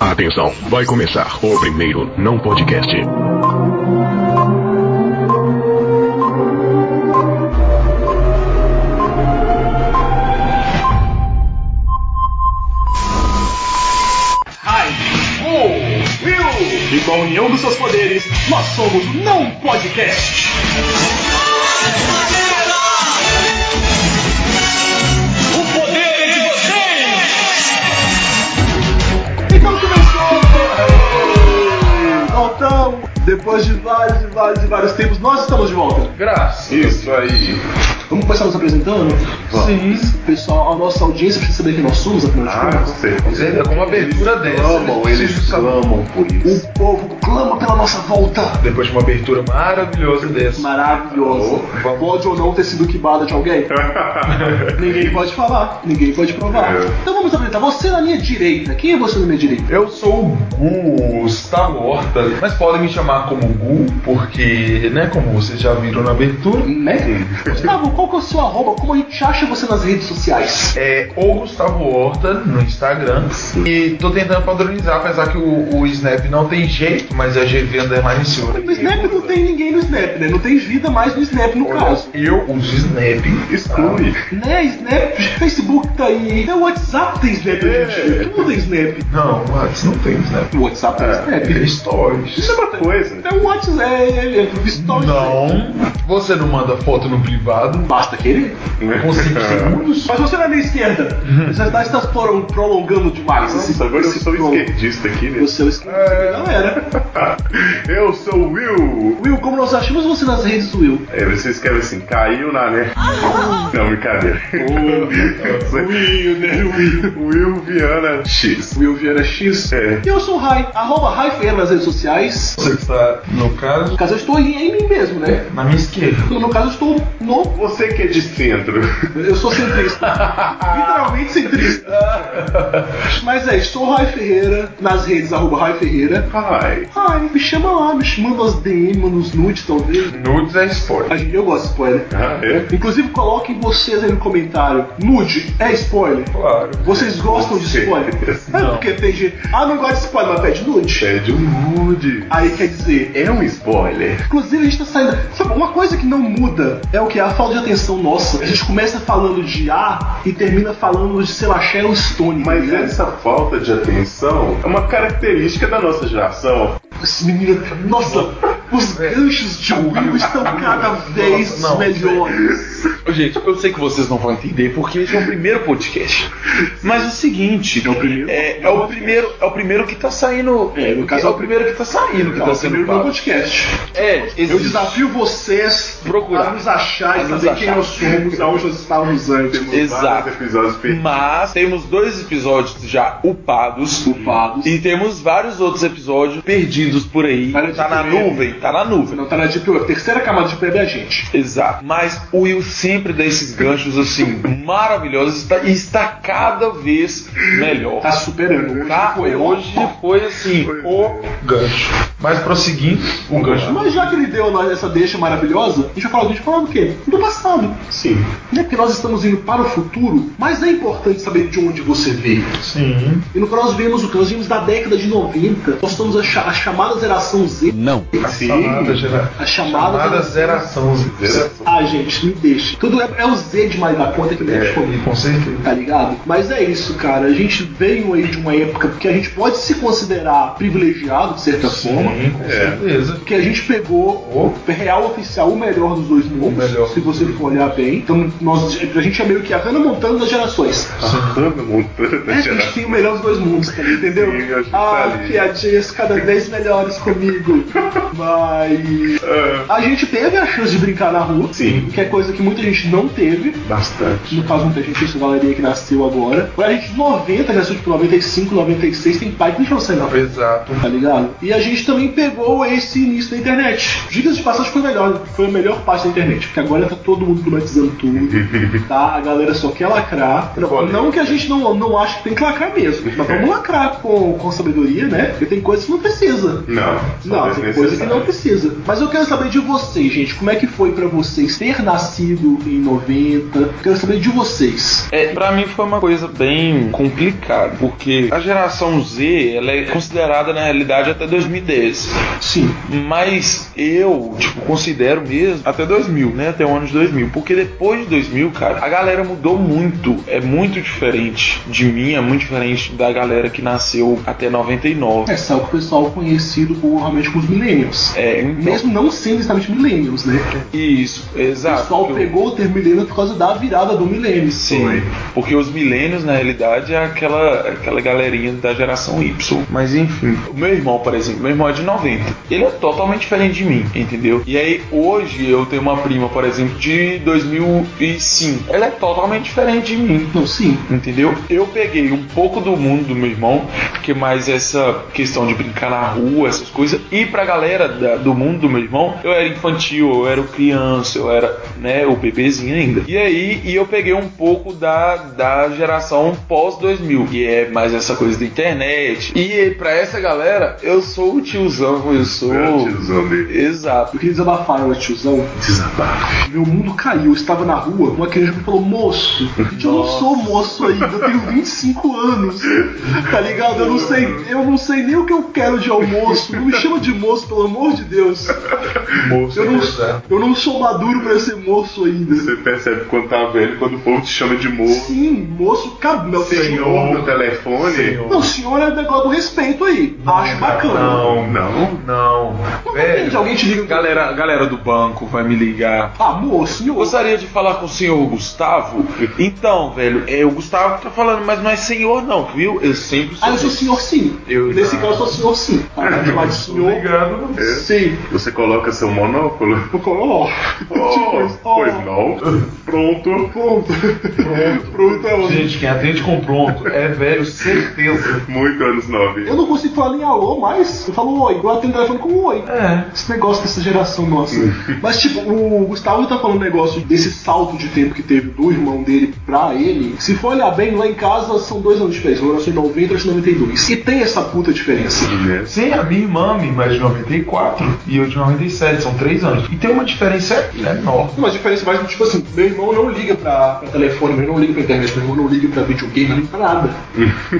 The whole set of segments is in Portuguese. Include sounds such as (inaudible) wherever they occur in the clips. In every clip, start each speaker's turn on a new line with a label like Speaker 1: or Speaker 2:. Speaker 1: Atenção, vai começar o primeiro não podcast.
Speaker 2: High School Will. E com a união dos seus poderes, nós somos o Não Podcast. O poder é de vocês! Então começou! Voltamos! Depois de vários e vários e vários tempos, nós estamos de volta.
Speaker 3: Graças. Isso aí.
Speaker 2: Vamos começar nos apresentando? Sim. Pessoal, a nossa audiência precisa saber quem nós somos, afinal de
Speaker 3: Ah,
Speaker 2: contas.
Speaker 3: com certeza. Com uma abertura dessa.
Speaker 4: clamam, eles clamam por isso.
Speaker 2: O povo clama pela nossa volta.
Speaker 3: Depois de uma abertura maravilhosa dessa.
Speaker 2: Maravilhosa.
Speaker 3: Vamos.
Speaker 2: Pode ou não ter sido quibada de alguém? ninguém pode falar, ninguém pode provar.
Speaker 3: É.
Speaker 2: Então vamos apresentar. Você na minha direita. Quem é você na minha direita?
Speaker 3: Eu sou o Gu, está morta, mas podem me chamar como Gu, porque, né, como vocês já viram na abertura,
Speaker 2: Né? Gustavo, qual que é o seu arroba? Como a gente acha você nas redes sociais?
Speaker 3: é o Gustavo Horta no Instagram. E tô tentando padronizar, apesar que o, o Snap não tem jeito, mas é GV Underline Silva.
Speaker 2: No Snap não tem ninguém no Snap, né? Não tem vida mais no Snap, no
Speaker 3: Olha,
Speaker 2: caso.
Speaker 3: eu uso Snap.
Speaker 4: Exclui.
Speaker 2: Né? Snap, Facebook tá aí. Até o WhatsApp tem Snap, gente. Tudo tem Snap.
Speaker 3: Não, Max, não tem Snap.
Speaker 2: O WhatsApp tem Snap.
Speaker 3: É stories.
Speaker 4: Isso é uma coisa.
Speaker 2: É o WhatsApp, é, é, é stories.
Speaker 3: Não. Você não manda foto no privado
Speaker 2: Basta querer.
Speaker 3: com
Speaker 5: (laughs)
Speaker 3: 5 segundos?
Speaker 2: Mas você na minha esquerda. Essas idades estão foram prolongando demais.
Speaker 4: Nossa, Uhum. agora eu
Speaker 2: esse
Speaker 4: sou
Speaker 2: prolong-
Speaker 4: esquerdista aqui, né?
Speaker 2: Você é o esquerdista da galera.
Speaker 4: Eu sou o Will.
Speaker 2: Will, como nós achamos você nas redes, Will?
Speaker 4: É, você escreve assim, caiu na
Speaker 2: (laughs)
Speaker 4: net. Não, brincadeira.
Speaker 2: Will, né? Will.
Speaker 4: Will Viana X.
Speaker 2: Will Vieira X.
Speaker 4: É.
Speaker 2: E eu sou o Rai, arroba Rai Ferreira nas redes sociais.
Speaker 3: Você está, no caso,
Speaker 2: No caso, eu estou em, em mim mesmo, né?
Speaker 3: na minha esquerda.
Speaker 2: No caso, eu estou no.
Speaker 4: Você que é de centro.
Speaker 2: Eu sou centrista.
Speaker 4: (laughs)
Speaker 2: Literalmente centrista. Mas é, isso, sou o Rai Ferreira nas redes, arroba Rai Ferreira.
Speaker 4: Ai.
Speaker 2: Rai, me chama lá, me chama- manda umas DM, manda uns nudes, talvez.
Speaker 3: Nudes é spoiler.
Speaker 2: A gente, eu gosto de spoiler.
Speaker 4: Ah, é?
Speaker 2: Inclusive, coloquem vocês aí no comentário. Nude é spoiler?
Speaker 3: Claro.
Speaker 2: Vocês gostam de
Speaker 4: Você.
Speaker 2: spoiler?
Speaker 5: (laughs)
Speaker 2: É
Speaker 3: Não.
Speaker 2: porque tem gente. Ah, não gosta de spoiler, mas pede nude?
Speaker 4: É de um nude.
Speaker 2: Aí quer dizer.
Speaker 4: É um spoiler.
Speaker 2: Inclusive, a gente tá saindo. Sabe, uma coisa que não muda é o que? A falta de atenção nossa. A gente começa falando de A e termina falando de, sei lá, Sharon Stone. tá
Speaker 4: Mas
Speaker 2: ligado?
Speaker 4: essa falta de atenção é uma característica da nossa geração.
Speaker 2: Esse menino. Nossa, os ganchos de um Will estão cada vez
Speaker 3: É. Nossa, não.
Speaker 2: melhores.
Speaker 5: Gente, eu sei que vocês não vão entender porque esse é o primeiro podcast. Mas é o seguinte,
Speaker 2: É o primeiro?
Speaker 5: é, é o primeiro, é o primeiro que tá saindo.
Speaker 2: É, no caso,
Speaker 5: é o primeiro que tá saindo, que
Speaker 2: Não,
Speaker 5: tá
Speaker 2: primeiro
Speaker 5: sendo
Speaker 2: meu
Speaker 5: pago.
Speaker 2: podcast.
Speaker 5: É,
Speaker 2: Eu
Speaker 5: existe.
Speaker 2: desafio vocês
Speaker 5: Procurar.
Speaker 2: a nos achar e
Speaker 5: A nos
Speaker 2: saber quem
Speaker 5: achar.
Speaker 2: nós somos, aonde nós estávamos antes.
Speaker 5: Exato.
Speaker 4: Vários episódios pe-
Speaker 5: Mas temos dois episódios já upados.
Speaker 2: Culpados.
Speaker 5: E temos vários outros episódios perdidos por aí.
Speaker 2: Mas eu
Speaker 5: Tá
Speaker 2: digo
Speaker 5: na
Speaker 2: mesmo.
Speaker 5: nuvem, tá na nuvem.
Speaker 2: Não tá na Deep Web. Terceira camada de web é a gente.
Speaker 5: Exato. Mas o Will sempre dá esses ganchos assim maravilhosos está- e está cada vez melhor.
Speaker 2: Tá superando. Hoje
Speaker 5: Tá?
Speaker 2: foi
Speaker 5: Hoje foi assim, o
Speaker 3: Gancho. Mas prosseguindo, o gancho.
Speaker 2: Mas já que ele deu a nós essa deixa maravilhosa, a gente vai falar do, a gente vai falar do quê? Do passado.
Speaker 4: Sim.
Speaker 2: Né? Porque nós estamos indo para o futuro, mas é importante saber de onde você veio.
Speaker 3: Sim.
Speaker 2: E no que nós vemos o que? Nós vimos da década de 90, nós estamos a, cha- a chamada geração
Speaker 4: Sim.
Speaker 2: Z.
Speaker 3: Chamada gera...
Speaker 2: A chamada,
Speaker 3: Chamada geração.
Speaker 4: Geração.
Speaker 2: Ah, gente, me deixa. Tudo é, é o Z demais da conta
Speaker 5: É.
Speaker 2: que me deixa comigo.
Speaker 3: É, Com certeza.
Speaker 2: tá ligado? Mas é isso, cara. A gente veio aí de uma época que a gente pode se considerar privilegiado, de certa forma.
Speaker 3: Sim, com
Speaker 4: É.
Speaker 3: certeza.
Speaker 2: Porque a gente pegou
Speaker 3: O
Speaker 2: real oficial, o melhor dos dois mundos,
Speaker 3: melhor.
Speaker 2: se você for olhar bem. Então, nós, a gente é meio que a Hannah Montana das gerações.
Speaker 4: Arrancando montando
Speaker 2: É, a gente tem o melhor dos dois mundos, cara, entendeu?
Speaker 4: Sim, a gente tá
Speaker 2: ah,
Speaker 4: ali.
Speaker 2: piadinhas cada vez melhores comigo. Mas a gente teve a chance de brincar na rua,
Speaker 4: É. Sim.
Speaker 2: que é coisa que muita gente não teve.
Speaker 4: Bastante.
Speaker 2: No caso, muita gente, essa galeria que nasceu agora. Pra gente, 90, nasceu tipo 95, 96, tem pai que deixou você na frente.
Speaker 3: Exato.
Speaker 2: Tá ligado? E a gente também pegou esse início da internet. Dicas de passagem foi melhor, foi a melhor parte da internet, porque agora tá todo mundo problematizando tudo, tá? A galera só quer lacrar. Não, não que a gente não, não ache que tem que lacrar mesmo, mas vamos lacrar com, com sabedoria, né? Porque tem coisas que não precisa.
Speaker 4: Não. só é
Speaker 2: Não, tem coisa que não não precisa. Mas eu quero saber de vocês, gente. Como é que foi pra vocês ter nascido em 90? Quero saber de vocês.
Speaker 5: É, pra mim foi uma coisa bem complicada, porque a geração Z ela é considerada na realidade até 2010.
Speaker 2: Sim.
Speaker 5: Mas eu, tipo, considero mesmo até 2000, né? Até o ano de 2000. Porque depois de 2000, cara, a galera mudou muito. É muito diferente de mim, é muito diferente da galera que nasceu até 99.
Speaker 2: Essa é o que o pessoal conhecido por, realmente com os millennials.
Speaker 5: É, então,
Speaker 2: Mesmo não sendo exatamente millennials, né?
Speaker 5: isso,
Speaker 2: O
Speaker 5: exato.
Speaker 2: pessoal pegou o termo milênio por causa da virada do milênio.
Speaker 5: Sim, porque os milênios na realidade é aquela, aquela galerinha da geração Y. Mas enfim, o meu irmão, por exemplo, meu irmão é de 90. Ele é totalmente diferente de mim, entendeu? E aí hoje eu tenho uma prima, por exemplo, de 2005. Ela é totalmente diferente de mim.
Speaker 2: Não, Então, sim.
Speaker 5: Entendeu? Eu peguei um pouco do mundo do meu irmão, porque mais essa questão de brincar na rua, essas coisas, e pra galera da- do mundo do meu irmão, eu era infantil, eu era o criança, eu era, né, o bebezinho ainda. E aí, e eu peguei um pouco da, da geração pós-2000, que é mais essa coisa da internet. E pra essa galera, eu sou o tiozão, eu sou.
Speaker 4: Zumbi.
Speaker 5: Exato.
Speaker 2: Eu queria desabafar, eu era tiozão.
Speaker 4: Desabafo.
Speaker 2: Meu mundo caiu. Eu estava na rua, uma criança me falou, moço, gente, eu não sou moço ainda, eu tenho 25 anos. Tá ligado? Eu não sei, eu não sei nem o que eu quero de almoço. Não me chama de moço, pelo amor de Deus.
Speaker 3: Moço, né?
Speaker 2: Eu não,
Speaker 3: exato.
Speaker 2: eu não sou maduro pra ser moço ainda.
Speaker 4: Você percebe quando tá velho, quando o povo te chama de moço,
Speaker 2: Sim, moço, cabe meu
Speaker 4: senhor no telefone.
Speaker 3: Senhor.
Speaker 2: Não, senhor é um negócio do respeito aí. Acho bacana.
Speaker 3: Não,
Speaker 4: Não.
Speaker 3: não.
Speaker 2: Gente,
Speaker 3: Velho,
Speaker 2: alguém te liga.
Speaker 5: Galera, galera do banco vai me ligar.
Speaker 2: Ah, moço,
Speaker 5: Eu
Speaker 2: senhor.
Speaker 5: gostaria de falar com o senhor Gustavo. Então, velho, é o Gustavo que tá falando, mas não é senhor, não, viu? Eu sempre sou. assim.
Speaker 2: Ah, eu sou senhor sim.
Speaker 5: Eu
Speaker 2: Nesse
Speaker 5: já-
Speaker 2: caso, eu sou senhor sim. Ah, vai chamar de senhor.
Speaker 3: obrigado.
Speaker 2: Sim.
Speaker 4: Você coloca seu (laughs) monóculo.
Speaker 2: Eu colo-
Speaker 4: Oh,
Speaker 2: ó.
Speaker 4: pois não. Pronto.
Speaker 2: Pronto. Pronto é onde.
Speaker 3: Gente, quem atende com pronto é velho, certeza.
Speaker 4: Muito anos 9.
Speaker 2: Eu não consigo falar em alô mais. Eu falo oi. Eu atendo o telefone com oi.
Speaker 3: É.
Speaker 2: Esse negócio dessa geração nossa. Mas, tipo, o Gustavo tá falando um negócio desse salto de tempo que teve do irmão dele pra ele. Se for olhar bem, lá em casa são dois anos de diferença. Eu nasci em 90 e eu nasci em 92. E tem essa puta diferença.
Speaker 4: Né?
Speaker 3: Sim, a minha irmã, minha irmã é de 94 e eu de 97, são 3 anos. E tem uma diferença enorme.
Speaker 2: Uma diferença mais, tipo assim, meu irmão não liga pra, pra telefone, meu irmão não liga pra internet, meu irmão não liga pra videogame, não liga pra nada.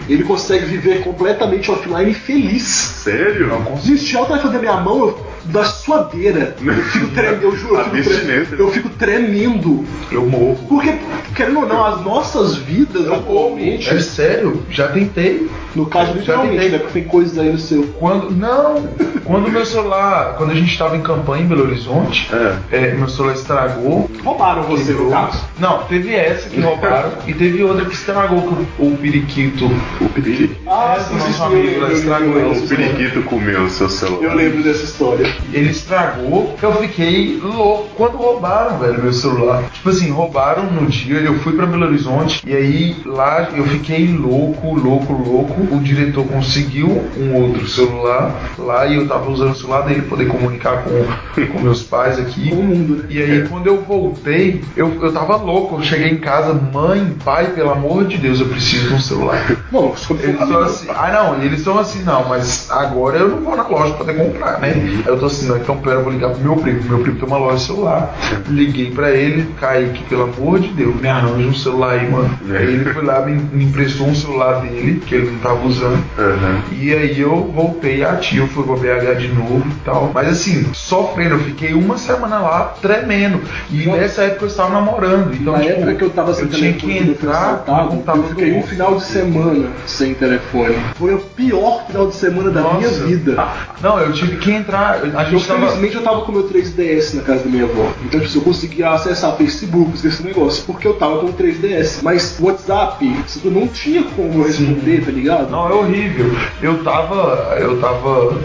Speaker 2: Ele consegue viver completamente offline e feliz.
Speaker 4: Sério?
Speaker 2: Se tirar o telefone da minha mão, eu, da suadeira, eu fico tremendo, eu juro, eu fico,
Speaker 4: Abstinência.
Speaker 2: tre- eu fico tremendo.
Speaker 3: Eu morro.
Speaker 2: Porque, querendo ou não, as nossas vidas atualmente,
Speaker 3: É sério, já tentei.
Speaker 2: no caso
Speaker 3: Já
Speaker 2: literalmente,
Speaker 3: tentei.
Speaker 2: né, porque tem coisas aí no seu.
Speaker 3: Quando. Não! Quando meu celular. Quando a gente tava em campanha em Belo Horizonte,
Speaker 4: É.
Speaker 3: é, meu celular estragou.
Speaker 2: Roubaram você, no caso.
Speaker 3: Não, teve essa que roubaram e teve outra que estragou com o periquito.
Speaker 4: O periquito,
Speaker 2: Ah,
Speaker 3: Essa nossa amiga, ela estragou
Speaker 2: eu
Speaker 4: o
Speaker 2: lembro,
Speaker 4: periquito comeu o seu
Speaker 2: eu
Speaker 4: celular.
Speaker 2: lembro dessa história.
Speaker 3: Ele estragou, eu fiquei louco. Quando roubaram, velho, meu celular. Tipo assim, roubaram no dia, eu fui pra Belo Horizonte e aí lá eu fiquei louco, louco, louco. O diretor conseguiu um outro celular lá e eu tava usando o celular dele pra poder comunicar com, com meus pais aqui.
Speaker 2: O mundo, né?
Speaker 3: E aí, quando eu voltei, eu, eu tava louco. Eu cheguei em casa, mãe, pai, pelo amor de Deus, eu preciso de um celular.
Speaker 2: Bom, se for
Speaker 3: Eles são assim, ah não, eles são assim, não, mas agora eu não vou na loja pra poder comprar, né? Aí eu tô assim, não, então pera, eu vou ligar pro meu primo. Meu primo tem uma loja de celular. Liguei pra ele, Kaique, pelo amor de Deus, me arranja um celular aí, mano. Aí ele foi lá, me, me emprestou um celular dele, que ele não tava usando.
Speaker 4: Aham.
Speaker 3: E aí eu voltei ativo, fui pra BH de novo e tal. Mas assim, sofrendo, eu fiquei uma semana lá tremendo. E nessa época eu estava namorando. Então,
Speaker 2: Na
Speaker 3: tipo,
Speaker 2: época que eu tava sem
Speaker 3: eu tinha que
Speaker 2: telefone, quando eu fui
Speaker 3: entrar no
Speaker 2: assaltado,
Speaker 3: computador
Speaker 2: eu fiquei
Speaker 3: do
Speaker 2: um
Speaker 3: outro.
Speaker 2: final de semana sem telefone. Foi o pior final de semana da
Speaker 3: Nossa.
Speaker 2: minha vida.
Speaker 3: Não, eu tive que entrar. A
Speaker 2: Eu,
Speaker 3: gente tava.
Speaker 2: felizmente, eu tava com o meu 3DS na casa da minha avó. Então, tipo, eu conseguia acessar Facebook, esse negócio, porque eu tava com o 3DS. Mas WhatsApp, isso eu não tinha como eu responder, tá ligado?
Speaker 3: Não, é horrível. Eu tava. Eu tava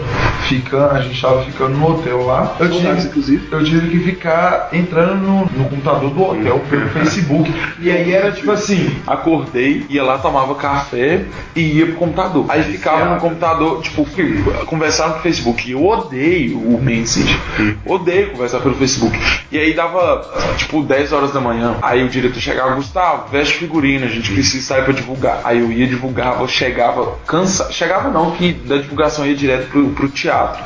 Speaker 3: ficando. A gente tava ficando no hotel lá. Eu
Speaker 2: Saudades,
Speaker 3: tive,
Speaker 2: inclusive.
Speaker 3: eu tive que ficar entrando no, no computador do hotel pelo Facebook. E aí era tipo assim.
Speaker 5: Acordei, ia lá, tomava café e ia pro computador. Aí ficava no computador, tipo, fui- conversava no Facebook. E eu odeio o Messenger. Odeio conversar pelo Facebook. E aí dava, tipo, 10 horas da manhã. Aí o diretor chegava, Gustavo, veste figurina, a gente precisa sair pra divulgar. Aí eu ia, divulgava, chegava, cansa Chegava não, que da divulgação ia direto pro, pro teatro.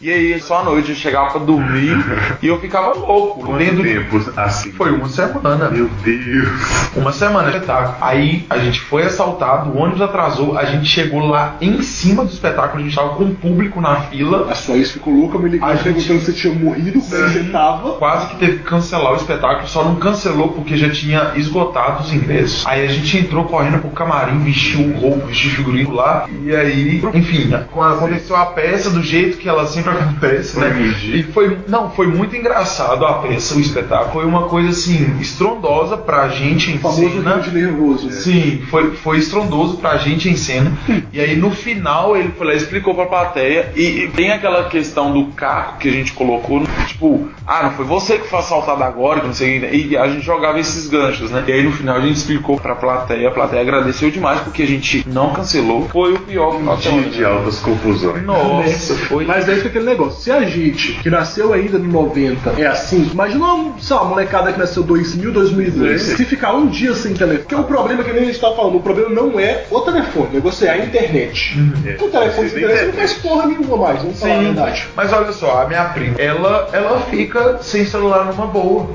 Speaker 5: E aí só à noite eu chegava pra dormir e eu ficava louco.
Speaker 4: Quanto
Speaker 5: Dentro do
Speaker 4: tempo assim?
Speaker 3: Foi uma semana.
Speaker 4: Meu Deus.
Speaker 3: Uma semana de espetáculo. Aí a gente foi assaltado, o ônibus atrasou, a gente chegou lá em cima do espetáculo, a gente tava com o público na fila.
Speaker 2: É só isso, ficou louco, me ligou
Speaker 3: A gente-
Speaker 2: perguntando se você tinha morrido, como é que você tava.
Speaker 3: Quase que teve que cancelar o espetáculo, só não cancelou porque já tinha esgotado os ingressos. Aí a gente entrou correndo pro camarim, vestiu roupa, vestiu figurino lá. E aí, enfim, aconteceu a peça do jeito que ela sempre (laughs) acontece, né?
Speaker 4: Entendi.
Speaker 3: E foi, não, foi muito engraçado a peça, o espetáculo. Foi uma coisa assim, estrondosa pra gente em
Speaker 2: O famoso
Speaker 3: cena.
Speaker 2: rio de nervoso. né?
Speaker 3: Sim, foi, foi estrondoso pra gente em cena. E aí no final ele
Speaker 5: Foi lá, explicou pra plateia e, e tem aquela questão do carro que a gente colocou, tipo, ah, não foi você que foi assaltado agora, que não sei o que, e a gente jogava esses ganchos, né? E aí no final a gente explicou pra plateia, a plateia agradeceu demais porque a gente não cancelou, foi o pior final de semana.
Speaker 4: Dia de altas confusões.
Speaker 3: Nossa, foi.
Speaker 2: Mas é aí fica aquele negócio. Se a gente, que nasceu ainda no 90, é assim, imagina uma, sei lá, uma molecada que nasceu 2000, 2002.
Speaker 4: Sim.
Speaker 2: Se ficar um dia sem telefone. Porque o problema é que nem a gente tava falando, o problema não é o telefone, o negócio é a internet. Com o telefone sem
Speaker 4: Sim,
Speaker 2: telefone, você não faz porra nenhuma mais, vamos falar a
Speaker 3: Sim.
Speaker 2: verdade.
Speaker 3: Mas olha só, a minha prima, ela, ela fica sem celular numa (laughs) boa.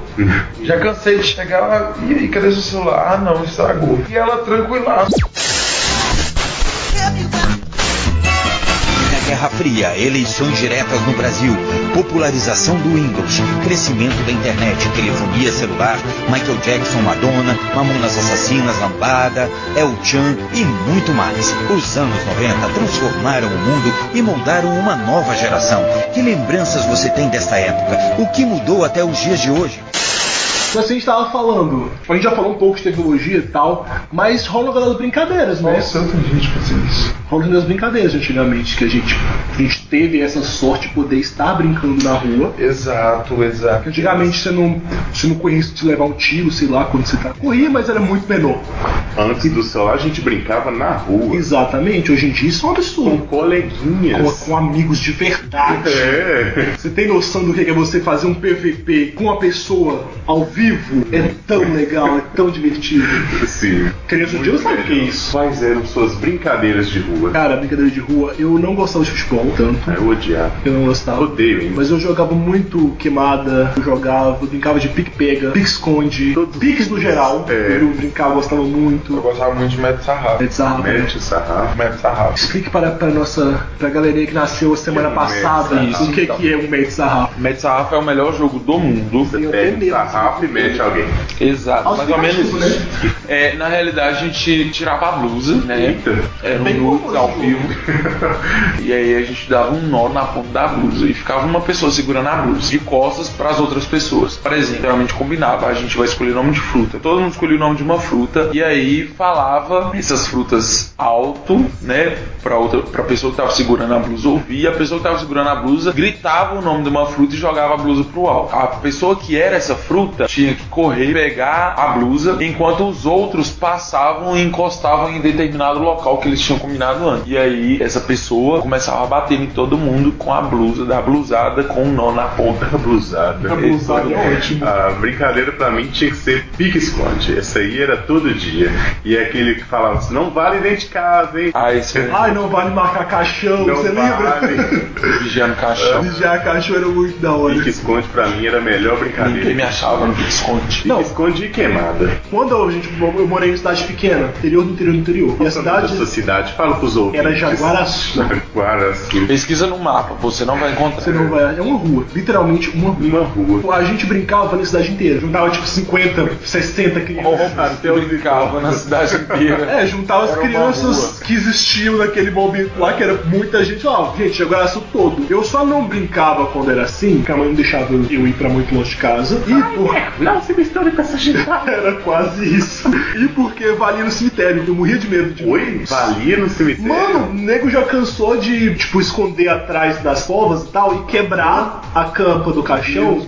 Speaker 3: Já cansei de chegar lá, e aí, cadê seu celular? Ah, não, estragou. E ela tranquila.
Speaker 6: Na Guerra Fria, eleições diretas no Brasil, popularização do Windows, crescimento da internet, telefonia celular, Michael Jackson, Madonna, Mamonas Assassinas, Lambada, El Chan e muito mais. Os anos 90 transformaram o mundo e moldaram uma nova geração. Que lembranças você tem desta época? O que mudou até os dias de hoje?
Speaker 2: Mas assim, a gente tava falando, tipo, a gente já falou um pouco de tecnologia e tal, mas rola das brincadeiras, né?
Speaker 3: Nossa, eu gente fazendo isso.
Speaker 2: Rola das brincadeiras antigamente, que a gente, a gente teve essa sorte de poder estar brincando na rua.
Speaker 3: Exato, exato.
Speaker 2: Antigamente você não, você não corria se levar um tiro, sei lá, quando você tá. Corria, mas era muito menor.
Speaker 4: Antes do celular a gente brincava na rua.
Speaker 2: Exatamente, hoje em dia isso é um absurdo.
Speaker 4: Com coleguinhas.
Speaker 2: Com, com amigos de verdade.
Speaker 4: É. (laughs)
Speaker 2: Você tem noção do que é você fazer um PVP com uma pessoa ao vivo? É tão legal, é tão divertido.
Speaker 4: Sim.
Speaker 2: Criança hoje em dia não sabe o que é isso.
Speaker 4: Quais eram suas brincadeiras de rua? É,
Speaker 2: Cara, brincadeira de rua, eu não gostava de futebol tanto.
Speaker 4: Eu odiava.
Speaker 2: Eu não gostava.
Speaker 4: Odeio, hein?
Speaker 2: Mas eu jogava muito queimada, eu jogava, eu brincava de pique-pega, pique-esconde, piques no geral.
Speaker 4: É.
Speaker 2: Eu brincava, gostava
Speaker 3: Eu
Speaker 2: muito.
Speaker 3: gostava muito de Metro Sarrafo.
Speaker 2: É bizarro, né?
Speaker 4: Mete o sarrafo.
Speaker 3: Metro Sarrafo.
Speaker 2: Explique para, para nossa pra galerinha que nasceu a
Speaker 4: Que
Speaker 2: semana
Speaker 4: é um
Speaker 2: passada
Speaker 5: Mets,
Speaker 2: o que,
Speaker 5: então.
Speaker 2: que é um Mets sarrafo.
Speaker 5: Mad Sarrafo é o melhor jogo do mundo.
Speaker 2: Eu tenho
Speaker 4: Pega o
Speaker 2: medo.
Speaker 4: um sarrafo e mete alguém.
Speaker 5: Exato, mais ou menos
Speaker 2: Auspicativo,
Speaker 5: isso.
Speaker 2: né?
Speaker 5: É, na realidade, a gente tirava a blusa, né?
Speaker 4: Eita.
Speaker 5: Era
Speaker 2: Bem
Speaker 5: um nudes
Speaker 2: comum,
Speaker 5: ao
Speaker 2: né?
Speaker 5: vivo. e aí a gente dava um nó na ponta da blusa. E ficava uma pessoa segurando a blusa, de costas para as outras pessoas. Por exemplo, geralmente combinava, a gente vai escolher nome de fruta. Todo mundo escolhia o nome de uma fruta. E aí falava essas frutas alto, né? Pra, outra, pra pessoa que tava segurando a blusa ouvir. E a pessoa que tava segurando a blusa gritava o nome de uma fruta e jogava a blusa pro alto. A pessoa que era essa fruta tinha que correr, pegar a blusa, enquanto os outros passavam e encostavam em determinado local que eles tinham combinado antes. E aí essa pessoa começava a bater em todo mundo com a blusa da blusada com um nó na ponta.
Speaker 4: A blusada.
Speaker 2: A blusada é ótimo.
Speaker 4: A brincadeira pra mim tinha que ser pique-esconde. Essa aí era todo dia. E aquele que falava assim: não vale dentro de casa, hein?
Speaker 5: Aí você
Speaker 2: Ai, não vale marcar caixão,
Speaker 4: Não (laughs)
Speaker 2: você lembra?
Speaker 4: vale.
Speaker 5: um vigiando o caixão.
Speaker 2: Já caixão era muito da hora.
Speaker 4: Pique-esconde pra mim era a melhor
Speaker 5: Ninguém me
Speaker 4: brincadeira.
Speaker 5: achava no esconde.
Speaker 2: Não.
Speaker 4: Pique-esconde e queimada.
Speaker 2: Quando eu, gente, eu morei em cidade pequena, interior do interior do interior. E a cidade
Speaker 4: Sua cidade, fala pros ouvintes.
Speaker 2: era
Speaker 4: (laughs)
Speaker 2: Jaguaraçu.
Speaker 4: Jaguaraçu.
Speaker 5: Pesquisa no mapa, você não vai encontrar.
Speaker 2: Você não vai. É uma rua, literalmente uma rua.
Speaker 4: Uma rua.
Speaker 2: A gente brincava na cidade inteira. Juntava tipo 50, 60 crianças.
Speaker 5: Até eu brincava na
Speaker 2: (laughs)
Speaker 5: cidade inteira.
Speaker 2: É, juntava as
Speaker 5: Era uma
Speaker 2: crianças que existiam naquele momento lá, que era muita gente. Ó, gente, agora isso todo. Eu só não brincava quando era assim, porque a mãe não deixava eu eu ir pra muito longe de casa. E por...
Speaker 4: é, Não se misture com essa gente.
Speaker 2: (laughs) Era quase isso. E porque valia no cemitério, eu morria de medo de.
Speaker 4: Oi? Valia no cemitério?
Speaker 2: Mano, o nego já cansou de, tipo, esconder atrás das covas e tal e quebrar a campa do caixão.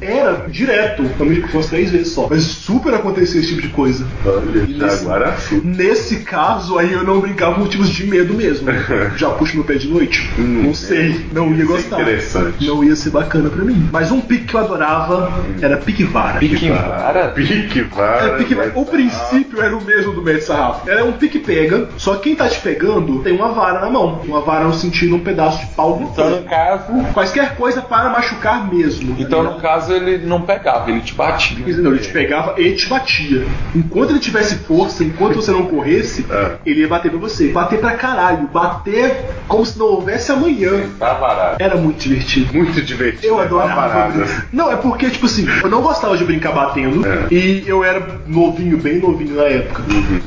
Speaker 2: Era direto, também que fosse três vezes só. Mas super acontecia esse tipo de coisa.
Speaker 4: Olha, Jaguaraçu.
Speaker 2: Nesse caso, aí eu não brincava por motivos de medo
Speaker 4: (laughs)
Speaker 2: mesmo. Já puxo meu pé de noite?
Speaker 4: Hum,
Speaker 2: não sei, não ia
Speaker 4: isso é
Speaker 2: gostar.
Speaker 4: interessante.
Speaker 2: Não ia ser bacana pra mim. Mas um pique que eu adorava era pique vara.
Speaker 5: Pique vara?
Speaker 4: Pique, vara. né?
Speaker 2: É, pique-
Speaker 4: vai-
Speaker 2: o princípio era o mesmo do Mestre Sarrafo. Era um pique-pega, só quem tá te pegando tem uma vara na mão. Uma vara no sentido um pedaço de pau do
Speaker 5: Então, no caso,
Speaker 2: Qualquer coisa para machucar mesmo. tá
Speaker 5: então,
Speaker 2: ligado?
Speaker 5: no caso ele não pegava, ele te batia.
Speaker 2: Entendeu? Ele te pegava e te batia. Enquanto ele tivesse força, enquanto você não corresse,
Speaker 4: Ah.
Speaker 2: ele ia bater pra você. Bater pra caralho. Bater como se não houvesse amanhã.
Speaker 4: Tá varado.
Speaker 2: Era muito divertido.
Speaker 4: Muito divertido.
Speaker 2: Eu
Speaker 4: Tá
Speaker 2: adorava.
Speaker 4: varado.
Speaker 2: Não, é porque, tipo assim, eu não gostava de brincar batendo.
Speaker 4: É. Uhum.
Speaker 2: E eu era novinho, bem novinho na época.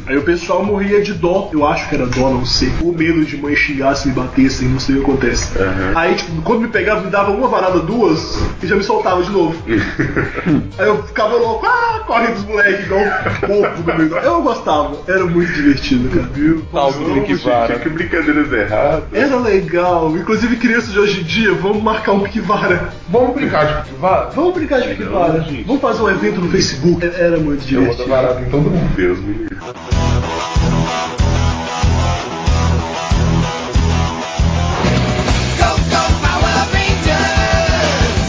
Speaker 2: Aí o pessoal morria de dó. Eu acho que era dó, não sei. Ou medo de mãe xingar se me batessem, não sei o que acontece.
Speaker 4: Uhum.
Speaker 2: Aí, tipo, quando me pegava, me dava uma varada, duas, e já me soltava de
Speaker 4: (laughs)
Speaker 2: novo. Aí eu ficava louco, ah, corre dos moleques, igual um pouco no meio. da- Eu gostava, era muito divertido, cara.
Speaker 4: Viu?
Speaker 5: Tal
Speaker 4: Não,
Speaker 5: do que
Speaker 4: gente,
Speaker 5: vara.
Speaker 4: Que brincadeiras erradas.
Speaker 2: Era legal, inclusive crianças de hoje em dia, vamos marcar um Kivara.
Speaker 3: Vamos brincar de vara?
Speaker 2: Vamos brincar de Kivara,
Speaker 4: gente.
Speaker 2: vamos fazer um evento no Facebook. É- Era muito
Speaker 3: Eu vou dar
Speaker 2: divertido.
Speaker 3: varada em todo mundo.
Speaker 4: Deus me livre.
Speaker 7: Go, go, Power Rangers!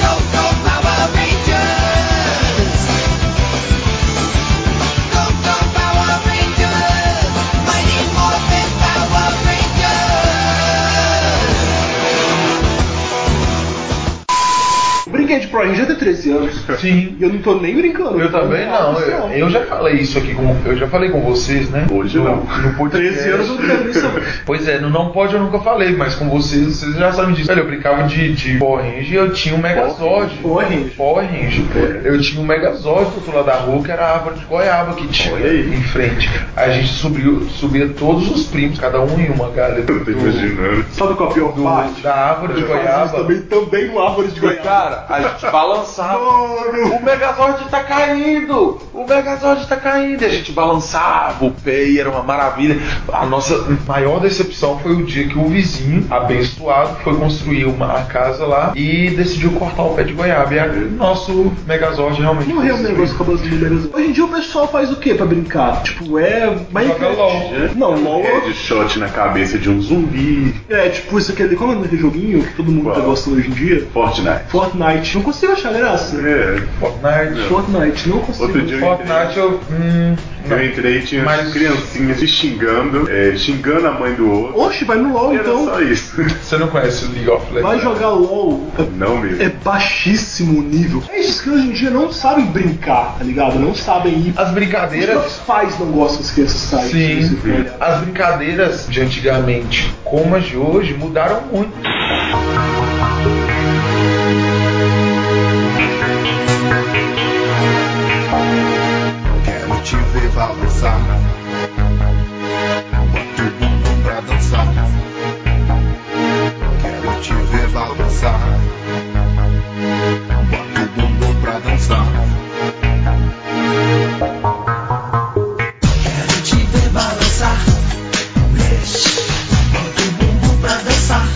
Speaker 7: Go, go, Power Rangers! Go, go, Power Rangers! Mighty Morphin Power Rangers!
Speaker 2: Brinquei de Pro Ranger até 13 anos.
Speaker 3: Sim. Ah,
Speaker 2: E eu não tô nem brincando. É
Speaker 3: Eu também não. Eu, eu já falei isso aqui com. Eu já falei com vocês, né?
Speaker 4: Hoje
Speaker 3: No-
Speaker 4: não.
Speaker 3: No podcast.
Speaker 2: 13 anos eu não quero nem saber.
Speaker 3: (laughs) Pois é, no Não Pode eu nunca falei, mas com vocês, vocês já sabem disso. Velho, eu brincava de, de Power Ranger e eu tinha um Megazord.
Speaker 2: Power Ranger.
Speaker 3: Power Ranger. Eu tinha um Megazord do outro lado da rua, que era a árvore de goiaba que tinha
Speaker 4: Olha aí.
Speaker 3: em frente. A gente subiu, subia todos os primos, cada um em uma galera.
Speaker 4: Eu tô imaginando.
Speaker 2: Sabe qual é a pior parte?
Speaker 3: do, da árvore de
Speaker 2: Mas
Speaker 3: goiaba.
Speaker 2: também, também no árvore de Goiás.
Speaker 5: Cara, a gente balançava.
Speaker 2: Mano.
Speaker 5: O Megazord tá caindo! O Megazord tá caindo! E a gente balançava o pé e era uma maravilha. A nossa.
Speaker 3: maior decepção foi o dia que o vizinho, abençoado, foi construir uma casa lá e decidiu cortar o pé de goiaba. E a- nosso Megazord realmente.
Speaker 2: Morreu um negócio com as bandeiras. Hoje em dia o pessoal faz o que pra brincar? Tipo, é.
Speaker 3: Joga
Speaker 2: Minecraft.
Speaker 3: LOL. É
Speaker 2: Não, LOL.
Speaker 4: Headshot na cabeça de um zumbi.
Speaker 2: É, tipo, isso aqui. Como é aquele joguinho que todo mundo
Speaker 4: Qual?
Speaker 2: tá gostando hoje em dia?
Speaker 4: Fortnite.
Speaker 2: Fortnite. Não consigo achar graça.
Speaker 4: É.
Speaker 3: Fortnite.
Speaker 2: Fortnite, não consigo.
Speaker 4: Outro dia eu entrei,
Speaker 3: Fortnite eu. Hum,
Speaker 4: eu entrei e tinha
Speaker 3: Mas-
Speaker 4: umas criancinhas se xingando, é, xingando a mãe do outro.
Speaker 2: Oxe, vai no LOL
Speaker 4: Era
Speaker 2: então.
Speaker 4: só isso. né?"
Speaker 3: você não conhece o League of Legends?
Speaker 2: Vai jogar LOL.
Speaker 4: Não
Speaker 2: É
Speaker 4: mesmo.
Speaker 2: baixíssimo o nível. É isso que hoje em dia não sabem brincar, tá ligado? Não sabem ir.
Speaker 3: As brincadeiras.
Speaker 2: Os pais não gostam que as crianças saiam.
Speaker 3: Sim.
Speaker 2: se você for olhar.
Speaker 3: As brincadeiras de antigamente, como as de hoje, mudaram muito.
Speaker 8: Quero te ver balançar. Bota o bumbum pra dançar. Quero te ver balançar. Bota o bumbum pra dançar.
Speaker 7: Quero te ver balançar, mexe, bota o bumbum pra dançar,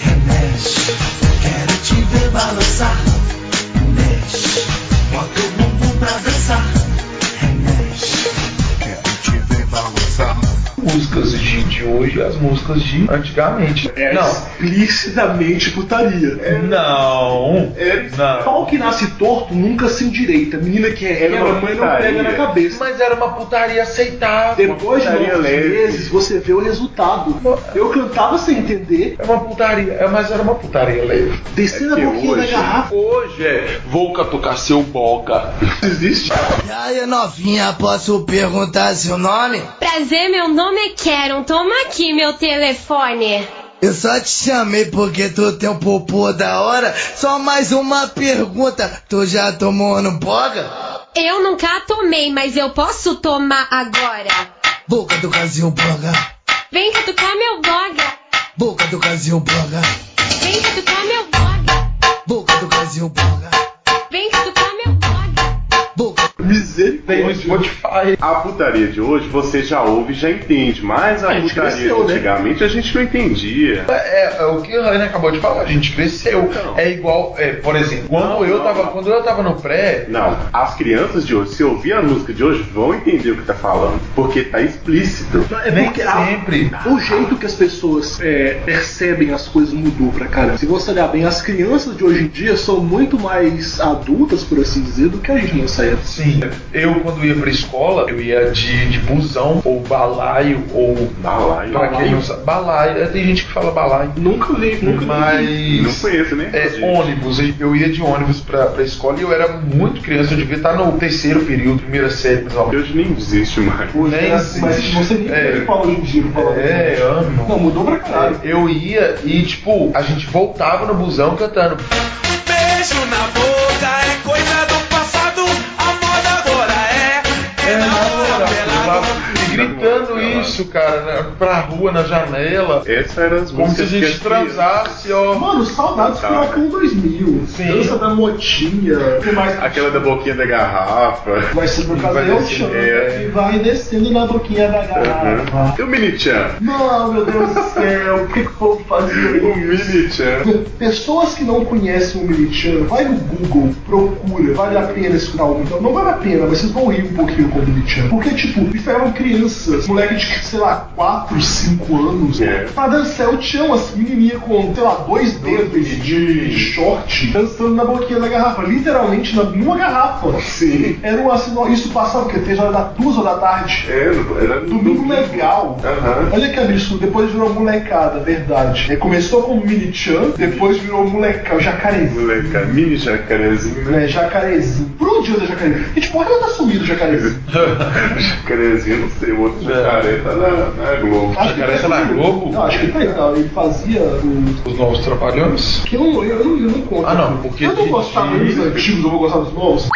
Speaker 7: remexe. Quero te ver balançar, mexe, bota o bumbum pra dançar, remexe.
Speaker 8: Quero te ver balançar.
Speaker 3: Músicas de, de hoje e as músicas de antigamente.
Speaker 2: É
Speaker 3: Não.
Speaker 2: explicitamente putaria.
Speaker 4: É.
Speaker 3: Não.
Speaker 2: é,
Speaker 3: Não.
Speaker 2: Pau que nasce torto nunca se endireita. Menina que é
Speaker 4: Era
Speaker 2: ela,
Speaker 4: uma
Speaker 2: mãe não
Speaker 4: putaria.
Speaker 2: pega na cabeça.
Speaker 3: Mas era uma putaria aceitável.
Speaker 2: Depois de
Speaker 4: putaria
Speaker 2: alguns
Speaker 4: leve.
Speaker 2: meses, você vê o resultado. Eu cantava sem entender,
Speaker 3: É uma putaria, é, mas era uma putaria leve.
Speaker 2: descendo
Speaker 4: É que
Speaker 2: a boquinha da
Speaker 4: hoje-
Speaker 2: garrafa.
Speaker 5: Hoje é. Vou catucar seu boga.
Speaker 2: Existe?
Speaker 7: E aí, novinha, posso perguntar seu nome?
Speaker 9: Prazer, meu nome é Keron. Toma aqui meu telefone.
Speaker 7: Eu só te chamei porque tu tem um popô da hora. Só mais uma pergunta: tu já tomou no boga?
Speaker 9: Eu nunca tomei, mas eu posso tomar agora.
Speaker 7: Boca do casil boga,
Speaker 9: Vem catucar meu boga.
Speaker 7: boca do casil boga,
Speaker 9: Vem catucar meu boga.
Speaker 7: boca do casil boga.
Speaker 9: Vem catucar meu boga.
Speaker 3: Tem no
Speaker 2: Misericórdia.
Speaker 3: Spotify.
Speaker 4: A putaria de hoje você já ouve e já entende, mas a,
Speaker 2: A gente
Speaker 4: putaria
Speaker 2: cresceu,
Speaker 4: de
Speaker 2: né?
Speaker 4: antigamente a gente não entendia.
Speaker 3: É, é o que a Ana acabou de falar, a gente cresceu.
Speaker 4: Não.
Speaker 3: É igual, é, por exemplo, quando,
Speaker 4: Então. Não,
Speaker 3: eu
Speaker 4: não,
Speaker 3: tava,
Speaker 4: não.
Speaker 3: quando eu tava no pré,
Speaker 4: Não, as crianças de hoje, se ouvir a música de hoje, vão entender o que tá falando, porque tá explícito.
Speaker 2: É
Speaker 3: nem
Speaker 2: porque a-
Speaker 3: sempre.
Speaker 2: o jeito que as pessoas é, percebem as coisas mudou pra caramba. Se você olhar bem, as crianças de hoje em dia são muito mais adultas, por assim dizer, do que a gente nessa época.
Speaker 3: Sim. Eu, quando ia pra escola, eu ia de, de busão, ou balaio, ou.
Speaker 4: Balaio?
Speaker 3: Pra quem não sabe. Balaio, é, tem gente que fala balaio.
Speaker 2: Nunca li, nunca
Speaker 3: Mas.
Speaker 4: Não conheço, né?
Speaker 3: É, ônibus, eu ia de ônibus pra, pra escola e eu era muito criança, eu devia estar no terceiro período, primeira série, mas ó,
Speaker 4: Hoje nem existe mais.
Speaker 2: Hoje, né?
Speaker 3: nem
Speaker 2: Mas
Speaker 3: existe.
Speaker 2: você nem
Speaker 3: É.
Speaker 2: fala hoje em dia, pra falar. assim.
Speaker 3: É, ano.
Speaker 2: Não, mudou pra caralho.
Speaker 3: Eu ia e, tipo, a gente voltava no busão cantando.
Speaker 7: Beijo na boca é coisa do passado. A moda agora é. É na rua, pelado.
Speaker 3: E gritando isso, cara, na- pra rua, na janela,
Speaker 4: Essas eram as
Speaker 3: como se a
Speaker 4: músicas que
Speaker 3: gente
Speaker 4: as
Speaker 3: transasse, ó.
Speaker 2: Mano, saudades do
Speaker 4: Tá.
Speaker 2: Furacão 2000.
Speaker 3: Sim.
Speaker 2: Dança da motinha. O que mais?
Speaker 4: Aquela da boquinha da garrafa.
Speaker 2: Vai ser por
Speaker 3: Vai
Speaker 2: causa do
Speaker 3: descendo,
Speaker 2: chão.
Speaker 4: é.
Speaker 2: E vai descendo na boquinha da garrafa.
Speaker 4: Uhum. E o Mini-chan?
Speaker 2: Não, meu Deus do céu. O que que o povo fazia
Speaker 4: O
Speaker 2: isso?
Speaker 4: Mini-chan.
Speaker 2: Pessoas que não conhecem o Minichan, vai no Google, procura, vale a pena escutar o Então, não vale a pena, mas vocês vão rir um pouquinho com o Minichan. Porque, tipo, esperam crianças, moleque de, sei lá, 4, 5 anos,
Speaker 4: É.
Speaker 2: pra dançar o tchão, assim, menininha com, sei lá, dois dedos de short, dançando na boquinha da garrafa, literalmente na, numa garrafa.
Speaker 4: Sim.
Speaker 2: Era um assim, ó, isso passava o quê? 3 horas da 2 horas da tarde.
Speaker 4: É, era
Speaker 2: Domingo legal.
Speaker 4: Aham.
Speaker 2: Olha que absurdo, depois virou molecada, verdade. Aí começou com mini-chan, depois virou molecada, jacarezinho.
Speaker 4: Moleca, mini jacarezinho, né?
Speaker 2: Né, jacarezinho. Por um dia da jacarezinho. E tipo, ela tá sumido, jacarezinho.
Speaker 4: Jacarezinho, não sei, o outro jacaré tá na, na Globo.
Speaker 2: Acho que
Speaker 3: Jacaré
Speaker 2: ele
Speaker 3: tá na
Speaker 2: sumido.
Speaker 3: Globo?
Speaker 2: Não, acho que tá aí, tá. Ele fazia o.
Speaker 3: Os novos trapalhões.
Speaker 2: Que eu não, eu não, eu não conto.
Speaker 3: Ah, não, porque
Speaker 2: Eu não
Speaker 3: de-
Speaker 2: gostava
Speaker 3: de-
Speaker 2: dos antigos, eu vou gostar dos novos.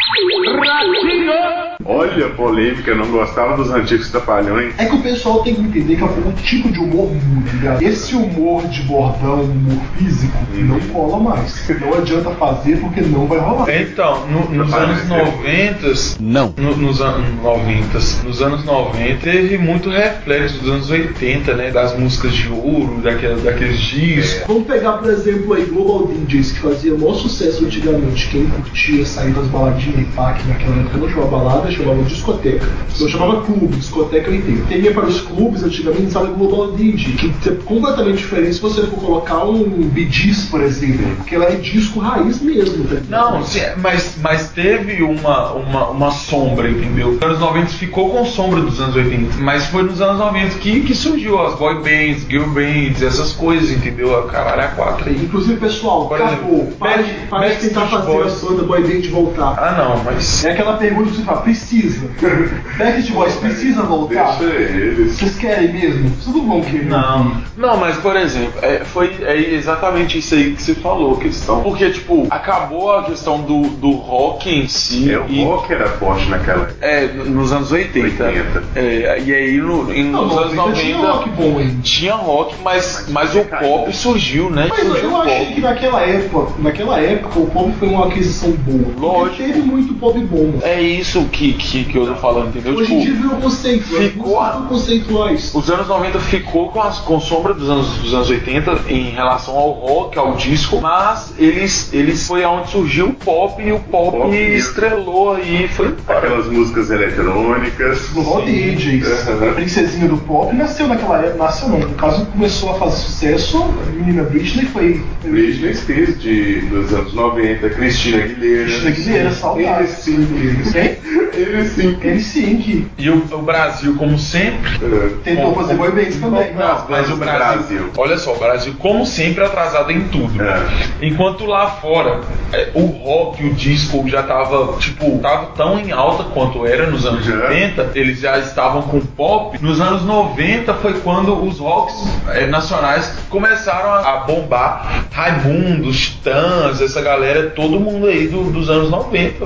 Speaker 4: Olha a polêmica, eu não gostava dos antigos trapalhões.
Speaker 2: É que o pessoal tem que entender que o tipo de humor muda, ligado? Esse humor de bordão, humor físico,
Speaker 3: Uhum.
Speaker 2: não cola mais. Não adianta fazer porque não vai rolar.
Speaker 3: Então, no- nos anos 90,
Speaker 6: Não.
Speaker 3: No- nos anos 90, nos anos 90 teve muito reflexo dos anos 80, né, das músicas de ouro, daquela, daqueles discos.
Speaker 2: Vamos pegar, por exemplo, aí Global DJs, que fazia o maior sucesso antigamente. Quem curtia sair das baladinhas e pack naquela época não chamava balada, chamava discoteca. Não chamava clube, discoteca eu entendo. Quem ia para os clubes antigamente sabe Global DJ, que é completamente diferente se você for colocar um BDs, por exemplo, porque ela é disco raiz mesmo, tá ligado?
Speaker 3: Não, sim, mas, mas teve uma, uma, uma sombra, entendeu? Nos anos 90 ficou com sombra dos anos 80, mas foi nos anos 90 que, que surgiu as boy bands, girl bands, essas coisas, entendeu? A caralho, a quatro aí.
Speaker 2: Inclusive, pessoal,
Speaker 3: Por
Speaker 2: acabou.
Speaker 3: exemplo,
Speaker 2: Para de,
Speaker 3: Back-
Speaker 2: para de tentar
Speaker 3: Backstreet
Speaker 2: fazer
Speaker 3: Boys.
Speaker 2: a banda Boy Band voltar.
Speaker 3: Ah, não, mas.
Speaker 2: É aquela pergunta que você fala,
Speaker 3: (laughs)
Speaker 2: precisa. Backstreet Boys precisa voltar?
Speaker 4: Deixa eles.
Speaker 2: Vocês querem mesmo? Vocês não vão querer.
Speaker 3: Não.
Speaker 5: Não, mas por exemplo, é, foi é exatamente isso aí que você falou, questão. Porque, tipo, acabou a questão do, do rock em si.
Speaker 4: É, o
Speaker 5: e-
Speaker 4: rock era forte naquela época.
Speaker 5: É, nos anos 80.
Speaker 4: 80.
Speaker 5: É, e aí no, e
Speaker 2: Não,
Speaker 5: nos anos
Speaker 2: 90 tinha um rock
Speaker 5: 90
Speaker 2: bom ainda.
Speaker 5: tinha rock, mas, mas o
Speaker 4: foi caindo.
Speaker 5: pop surgiu, né?
Speaker 2: Mas eu,
Speaker 5: surgiu
Speaker 3: um
Speaker 2: eu
Speaker 5: o
Speaker 2: achei que
Speaker 5: pop.
Speaker 2: naquela época, naquela época, o pop foi uma aquisição boa.
Speaker 5: Lógico.
Speaker 2: Porque Teve muito pop bom. mano.
Speaker 5: É isso que, que, que eu tô falando, entendeu?
Speaker 2: Hoje em
Speaker 5: Tipo,
Speaker 2: dia virou conceito. as
Speaker 5: ficou-
Speaker 2: músicas são conceituais.
Speaker 5: os anos 90 ficou com, as, com sombra dos anos, dos anos 80 em relação ao rock, ao disco, mas eles, eles foi onde surgiu o pop e o pop,
Speaker 4: Pop mesmo.
Speaker 5: estrelou aí, foi embora.
Speaker 4: Aquelas músicas eletrônicas.
Speaker 2: Global DJs.
Speaker 4: Aham.
Speaker 2: A princesinha do pop nasceu naquela época. Nasceu não. No caso, começou a fazer sucesso. A menina Britney foi.
Speaker 4: Britney Spears de, dos anos 90, Cristina Aguilera.
Speaker 2: Cristina Aguilera, saudades.
Speaker 4: Eles sim.
Speaker 2: Quem?
Speaker 4: Eles sim.
Speaker 2: Ele sim, que
Speaker 3: E o, o Brasil, como sempre.
Speaker 2: tentou
Speaker 3: Bom,
Speaker 2: fazer boy bands também.
Speaker 4: Não. As
Speaker 3: Mas o
Speaker 4: bandas do
Speaker 3: Brasil,
Speaker 4: Brasil.
Speaker 3: olha só, o Brasil, como sempre, é atrasado em tudo.
Speaker 4: É.
Speaker 3: Enquanto lá fora, é, o rock, o disco já tava, tipo, tava tão em alta quanto era nos anos
Speaker 4: Já.
Speaker 3: 80, eles já estavam com pop. Nos anos 90 foi quando os rocks é, nacionais começaram a, a bombar. Raimundo, Titãs, essa galera, todo mundo aí do- dos anos 90,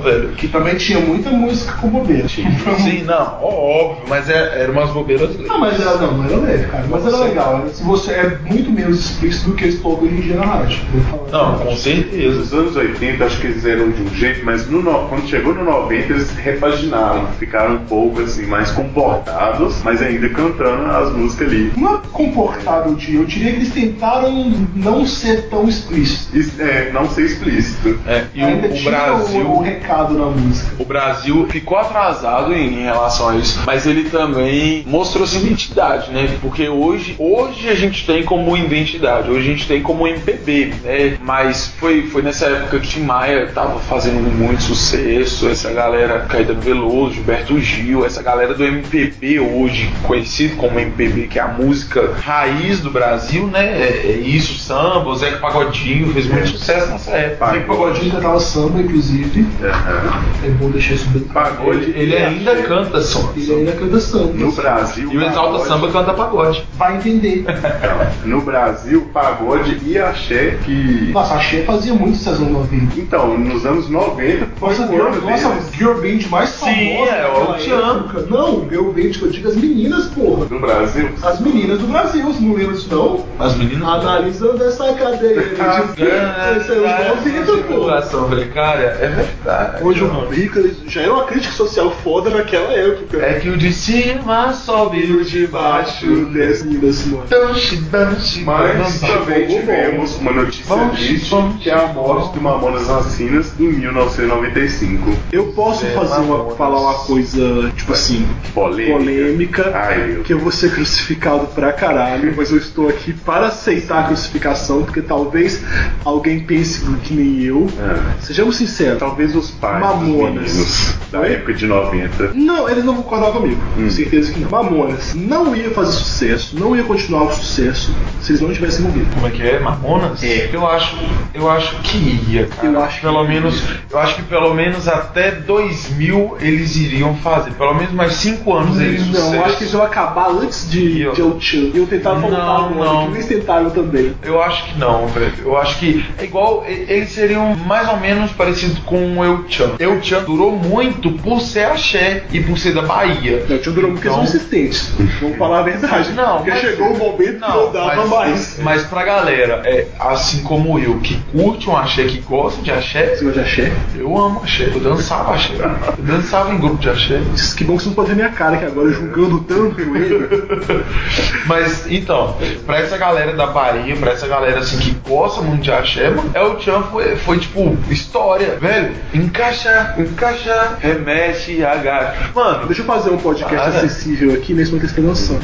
Speaker 4: (laughs)
Speaker 3: velho.
Speaker 2: Que também tinha muita música com bobeira.
Speaker 3: (laughs) Sim, não, ó, óbvio, mas é, eram umas bobeiras.
Speaker 2: Ah, mas era, não, era leve, cara. Mas era legal. Se você é muito menos explícito do que eu estou hoje em dia na rádio. Vou falar.
Speaker 3: Não, com certeza.
Speaker 4: Nos anos 80, acho que eles eram de um jeito, mas no no- quando chegou no 90, eles repaginaram. Ficaram um pouco assim, mais comportados, mas ainda cantando as músicas ali.
Speaker 2: Não é comportável, tio. Eu diria que eles tentaram não ser tão explícitos.
Speaker 4: Isso, é, não ser explícito.
Speaker 3: É, e o,
Speaker 2: Ainda
Speaker 3: o
Speaker 2: tinha
Speaker 3: Brasil.
Speaker 2: o, o recado na música.
Speaker 3: O Brasil ficou ficou atrasado em, em relação a isso, mas ele também mostrou sua identidade, né? Porque hoje, hoje a gente tem como identidade, hoje a gente tem como MPB, né? Mas foi, foi nessa época que Tim Maia tava fazendo muito sucesso, essa galera Caetano Veloso, Gilberto Gil, essa galera do MPB hoje, conhecido como MPB, que é a música raiz do Brasil, né? É, é isso, samba, o Zeca Pagodinho fez muito sucesso nessa época.
Speaker 2: É. Zeca Pagodinho cantava samba, inclusive.
Speaker 5: Aham.
Speaker 2: É bom deixar isso bem claro.
Speaker 5: Pagode,
Speaker 3: Ele ainda canta samba.
Speaker 2: Ele ainda canta samba.
Speaker 5: No Brasil.
Speaker 3: E o Exalta
Speaker 5: pagode-
Speaker 3: Samba canta pagode.
Speaker 2: Vai entender.
Speaker 5: (laughs) No Brasil, pagode e axé que.
Speaker 2: Nossa, a Xé fazia muito essas anos 90.
Speaker 5: Então, nos anos 90, foi
Speaker 2: Nossa,
Speaker 5: o
Speaker 2: girl,
Speaker 5: ano
Speaker 2: nossa
Speaker 5: deles.
Speaker 2: girl band mais famosa.
Speaker 3: é,
Speaker 2: daquela
Speaker 3: eu te amo.
Speaker 2: época. Não, girl band que eu digo as meninas, porra.
Speaker 5: No Brasil,
Speaker 2: As meninas do Brasil, os não lembram disso não?
Speaker 3: As
Speaker 2: Ah,
Speaker 3: meninas.
Speaker 2: Analisando essa cadeira de (laughs)
Speaker 5: Ah,
Speaker 2: Esse é os 90, porra.
Speaker 3: População, eu falei, cara, é verdade.
Speaker 2: Hoje o Bicas já era uma crítica social foda naquela época.
Speaker 3: É que o de cima sobe o de baixo.
Speaker 2: Acho dessas meninas, mano.
Speaker 3: Danche, danche,
Speaker 5: Mas
Speaker 3: danche.
Speaker 5: também tivemos uma notícia
Speaker 3: Vamos,
Speaker 5: triste,
Speaker 3: vamos.
Speaker 5: que é a morte do Mamonas Assassinas em 1995.
Speaker 2: Eu posso fazer uma, falar uma coisa, tipo assim,
Speaker 5: Polêmica.
Speaker 2: polêmica,
Speaker 5: Ai, meu.
Speaker 2: que eu vou ser crucificado pra caralho, mas eu estou aqui para aceitar a crucificação, porque talvez alguém pense que nem eu.
Speaker 5: Ah,
Speaker 2: Sejamos sinceros.
Speaker 5: talvez os pais
Speaker 2: Mamonas.
Speaker 5: dos meninos é Hum. da
Speaker 2: Oi?
Speaker 5: época de 90.
Speaker 2: Não, eles não vão concordar comigo. Com certeza que não. Mamonas não ia fazer sucesso, não ia continuar o sucesso se eles não tivessem morrido.
Speaker 3: Como é que é? Mamonas?
Speaker 2: É.
Speaker 3: Eu acho, eu acho que ia, cara.
Speaker 2: Eu acho que
Speaker 3: pelo
Speaker 2: ia.
Speaker 3: menos, eu acho que pelo menos até 2000 eles iriam fazer. Pelo menos mais 5 anos eles
Speaker 2: Não, eu acho que eles iam acabar antes de
Speaker 3: Iam.
Speaker 2: Joe Chan. Iam tentar voltar
Speaker 3: Não,
Speaker 2: agora,
Speaker 3: não.
Speaker 2: que eles tentaram também.
Speaker 3: Eu acho que não, velho. Eu acho que é igual. e- Eles seriam mais ou menos parecidos com o El Chan. El Chan durou muito por ser axé e por ser da Bahia.
Speaker 2: Não, o Tio durou porque eles são
Speaker 3: Então-
Speaker 2: insistentes. é Vamos falar a verdade.
Speaker 3: Não,
Speaker 2: porque
Speaker 3: mas-
Speaker 2: chegou o momento que não dava mais.
Speaker 3: Mas pra galera, é, assim como eu, que curte um axé, que gosta de axé,
Speaker 2: Senhor de axé,
Speaker 3: eu amo axé. Eu dançava axé. Eu dançava em grupo de axé.
Speaker 2: diz que bom que você não pode ver minha cara que agora julgando tanto ele.
Speaker 3: (laughs) Mas então, pra essa galera da Bahia, pra essa galera assim que gosta muito de axé, mano, El Chan foi, foi tipo história, velho. Encaixar, encaixar, remexe, agacha. Mano,
Speaker 2: Deixa eu fazer um podcast
Speaker 3: Para.
Speaker 2: acessível aqui nesse momento tem noção.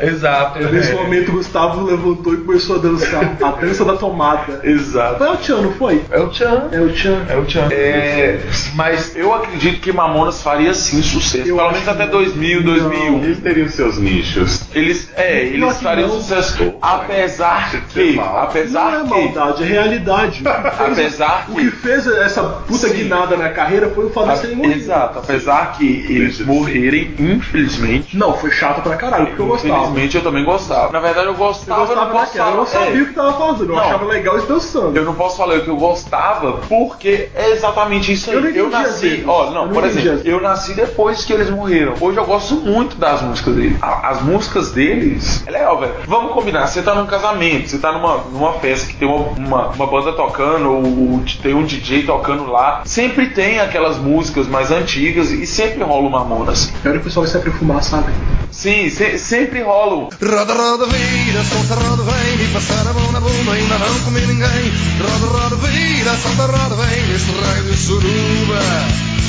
Speaker 3: exato.
Speaker 2: Nesse
Speaker 3: é,
Speaker 2: momento o Gustavo levantou e começou a dançar. A dança da tomada.
Speaker 3: Exato.
Speaker 2: Foi o Tchan, não foi?
Speaker 3: El Chan.
Speaker 2: É o Tchan.
Speaker 3: É o Tchan. É, mas eu acredito que Mamonas faria sim sucesso.
Speaker 2: Eu
Speaker 3: pelo
Speaker 2: acho
Speaker 3: menos até
Speaker 2: que
Speaker 3: 2000,
Speaker 2: não.
Speaker 3: 2001.
Speaker 5: Eles teriam seus nichos.
Speaker 3: Eles, é,
Speaker 2: Pior
Speaker 3: eles
Speaker 2: que
Speaker 3: fariam
Speaker 2: não.
Speaker 3: sucesso. Apesar
Speaker 5: Isso é
Speaker 3: que,
Speaker 5: mal.
Speaker 3: apesar
Speaker 2: Não é
Speaker 3: que,
Speaker 2: maldade, é
Speaker 3: (laughs)
Speaker 2: realidade.
Speaker 3: apesar
Speaker 2: O que
Speaker 3: que,
Speaker 2: fez essa puta
Speaker 3: Sim. Ah,
Speaker 2: guinada na carreira foi o fato de serem morridos.
Speaker 3: exato, apesar que eles
Speaker 5: Sim.
Speaker 3: morrerem, infelizmente,
Speaker 2: Não, foi chato pra caralho, porque eu gostava.
Speaker 3: Infelizmente eu também gostava. Na verdade eu
Speaker 2: Eu
Speaker 3: gostava, eu,
Speaker 2: gostava
Speaker 3: não
Speaker 2: daquela,
Speaker 3: posso falar.
Speaker 2: eu não sabia o que tava fazendo, eu
Speaker 3: Não.
Speaker 2: achava legal eles dançando.
Speaker 3: é, eu não posso falar o que eu gostava porque é exatamente isso aí.
Speaker 2: Eu não entendi as
Speaker 3: nasci,
Speaker 2: vezes.
Speaker 3: ó,
Speaker 2: Eu
Speaker 3: não,
Speaker 2: não
Speaker 3: por
Speaker 2: entendi
Speaker 3: exemplo,
Speaker 2: as-
Speaker 3: eu nasci depois que eles morreram. Hoje eu gosto muito das músicas deles. A- As músicas deles, é legal, velho. Vamos combinar, você tá num casamento, você tá numa, numa festa que tem uma, uma, uma banda tocando, ou tem um DJ tocando lá. Sempre tem aquelas músicas mais antigas e sempre rola uma monas.
Speaker 2: Pior que o pessoal vai se aprofumar, sabe?
Speaker 3: Sim, se- sempre rola. um
Speaker 7: Roda, roda, vira, solta, roda, vem Me passar a mão na bunda, ainda não comi ninguém Roda, roda, vira, solta, roda, vem Neste raio de suruba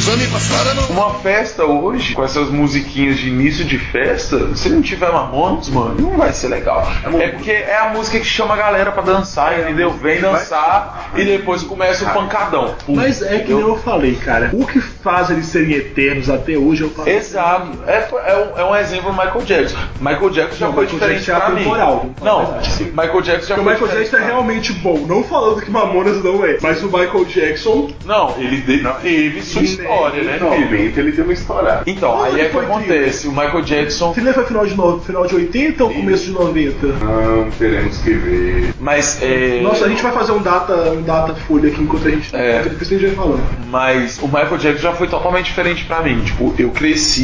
Speaker 7: Já me passaram a mão
Speaker 3: Uma festa hoje, com essas musiquinhas de início de festa, se não tiver Mamonas, mano, não vai ser legal. É porque é a música que chama a galera pra dançar, entendeu? Vem dançar e depois começa
Speaker 2: Ah.
Speaker 3: o pancadão. Pum,
Speaker 2: Mas é que nem
Speaker 3: entendeu?
Speaker 2: eu falei, cara. O que faz eles serem eternos até hoje eu falo. assim,
Speaker 3: Exato. É, é um, é um exemplo do Michael Jackson. Michael Jackson já
Speaker 2: Não,
Speaker 3: foi
Speaker 2: Michael
Speaker 3: diferente
Speaker 2: Jackson é
Speaker 3: pra mim.
Speaker 2: atemporal, vamos falar a
Speaker 3: não,
Speaker 2: verdade.
Speaker 3: Michael Jackson já
Speaker 2: Porque o
Speaker 3: foi
Speaker 2: Michael
Speaker 3: diferente
Speaker 2: Jackson é
Speaker 3: pra mim.
Speaker 2: realmente bom. Não falando que Mamonas não é, mas o Michael Jackson.
Speaker 3: Não, ele de- teve sua história, né, filho?
Speaker 5: 90 ele deu uma estourada.
Speaker 3: Então,
Speaker 2: Quando
Speaker 3: aí é que
Speaker 2: foi que-
Speaker 3: acontece. O Michael Jackson
Speaker 2: Se ele foi final de, no... final de 80 ou começo de 90?
Speaker 5: Não, teremos que ver.
Speaker 3: Mas é.
Speaker 2: Nossa, a gente vai fazer um data, um data folha aqui enquanto a gente tá.
Speaker 3: É.
Speaker 2: Depois a gente vai falando.
Speaker 3: Mas o Michael Jackson já foi totalmente diferente pra mim. Tipo, eu cresci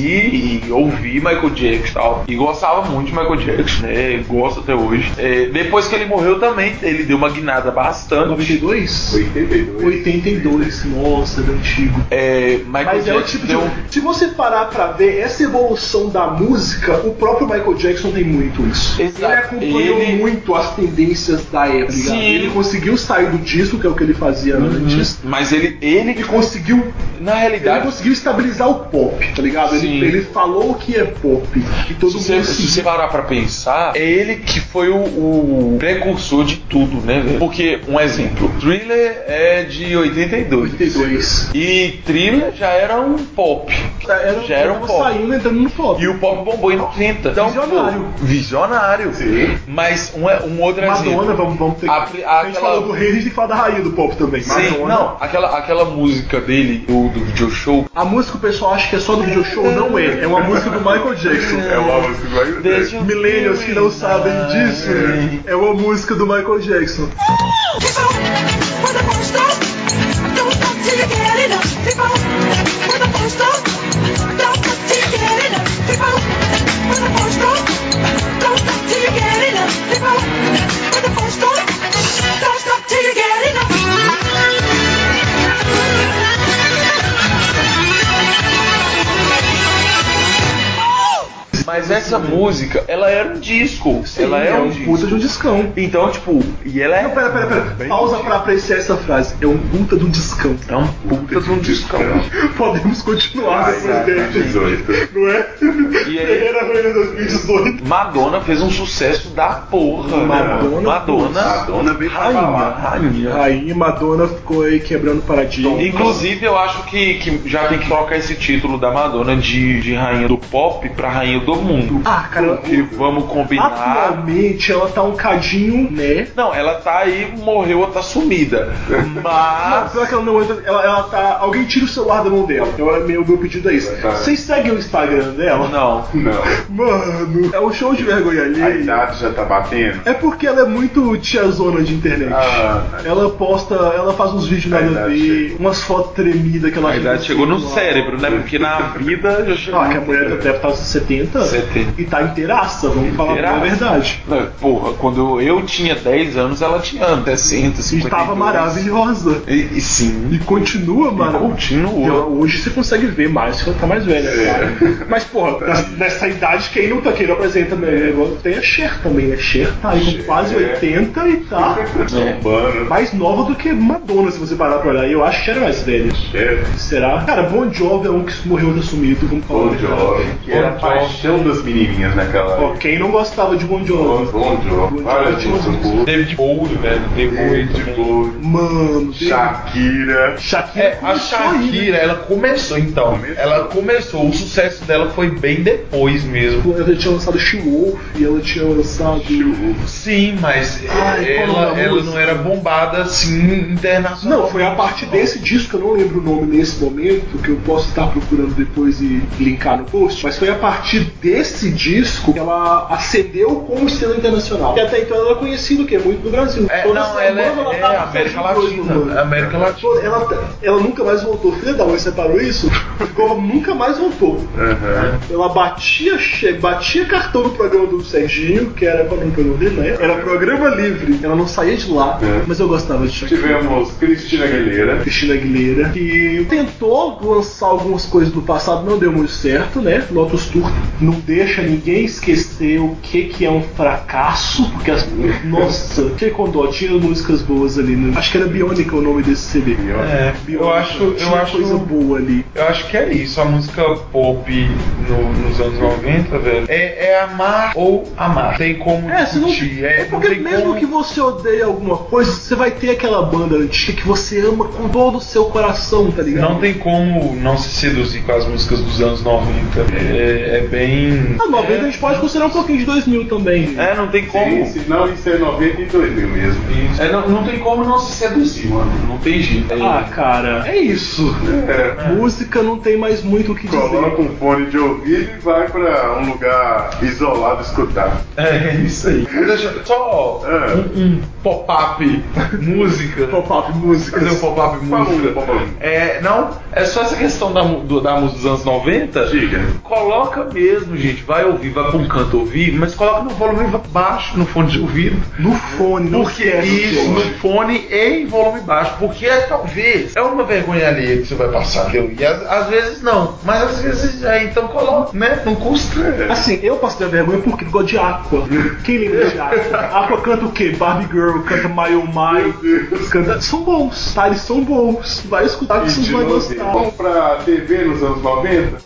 Speaker 3: e ouvi Michael Jackson e tal. E gostava muito de Michael Jackson, né? Gosto até hoje. É, depois que ele morreu também, ele deu uma guinada bastante.
Speaker 2: 92?
Speaker 5: 82.
Speaker 2: 82, nossa, era antigo.
Speaker 3: É, Michael
Speaker 2: Mas
Speaker 3: Jackson
Speaker 2: é o tipo de.
Speaker 3: deu um-
Speaker 2: Se você parar pra ver essa evolução da música, o próprio Michael Jackson tem muito isso.
Speaker 3: Exato.
Speaker 2: Ele acompanhou
Speaker 3: Ele-
Speaker 2: muito as tendências da época.
Speaker 3: Sim.
Speaker 5: Uhum.
Speaker 2: Ele conseguiu sair do disco, que é o que ele fazia antes,
Speaker 3: Mas ele, ele
Speaker 2: e conseguiu
Speaker 5: na
Speaker 2: Ele
Speaker 5: realidade,
Speaker 2: conseguiu estabilizar o pop, tá ligado?
Speaker 5: Sim.
Speaker 2: Ele, ele falou o que é pop. E todo
Speaker 5: se
Speaker 2: mundo
Speaker 5: você, se você
Speaker 2: seguiu.
Speaker 5: parar pra pensar, é ele que foi o, o precursor de tudo, né, velho? Porque, um exemplo, Thriller é de 82.
Speaker 2: 82.
Speaker 5: E Thriller já era um pop.
Speaker 2: Era,
Speaker 5: já era um
Speaker 2: tava
Speaker 5: pop.
Speaker 2: saindo entrando no pop.
Speaker 5: E o pop bombou em 90. Então,
Speaker 2: Visionário.
Speaker 5: pô, visionário.
Speaker 4: Sim.
Speaker 5: Mas um, é- um outro
Speaker 2: Madonna,
Speaker 5: exemplo.
Speaker 2: vamos, vamos ter que.
Speaker 5: A pri-
Speaker 2: a gente
Speaker 5: aquela-
Speaker 2: falou do rei, a gente tem que falar da rainha do pop também.
Speaker 5: Sim,
Speaker 2: Madonna.
Speaker 5: não, aquela, aquela música dele, do, do video show,
Speaker 2: A música que o pessoal acha que é só do video show, não é. É uma música do Michael Jackson.
Speaker 4: É uma música que vai
Speaker 5: Desde o-
Speaker 2: Millennials que não sabem disso, é uma música do Michael Jackson.
Speaker 5: mas essa música, ela era um disco. ela era
Speaker 2: é
Speaker 5: um,
Speaker 2: um
Speaker 5: disco.
Speaker 2: puta de um discão.
Speaker 5: Então, tipo, e ela é.
Speaker 2: Não, pera, pera, pera.
Speaker 5: Bem
Speaker 2: Pausa pra apreciar essa frase. É um puta de um discão.
Speaker 5: É um puta de um discão.
Speaker 2: (laughs) Podemos continuar depois dessa.
Speaker 4: 18.
Speaker 2: Não é?
Speaker 5: E aí,
Speaker 2: Ferreira Velha 2018.
Speaker 5: Madonna fez um sucesso da porra. né,
Speaker 2: Madonna,
Speaker 5: mano? Madonna.
Speaker 4: Madonna veio pra
Speaker 5: Rainha.
Speaker 4: falar.
Speaker 5: Rainha.
Speaker 2: Aí Madonna ficou aí quebrando paradigma.
Speaker 5: Inclusive, eu acho que, que já tem que trocar esse título da Madonna de, de rainha do pop pra rainha do mundo.
Speaker 2: Ah, cara,
Speaker 5: Que vamos combinar.
Speaker 2: atualmente ela tá um cadinho, né?
Speaker 5: Não, ela tá aí, morreu ou tá sumida.
Speaker 2: Ah,
Speaker 5: Mas.
Speaker 2: pior que ela não entra. Ela, ela tá. Alguém tira o celular da mão dela. Eu, meu, meu pedido é isso.
Speaker 4: Tá.
Speaker 2: Vocês seguem o Instagram dela?
Speaker 5: Não.
Speaker 4: Não.
Speaker 2: Mano, é um show de vergonha
Speaker 4: A
Speaker 2: alheia.
Speaker 4: idade já tá batendo.
Speaker 2: É porque ela é muito tiazona de internet.
Speaker 4: Ah, tá.
Speaker 2: ela posta, ela faz uns vídeos
Speaker 4: A
Speaker 2: nada a
Speaker 4: idade
Speaker 2: ver,
Speaker 4: chegou.
Speaker 2: umas fotos tremidas que ela
Speaker 5: Na verdade, tá, chegou no
Speaker 2: celular.
Speaker 5: cérebro, né? Porque na vida já chegou.
Speaker 2: Ah, que a mulher deve estar com 70 anos.
Speaker 5: 70.
Speaker 2: e tá inteiraça, vamos falar bem a
Speaker 5: Inteiraça.
Speaker 2: verdade.
Speaker 5: Não, Porra, quando eu tinha 10 anos, ela tinha 60,
Speaker 2: E
Speaker 5: 50.
Speaker 2: tava maravilhosa.
Speaker 5: E, e sim,
Speaker 2: E continua,
Speaker 5: e
Speaker 2: mano. E ela-
Speaker 5: continuou.
Speaker 2: Então, hoje você consegue ver mais que ela tá mais velha.
Speaker 4: É.
Speaker 2: cara. Mas,
Speaker 4: (laughs)
Speaker 2: porra,
Speaker 4: Tá.
Speaker 2: nas- nessa idade, quem não tá, quem não apresenta né, negócio, tem a Cher também, né? Cher tá aí com
Speaker 4: é.
Speaker 2: quase 80 e tá
Speaker 4: Urbano,
Speaker 2: mais nova do que Madonna, se você parar pra olhar. E eu acho que Cher é mais velha.
Speaker 4: chefe.
Speaker 2: Será? Cara, Bon Jovi é um que morreu de sumido, vamos falar a
Speaker 4: Bon
Speaker 2: verdade.
Speaker 4: Jovi, que era a paixão das menininhas naquela
Speaker 2: Ó,
Speaker 4: época.
Speaker 2: quem não gostava de Bon
Speaker 4: Bon
Speaker 2: Jovi?
Speaker 4: Bon Jovi, para disso um pouco.
Speaker 5: David Bowie,
Speaker 2: né,
Speaker 5: velho.
Speaker 4: David Bowie,
Speaker 2: Mano,
Speaker 4: Shakira.
Speaker 2: Shakira.
Speaker 3: É, a
Speaker 2: começou aí, né?
Speaker 3: Shakira, ela começou então.
Speaker 4: Começou.
Speaker 3: Ela começou, o sucesso dela foi bem depois mesmo.
Speaker 2: Ela tinha lançado She-Wolf e ela tinha lançado.
Speaker 3: Sim, mas
Speaker 2: Ai, qual o nome
Speaker 3: ela,
Speaker 2: da
Speaker 3: ela
Speaker 2: música?
Speaker 3: não era bombada assim internacional.
Speaker 2: Não, foi a partir desse disco, que eu não lembro o nome nesse momento, que eu posso estar procurando depois e linkar no post, mas foi a partir desse disco que ela ascendeu como estrela internacional. E até então ela era conhecida o quê? Muito no Brasil.
Speaker 3: É,
Speaker 2: Toda
Speaker 3: não,
Speaker 2: semana
Speaker 3: ela é,
Speaker 2: ela
Speaker 3: é
Speaker 2: tava
Speaker 3: América
Speaker 2: fazendo coisa, mano.
Speaker 3: Latina. América Latina.
Speaker 2: Pô, Ela, tá- ela nunca mais voltou. Filha da mãe, você parou isso? Ela nunca mais voltou.
Speaker 4: Aham.
Speaker 2: Ela batia, che- batia cartão no programa do Serginho, que era qual era o programa dele, né? Era programa livre. Ela não saía de lá,
Speaker 4: É.
Speaker 2: mas eu gostava de Shakira.
Speaker 4: Tivemos Cristina Aguilera.
Speaker 2: Cristina Aguilera, que tentou lançar algumas coisas do passado, não deu muito certo, né? Lotus Tour não deixa ninguém esquecer o que, que é um fracasso, porque as. Nossa, (laughs) que com dó, tinha músicas boas ali, né? Acho que era Bionica o nome desse CD.
Speaker 3: É, eu
Speaker 2: Bionica,
Speaker 3: acho, eu
Speaker 2: tinha
Speaker 3: acho, um
Speaker 2: coisa boa ali.
Speaker 3: eu acho que é isso. A música pop no- nos anos 90, velho, é, é amar ou amar. Tem como
Speaker 2: É, você não,
Speaker 3: discutir.
Speaker 2: é porque
Speaker 3: um não tem
Speaker 2: mesmo
Speaker 3: como-
Speaker 2: que você odeie alguma coisa, você vai ter aquela banda antiga que você ama com todo o seu coração, tá ligado?
Speaker 3: Não tem como não se seduzir com as músicas dos anos 90. É, é bem.
Speaker 2: Ah, 90 a gente pode
Speaker 3: É.
Speaker 2: considerar um pouquinho de 2000 também.
Speaker 5: É, não tem como.
Speaker 4: Sim, se não, isso é 92 mil mesmo.
Speaker 5: É, não, não tem como não se seduzir, mano. Não tem jeito.
Speaker 2: Ah, cara, é isso.
Speaker 4: É.
Speaker 2: Música não tem mais muito o que dizer.
Speaker 4: Coloca um fone de ouvido e vai pra um lugar isolado escutar.
Speaker 3: É isso aí. Deixa, só
Speaker 4: É.
Speaker 3: um, um pop-up música.
Speaker 2: Pop-up músicas.
Speaker 3: Fazer um pop-up
Speaker 4: Fala um
Speaker 3: música.
Speaker 4: pouco.
Speaker 5: É, não, é só essa questão da, mu- do- da música dos anos 90.
Speaker 4: Diga.
Speaker 5: Coloca mesmo, gente. vai ouvir, vai pra um canto ouvir, mas coloca no volume baixo, no fone de ouvido.
Speaker 2: No fone, não
Speaker 5: Porque
Speaker 4: é
Speaker 2: esquece o
Speaker 5: isso,
Speaker 2: fone.
Speaker 5: no fone em volume baixo.
Speaker 3: Porque é, talvez é uma vergonha alheia que você vai passar, entendeu? E às, às vezes não, mas às vezes é, então coloca, né? Não custa.
Speaker 2: Assim, eu passei a vergonha porque eu gosto de Aqua. Quem lembra de Aqua? Aqua canta o quê? Barbie Girl, canta My Oh My, canta... São bons, tá? Eles são bons. Vai escutar que vocês vão
Speaker 4: Vamos
Speaker 2: gostar.
Speaker 4: vamos pra TV nos anos 90?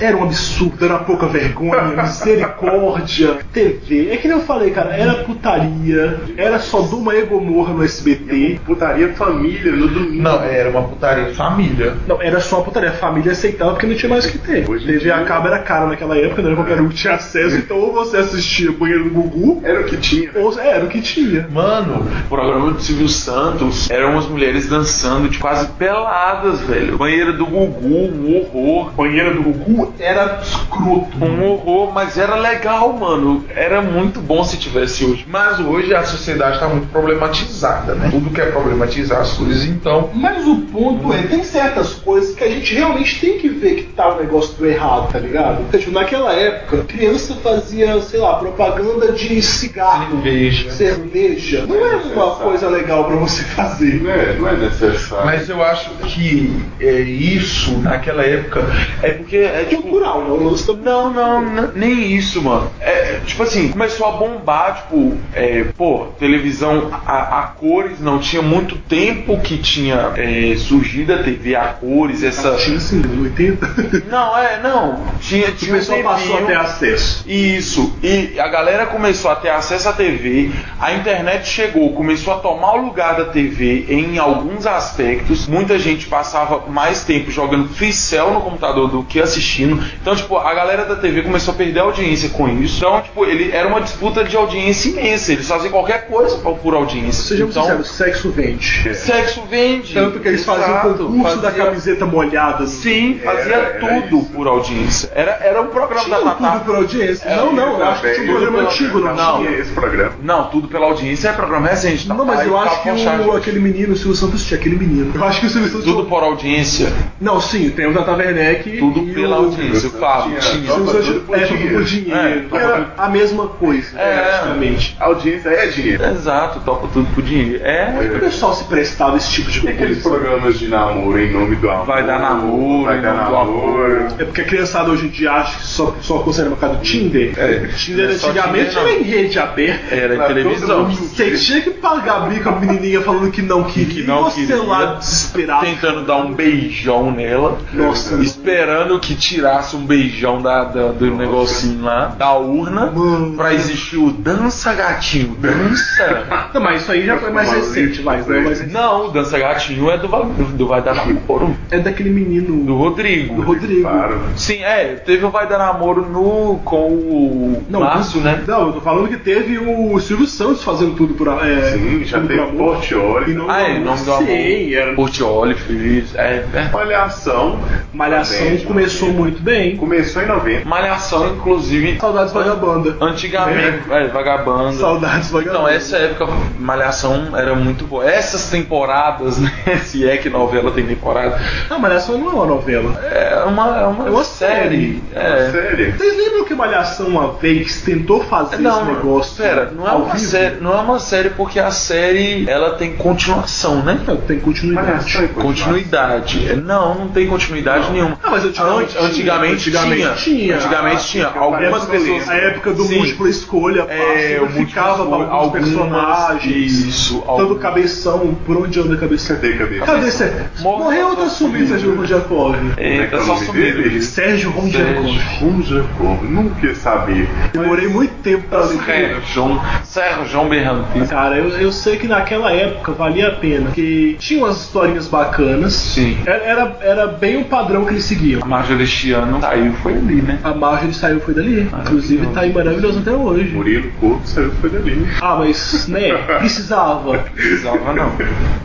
Speaker 2: Era um absurdo, era pouca vergonha, misericórdia, TV. É que nem eu falei, cara, era putaria, era só Duma e Gomorra no SBT.
Speaker 4: Putaria família no domingo.
Speaker 3: Não, era uma putaria de família.
Speaker 2: Não, era só uma putaria. A família aceitava porque não tinha mais o que ter.
Speaker 4: Hoje em
Speaker 2: TV
Speaker 4: dia-
Speaker 2: a cabo era cara naquela época, não era qualquer um que tinha acesso, então ou você assistia Banheiro do Gugu,
Speaker 4: Era o que tinha.
Speaker 2: ou era o que tinha.
Speaker 3: Mano,
Speaker 5: O programa do Silvio Santos eram as mulheres dançando de quase peladas, velho. Banheira do Gugu, um horror. Banheira do Gugu era escroto. Um horror, mas era legal, mano. Era muito bom se tivesse hoje.
Speaker 3: mas hoje a sociedade tá muito problematizada, né? Tudo quer problematizar as coisas, então.
Speaker 2: Mas o ponto é, tem certas coisas que a gente realmente tem que ver que tá o negócio do errado, tá ligado? Tipo, naquela época, criança fazia, sei lá, propaganda de cigarro,
Speaker 3: Cerveja.
Speaker 2: cerveja. Não era uma coisa legal pra você fazer.
Speaker 4: Não é, não é necessário.
Speaker 3: Mas eu acho que é, isso, naquela época,
Speaker 5: É porque é tipo.
Speaker 2: Cultural, né? O lance também.
Speaker 5: Não, não, n- nem isso, mano. É, tipo assim, começou a bombar, tipo, é, pô, televisão a, a cores, não tinha muito tempo que tinha é, surgido a TV a cores, essa.
Speaker 2: Tinha assim, né, no 80.
Speaker 5: (laughs) Não, é, não. Tinha, tinha
Speaker 2: O pessoal
Speaker 5: um
Speaker 2: passou a
Speaker 5: tempinho.
Speaker 2: ter acesso.
Speaker 5: Isso, e a galera começou a ter acesso à TV, a internet chegou, começou a tomar o lugar da TV em alguns aspectos. Muita gente passava mais tempo jogando ficel no computador do que assistindo. Então, tipo, a galera da TV começou a perder audiência com isso. Então, tipo, ele era uma disputa de audiência imensa. Eles faziam qualquer coisa por- por audiência.
Speaker 2: Sejamos
Speaker 5: então,
Speaker 2: sinceros, sexo vende.
Speaker 5: sexo vende.
Speaker 2: Tanto que eles faziam o
Speaker 5: Exato,
Speaker 2: concurso da
Speaker 5: fazia-
Speaker 2: camiseta molhada. assim,
Speaker 5: Sim, fazia
Speaker 4: Era- era
Speaker 5: tudo
Speaker 4: isso.
Speaker 5: por audiência. Era, era um programa
Speaker 2: Tinha
Speaker 5: da Tatá. É,
Speaker 2: tudo por audiência? Não, não, eu acho que tinha um programa antigo, não
Speaker 5: Não.
Speaker 4: tinha esse programa.
Speaker 5: Não, tudo pela audiência é programa recente. tá?
Speaker 2: Não, mas
Speaker 5: Aí
Speaker 2: eu
Speaker 5: tá
Speaker 2: acho que
Speaker 5: puxado.
Speaker 2: o, aquele menino, o Silvio Santos tinha aquele menino. Eu acho que o Silvio Santos.
Speaker 5: Tudo por audiência,
Speaker 2: Não, sim, tem o Tata Werneck.
Speaker 5: tudo
Speaker 2: e
Speaker 5: pela
Speaker 2: o...
Speaker 5: audiência, eu falo.
Speaker 4: Tinha-
Speaker 5: tinha.
Speaker 2: O Silvio
Speaker 4: Tudo
Speaker 2: Santos
Speaker 4: por
Speaker 2: é tudo por
Speaker 4: dinheiro.
Speaker 2: dinheiro.
Speaker 4: É.
Speaker 2: Era a mesma coisa,
Speaker 5: É.
Speaker 2: praticamente.
Speaker 4: A audiência é dinheiro.
Speaker 5: Exato, topa tudo por dinheiro. É,
Speaker 2: O pessoal se prestava esse tipo de
Speaker 4: E aqueles
Speaker 2: coisa.
Speaker 4: programas de namoro em nome do amor.
Speaker 5: Vai dar namoro,
Speaker 4: vai
Speaker 5: em
Speaker 4: dar
Speaker 5: nome do
Speaker 4: namoro.
Speaker 2: É porque a criançada hoje em dia acha que só, só consegue por causa do Tinder.
Speaker 5: É.
Speaker 2: Tinder
Speaker 5: Não é só
Speaker 2: antigamente
Speaker 5: Tinder,
Speaker 2: era em rede aberta.
Speaker 5: era
Speaker 4: Pra todo
Speaker 5: televisão.
Speaker 4: mundo.
Speaker 2: Você tinha que pagar bico a menininha falando que não queria.
Speaker 5: Que não
Speaker 2: e você
Speaker 5: queria.
Speaker 2: lá desesperado.
Speaker 5: Tentando dar um beijão nela.
Speaker 2: Nossa.
Speaker 5: Esperando que tirasse um beijão da, da- do negocinho lá, da urna,
Speaker 2: Mano.
Speaker 5: pra existir o dança gatinho, dança.
Speaker 2: Não, mas isso aí já foi mais recente, mas não, mas
Speaker 5: Não, o dança gatinho é do, va- do Vai Dar Namoro,
Speaker 2: é daquele menino
Speaker 5: do Rodrigo.
Speaker 2: do Rodrigo.
Speaker 4: Claro.
Speaker 5: Sim, é, teve o Vai Dar Namoro no, com o
Speaker 2: Não,
Speaker 5: Márcio, né?
Speaker 2: Não, eu tô falando que teve o Silvio Santos fazendo tudo por. É,
Speaker 4: Sim, já
Speaker 2: tudo
Speaker 4: teve
Speaker 2: por amor.
Speaker 4: Portioli.
Speaker 2: E não-
Speaker 5: Ah, é, nome do amor.
Speaker 2: Sim, era-
Speaker 5: Portioli fez, é, é.
Speaker 4: Malhação.
Speaker 2: é, Malhação
Speaker 4: Também,
Speaker 2: começou muito bem.
Speaker 4: Começou em 90.
Speaker 5: Malhação, inclusive,
Speaker 2: Saudades Vagabanda.
Speaker 5: antigamente, é, vagabanda.
Speaker 2: Saudades Vagabanda.
Speaker 5: Então, essa época, Malhação era muito boa. Essas temporadas, (laughs) né, se é que novela tem temporada,
Speaker 2: Ah, Malhação não é uma novela.
Speaker 5: é uma, é uma,
Speaker 2: É uma
Speaker 5: série.
Speaker 2: série.
Speaker 5: É.
Speaker 4: Sério?
Speaker 2: Vocês lembram que Malhação uma vez tentou fazer
Speaker 5: Não,
Speaker 2: esse negócio?
Speaker 5: pera, não é,
Speaker 2: ao
Speaker 5: uma
Speaker 2: vivo?
Speaker 5: série, não é uma série porque a série ela tem continuação, né? é
Speaker 2: Não, tem continuidade.
Speaker 4: Malhação e
Speaker 5: Continuidade. É, Não, não tem continuidade nenhuma.
Speaker 2: Ah, mas antigamente
Speaker 5: Ant- antigamente,
Speaker 2: tinha.
Speaker 5: tinha.
Speaker 2: Antigamente tinha.
Speaker 5: Antigamente tinha. Algumas
Speaker 2: Algumas
Speaker 5: pessoas.
Speaker 2: A época do
Speaker 5: Sim.
Speaker 2: múltipla escolha, pá,
Speaker 5: É, o
Speaker 2: sempre ficava
Speaker 5: múltiplo-
Speaker 2: pra alguns personagens.
Speaker 5: Isso.
Speaker 2: Todo
Speaker 5: algum-
Speaker 2: cabeção, por onde anda cabeção?
Speaker 4: Cadê, cadê?
Speaker 2: Cadê você?
Speaker 5: Morreu,
Speaker 2: Morreu ou
Speaker 5: tá
Speaker 2: tá sumido, Sérgio Rodjakov?
Speaker 5: É, tá
Speaker 4: Como é que é
Speaker 5: só
Speaker 4: o nome dele?
Speaker 5: sumido.
Speaker 2: Sérgio Rodjakov.
Speaker 5: Sérgio.
Speaker 4: Kunja Corvo, nunca ia saber.
Speaker 2: Demorei muito tempo pra
Speaker 4: É.
Speaker 2: ler.
Speaker 5: Sérgio. Sérgio Berrantes.
Speaker 2: Cara, eu, eu sei que naquela época valia a pena, que tinha umas historinhas bacanas.
Speaker 5: Sim.
Speaker 2: Era, era, era bem o padrão que eles seguiam.
Speaker 5: A Marjorie ano saiu foi ali, né?
Speaker 2: A Marjorie saiu foi dali. Inclusive tá aí maravilhoso até hoje.
Speaker 4: Murilo Couto saiu foi dali.
Speaker 2: Ah, mas, né, precisava.
Speaker 5: Não precisava não.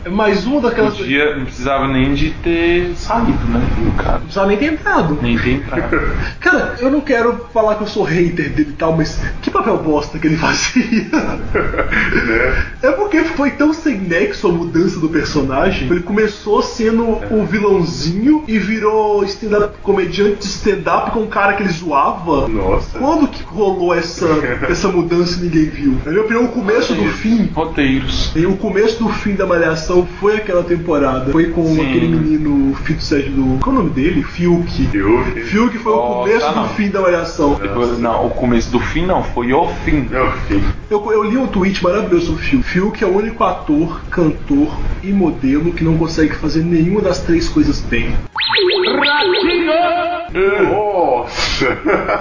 Speaker 2: É mais uma
Speaker 5: Um
Speaker 2: daquelas. Não
Speaker 5: dia não precisava nem de ter saído, né? No caso.
Speaker 2: precisava nem ter entrado.
Speaker 5: Nem ter entrado.
Speaker 2: Cara, eu não quero falar que eu sou hater dele e tal, mas que papel bosta que ele fazia. É porque foi tão sem nexo a mudança do personagem. Ele começou sendo o vilãozinho e virou stand-up comediante de stand-up com um cara que ele zoava.
Speaker 4: Nossa.
Speaker 2: Quando que rolou essa, essa mudança e ninguém viu? Na minha opinião, o começo do fim.
Speaker 5: Roteiros.
Speaker 2: E o começo do fim da Malhação foi aquela temporada. Foi com
Speaker 5: Sim.
Speaker 2: aquele menino Fito Sérgio do. Qual é o nome dele? Fiuk.
Speaker 4: Eu
Speaker 2: Fiuk foi o
Speaker 5: Oh,
Speaker 2: começo
Speaker 5: tá
Speaker 2: do
Speaker 5: não. É.
Speaker 2: fim da Malhação.
Speaker 5: Depois, não, o começo do fim não, foi o fim.
Speaker 4: Não, sim.
Speaker 2: Eu, eu li um tweet maravilhoso sobre o Fiuk. Fiuk é o único ator, cantor e modelo que não consegue fazer nenhuma das três coisas bem.
Speaker 4: Nossa!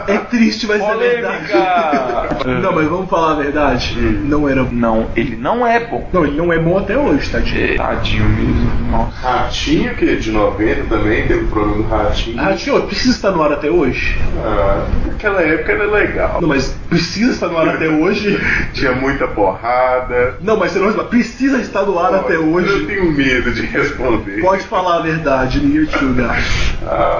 Speaker 2: É triste, mas é
Speaker 5: Polêmica!
Speaker 2: verdade. não, mas vamos falar a verdade. Não era bom.
Speaker 5: Não, ele não é bom.
Speaker 2: Não, ele não é bom até hoje, tadinho.
Speaker 5: É, Tadinho mesmo. Nossa.
Speaker 4: Ratinho, que é de 90 também, teve o programa do Ratinho.
Speaker 2: Ratinho, Ah, precisa estar no ar até hoje?
Speaker 4: Ah, naquela época era legal.
Speaker 2: Não, mas precisa estar no ar
Speaker 4: (laughs)
Speaker 2: até hoje?
Speaker 4: Tinha muita porrada.
Speaker 2: Não, mas você não vai- precisa estar no ar até
Speaker 4: Eu
Speaker 2: hoje.
Speaker 4: tenho medo de responder. Ah.
Speaker 2: Pode falar a verdade, ninguém te julgar.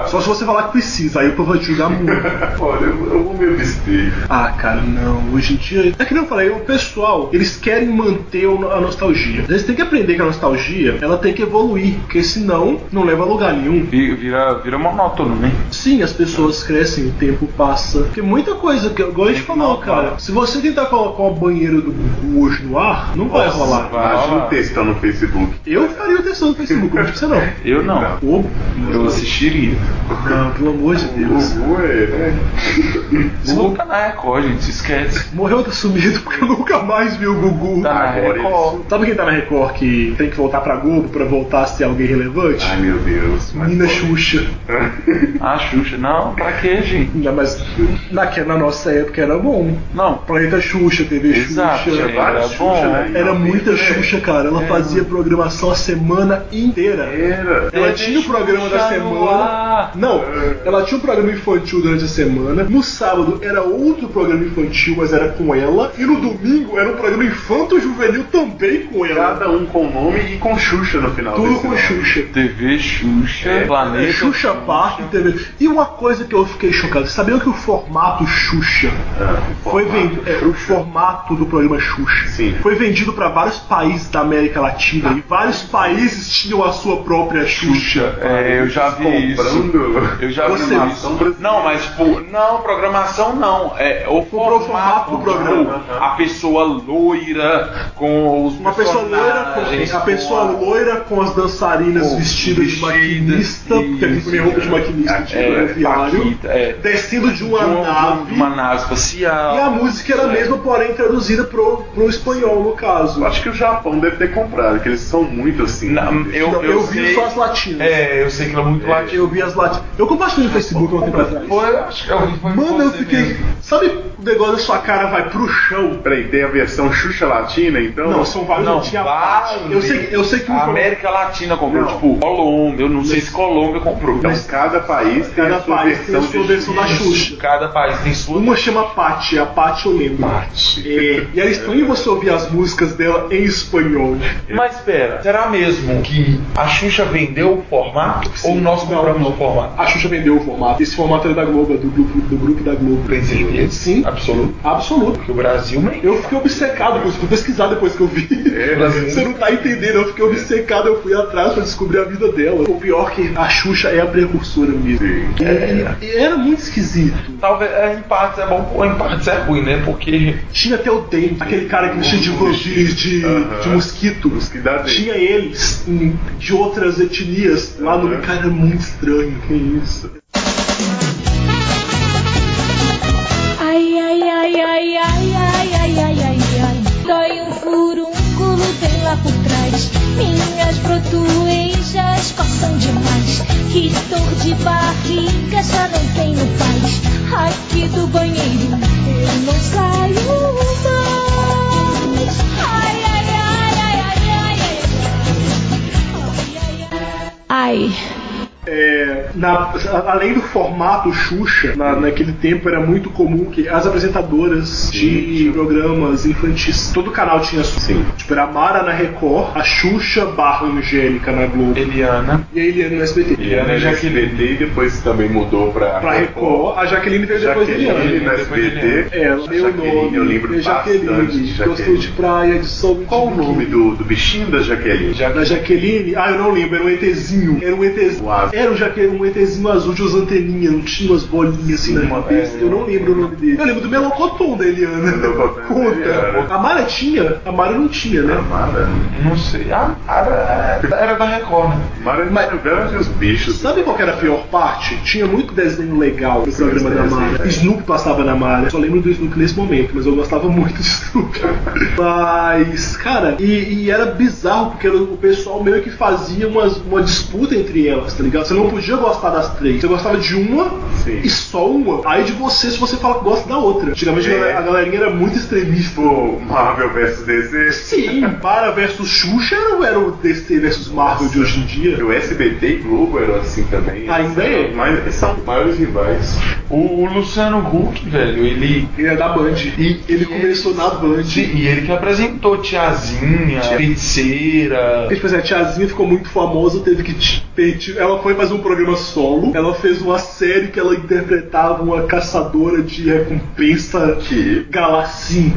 Speaker 2: Só se você falar que precisa, aí o povo vai te julgar muito.
Speaker 4: (laughs) Olha, eu, eu vou me abster.
Speaker 2: Ah, cara, não. Hoje em dia. É que nem eu falei, o pessoal, eles querem manter o- a nostalgia. Eles têm que aprender que a nostalgia, ela tem que evoluir, porque senão não leva a lugar nenhum.
Speaker 5: Vi- Vira, vira monótono, né?
Speaker 2: Sim, as pessoas crescem, o tempo passa. Porque muita coisa, que igual a gente falou, cara. Se você tentar colocar uma banheira do Gugu hoje no ar, não vai rolar.
Speaker 4: Imagina o textão no Facebook.
Speaker 2: Eu faria o testão no Facebook, não
Speaker 4: (laughs)
Speaker 2: precisa não.
Speaker 5: Eu não.
Speaker 4: Tá.
Speaker 2: Ô,
Speaker 5: Eu assistiria.
Speaker 2: não, pelo amor de
Speaker 4: O
Speaker 2: Deus.
Speaker 4: Gugu é, né?
Speaker 5: O Gugu tá na Record, gente, se esquece.
Speaker 2: Morreu tá sumido porque eu nunca mais vi o Gugu.
Speaker 5: Tá na
Speaker 4: Agora
Speaker 5: Record.
Speaker 2: Sabe quem tá na Record que tem que voltar pra Globo pra voltar a ser alguém relevante?
Speaker 4: Ai meu Deus. mas
Speaker 2: Menina
Speaker 4: pode.
Speaker 2: Xuxa.
Speaker 5: A Ah, Xuxa, não, pra quê, gente?
Speaker 2: Ainda mais naque- na nossa época era bom.
Speaker 5: Não.
Speaker 2: Planeta Xuxa, TV
Speaker 5: Exato,
Speaker 2: Xuxa.
Speaker 5: era
Speaker 4: Várias
Speaker 5: bom.
Speaker 4: Xuxa, né?
Speaker 2: Era muita
Speaker 4: É.
Speaker 2: Xuxa, cara. Ela fazia programação a semana inteira.
Speaker 4: Era.
Speaker 2: Ela tinha o programa da
Speaker 5: É, Xuxa no
Speaker 2: semana.
Speaker 5: ar.
Speaker 2: Não, ela tinha um programa infantil durante a semana. No sábado era outro programa infantil, mas era com ela. E no domingo era um programa infanto-juvenil também com ela.
Speaker 4: Cada um com nome e com Xuxa no final.
Speaker 2: Tudo
Speaker 4: desse
Speaker 2: com
Speaker 4: nome.
Speaker 2: Xuxa.
Speaker 5: TV Xuxa, Planeta.
Speaker 2: É, Xuxa Park TV. E uma coisa que eu fiquei chocado, sabiam que o formato Xuxa foi vendido, é, o formato do programa Xuxa
Speaker 4: Sim.
Speaker 2: foi vendido para vários países da América Latina e vários países tinham a sua própria Xuxa.
Speaker 5: Xuxa, é, eu já vi isso.
Speaker 4: Comprando.
Speaker 5: Eu já vi
Speaker 2: Você-
Speaker 5: isso. Não, mas tipo, não, programação não. É o
Speaker 2: Comprou o formato
Speaker 5: formato
Speaker 2: do programa. né?
Speaker 5: tipo, A pessoa loira com os
Speaker 2: Uma pessoa loira
Speaker 5: personagens,
Speaker 2: com, a pessoa
Speaker 5: com a-
Speaker 2: loira com as dançarinas
Speaker 5: com-
Speaker 2: vestidas de maquinista,
Speaker 5: vestidas,
Speaker 2: porque aquele primeiro roupa de um maquinista de
Speaker 5: É,
Speaker 2: ferroviário,
Speaker 5: Paquita, é.
Speaker 2: descendo de uma
Speaker 5: de uma-
Speaker 2: nave.
Speaker 5: de uma nave
Speaker 2: E a
Speaker 5: espacial.
Speaker 2: música era a mesma, porém traduzida pro, pro espanhol, no caso.
Speaker 4: Eu acho que o Japão deve ter comprado, que eles são muito assim.
Speaker 5: Não,
Speaker 4: né?
Speaker 5: eu,
Speaker 2: Não,
Speaker 5: eu
Speaker 2: eu vi
Speaker 5: sei-
Speaker 2: só as latinas.
Speaker 5: É, eu sei que ela é muito latina.
Speaker 2: Eu vi as latinas. Eu compartilhei no Facebook há um tempo atrás.
Speaker 5: Foi, acho que alguém foi
Speaker 2: Mano,
Speaker 5: você
Speaker 2: eu fiquei.
Speaker 5: mesmo.
Speaker 2: Sabe o negócio da sua cara vai pro chão?
Speaker 4: Peraí, tem a versão Xuxa Latina, então?
Speaker 2: Não, são vários.
Speaker 5: Não,
Speaker 2: eu tinha
Speaker 5: vários.
Speaker 2: Eu sei, eu sei que um
Speaker 5: A
Speaker 2: foi-
Speaker 5: América Latina comprou,
Speaker 4: Não.
Speaker 5: tipo, Colômbia, eu não sei se Colômbia comprou.
Speaker 4: Então cada país tem
Speaker 2: cada
Speaker 4: a sua
Speaker 2: país tem a
Speaker 4: versão
Speaker 2: sua
Speaker 4: de
Speaker 2: versão da Xuxa.
Speaker 5: Cada país tem sua.
Speaker 2: Uma chama Paty, a Paty eu lembro. É, e era estranho você ouvir as músicas dela em espanhol.
Speaker 4: É.
Speaker 5: Mas espera, será mesmo que a Xuxa vendeu o formato ou nós compramos o formato?
Speaker 2: A Xuxa vendeu o formato. Esse formato era da Globo, é do grupo, do grupo da Globo.
Speaker 5: Tem certeza?
Speaker 2: Sim.
Speaker 5: Absoluto.
Speaker 2: Absoluto.
Speaker 5: Porque o Brasil nem.
Speaker 2: Eu fiquei obcecado com isso, fui pesquisar depois que eu vi.
Speaker 5: É,
Speaker 2: Você não tá entendendo, eu fiquei obcecado, eu fui atrás pra descobrir a vida dela. O pior que a Xuxa é a precursora mesmo. E- E, e era muito esquisito.
Speaker 5: Talvez é, em partes é bom ou em partes é ruim, né? Porque
Speaker 2: Tinha até o Dente, aquele cara que mexia de van- de, de, de mosquito.
Speaker 4: Que dá dele.
Speaker 2: Tinha eles em- de outras etnias lá no.
Speaker 4: Aham.
Speaker 2: Cara, era muito estranho. Que isso?
Speaker 9: Ai, ai, ai, ai, ai, ai, ai, ai, ai, ai. Dói um furúnculo bem lá por trás. Minhas protuências coçam demais. Que dor de barriga já não tenho paz. Aqui do banheiro eu não saio mais. Ai, ai, ai, ai, ai, ai, ai. Ai, ai.
Speaker 2: É, na- além do formato Xuxa, na- naquele tempo era muito comum que as apresentadoras de programas infantis, todo canal tinha sua.
Speaker 5: Sim.
Speaker 2: Tipo, era a Mara na Record, a Xuxa barra Angélica na Globo
Speaker 3: Eliana.
Speaker 2: e a Eliane no SBT.
Speaker 5: E Ana já que e depois também mudou pra,
Speaker 2: Pra Record, a Jaqueline veio depois da Eliane.
Speaker 5: Jaqueline no
Speaker 3: Depois da Eliane.
Speaker 5: SBT.
Speaker 2: É,
Speaker 5: A
Speaker 2: meu
Speaker 5: Jaqueline,
Speaker 2: nome
Speaker 5: eu lembro
Speaker 2: é
Speaker 5: bastante de
Speaker 2: Jaqueline.
Speaker 5: Jaqueline.
Speaker 2: Gostou de praia, de sol.
Speaker 5: Qual o nome do, do bichinho da Jaqueline?
Speaker 3: Já
Speaker 2: Da Jaqueline? Ah, eu não lembro, era um ETzinho. Era um ETzinho.
Speaker 5: Um azul.
Speaker 2: Era um, jaque... um ETzinho azul de umas anteninhas, não tinha umas bolinhas assim
Speaker 3: Sim,
Speaker 2: na
Speaker 3: uma-
Speaker 2: cabeça.
Speaker 3: é,
Speaker 2: Eu não lembro o nome dele. Eu lembro do Melocotão da Eliana.
Speaker 5: Melocotão da Eliana.
Speaker 2: Conta. A Mara tinha? A Mara não tinha, né?
Speaker 5: Mara?
Speaker 3: não sei. Ah, era, era da Record, né?
Speaker 5: Mara
Speaker 2: Mas-
Speaker 5: Mas... os bichos.
Speaker 2: Sabe qual que era a pior parte? Tinha muito desenho legal no programa da
Speaker 5: desenho,
Speaker 2: Mara.
Speaker 5: né?
Speaker 2: Snoopy passava na Mara. Só lembro do Snoopy nesse momento, mas eu gostava muito de
Speaker 5: (laughs)
Speaker 2: Snoopy. mas, cara, e, e era bizarro, porque era- o pessoal meio que fazia umas- uma disputa entre elas, tá ligado? Você não podia gostar das três. Você gostava de uma
Speaker 5: Sim.
Speaker 2: e só uma. Aí de você, se você fala que gosta da outra. Antigamente a
Speaker 5: É.
Speaker 2: galera- a galerinha era muito extremista.
Speaker 5: Tipo, Marvel vs DC.
Speaker 2: Sim, Mara versus Xuxa era, era o DC versus Marvel de hoje em dia.
Speaker 5: O SBT e Globo eram assim também.
Speaker 2: Ainda é?
Speaker 5: Mas são os maiores rivais.
Speaker 3: Tá, então. O, o Luciano Huck, velho, ele.
Speaker 2: Ele é da Band. E ele começou na Band. E,
Speaker 3: E ele que apresentou Tiazinha, Feiticeira.
Speaker 2: tipo assim, a tiazinha ficou muito famosa, teve que. te- ter- te- Ela foi fazer um programa solo. Ela fez uma série que ela interpretava uma caçadora de recompensa
Speaker 5: Que
Speaker 2: Galacim.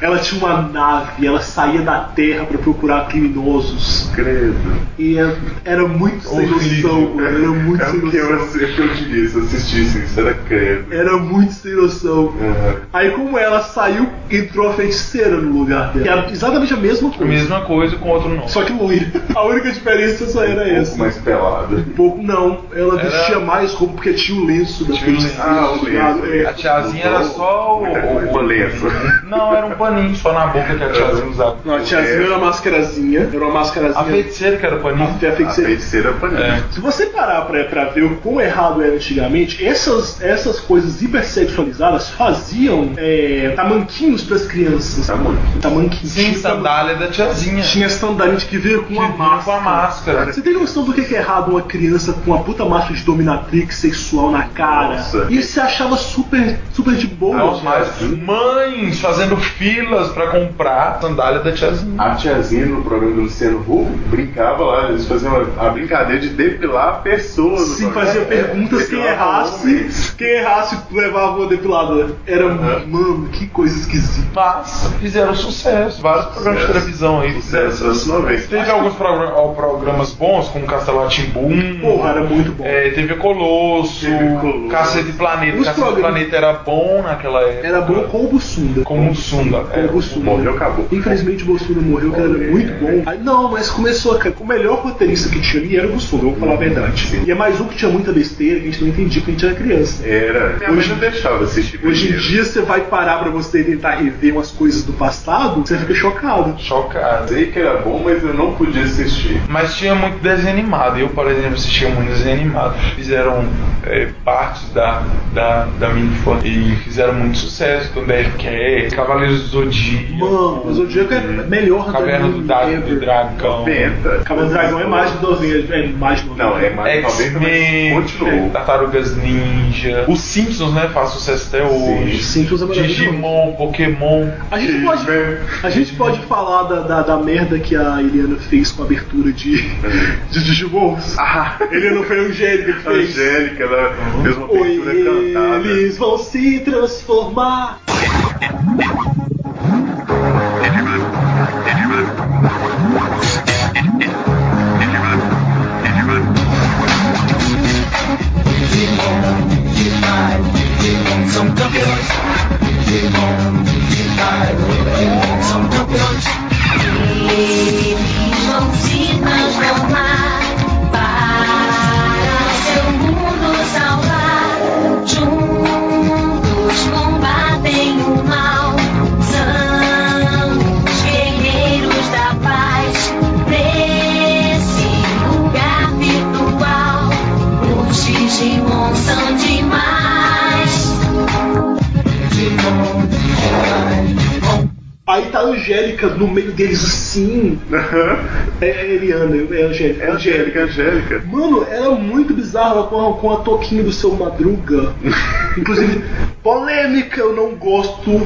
Speaker 2: Ela tinha uma nave, ela saía da terra pra procurar criminosos.
Speaker 5: credo.
Speaker 2: E é- era muito sem
Speaker 3: Horrível.
Speaker 2: noção, mano. Era muito
Speaker 5: é
Speaker 2: sem
Speaker 5: o que eu,
Speaker 2: noção.
Speaker 5: é o que eu diria se eu assistisse isso. Era credo.
Speaker 2: Era muito sem noção.
Speaker 5: Aham.
Speaker 2: Aí, como ela saiu, entrou a feiticeira no lugar dela. Que é exatamente a mesma
Speaker 3: A
Speaker 2: coisa.
Speaker 3: mesma coisa com outro nome.
Speaker 2: Só que loira. A única diferença só era
Speaker 5: Um pouco
Speaker 2: essa.
Speaker 5: mais pelado.
Speaker 2: Um pouco não, ela
Speaker 3: Era-
Speaker 2: vestia mais roupa porque tinha o lenço né? da
Speaker 3: Tinha o lenço.
Speaker 2: feiticeira.
Speaker 5: Ah, o lenço.
Speaker 2: É.
Speaker 3: A tiazinha era só o.
Speaker 5: Muita
Speaker 3: o,
Speaker 5: coisa, lenço.
Speaker 3: Não, era um paninho só na boca que a
Speaker 5: um
Speaker 3: tiazinha usava.
Speaker 2: Não, a
Speaker 5: É.
Speaker 2: tiazinha era uma mascarazinha, era uma mascarazinha.
Speaker 3: A feiticeira que era o
Speaker 2: A
Speaker 3: paninho.
Speaker 2: fe- a
Speaker 5: A
Speaker 2: feiticeira.
Speaker 5: feiticeira foi
Speaker 3: É.
Speaker 2: Se você parar pra, pra ver o quão errado era antigamente, essas, essas coisas hipersexualizadas faziam é, tamanquinhos pras crianças.
Speaker 5: Tá muito.
Speaker 2: Tamanquinhos.
Speaker 3: Sem
Speaker 2: Tinha
Speaker 3: sandália da tiazinha.
Speaker 2: taman- Tinha sandália que veio com
Speaker 3: Que
Speaker 2: uma
Speaker 3: vinha com a
Speaker 2: máscara.
Speaker 3: máscara.
Speaker 2: Você tem noção do que que é errado uma criança com uma puta máscara de dominatrix sexual na cara?
Speaker 5: Nossa. Tá
Speaker 2: E se achava super, super de boa.
Speaker 3: Não, mas
Speaker 5: tiazinha.
Speaker 3: mães fazendo filas pra comprar sandália da tiazinha.
Speaker 5: A tiazinha no programa do Luciano Huck brincava lá, eles faziam a, a brincadeira de depilar pessoas. no
Speaker 2: Sim,
Speaker 5: programa.
Speaker 2: fazia
Speaker 5: É,
Speaker 2: perguntas, quem
Speaker 5: depilava homens.
Speaker 2: errasse, quem errasse levava o depilador. Era,
Speaker 5: Aham.
Speaker 2: mano, que coisa esquisita.
Speaker 3: Mas fizeram sucesso. Vários programas de
Speaker 5: Sucesso.
Speaker 3: televisão aí fizeram
Speaker 5: Sucesso anos 90.
Speaker 3: Teve alguns progra- ó, programas bons, como Castelo Timbum.
Speaker 2: Porra, era muito bom.
Speaker 3: É, TV Colosso,
Speaker 5: TV Colosso.
Speaker 3: Cacete Planeta.
Speaker 2: Os
Speaker 3: Cacete
Speaker 2: programas-
Speaker 3: Planeta era bom naquela época.
Speaker 2: Era bom com o Bussunda.
Speaker 3: Como um Sunda.
Speaker 2: Com o né? Bussunda.
Speaker 5: Morreu, acabou.
Speaker 2: Infelizmente o Bussunda morreu, que era muito bom. Aí, não, mas começou, cara, o melhor roteirista que tinha ali era o Bussunda, eu vou falar a verdade.
Speaker 5: Sim.
Speaker 2: E é mais um que tinha muita besteira, que a gente não entendia, porque a gente era criança.
Speaker 5: Era. Minha
Speaker 2: Hoje-
Speaker 5: mãe não deixava assistir
Speaker 2: Hoje em
Speaker 5: primeiro.
Speaker 2: dia você vai parar pra você tentar rever umas coisas do passado, você fica chocado.
Speaker 3: Chocado.
Speaker 5: Sei que era bom, mas eu não podia assistir.
Speaker 3: Mas tinha muito desenho animado. Eu, por exemplo, assistia muito desenho animado. Fizeram é, partes da, da, da minha infância e fizeram muito sucesso. Thundercat, Cavaleiros do Zodíaco,
Speaker 2: Mano, o Zodíaco é
Speaker 5: Uhum.
Speaker 2: melhor
Speaker 3: Caverna do, da, do Dragão,
Speaker 5: Penta.
Speaker 2: Caverna do Dragão é mais de 90, é mais de 90.
Speaker 5: Não, é mais de 90, mas
Speaker 3: X-Men,
Speaker 5: continuou.
Speaker 3: Tartarugas Ninja. Os Simpsons, né? Faz sucesso até hoje.
Speaker 2: Simpsons é maravilhoso.
Speaker 3: Digimon, Pokémon.
Speaker 2: A gente pode,
Speaker 5: X-Men.
Speaker 2: a gente pode falar da, da, da merda que a Eliana fez com a abertura de, de Digimons.
Speaker 5: Ah,
Speaker 2: Eliana foi a Angélica que
Speaker 5: a
Speaker 2: fez.
Speaker 5: Angélica, ela fez uma
Speaker 2: Oi,
Speaker 5: pintura cantada.
Speaker 2: eles vão se transformar.
Speaker 9: Eles vão se transformar para seu mundo salvar. Juntos combatem o mal,
Speaker 2: tá Angélica no meio deles assim. é a Eliana, é a Angélica.
Speaker 4: É Angélica, Angélica.
Speaker 2: Mano, era muito bizarro ela com a, com a toquinha do seu Madruga.
Speaker 4: (laughs)
Speaker 2: Inclusive, polêmica, eu não gosto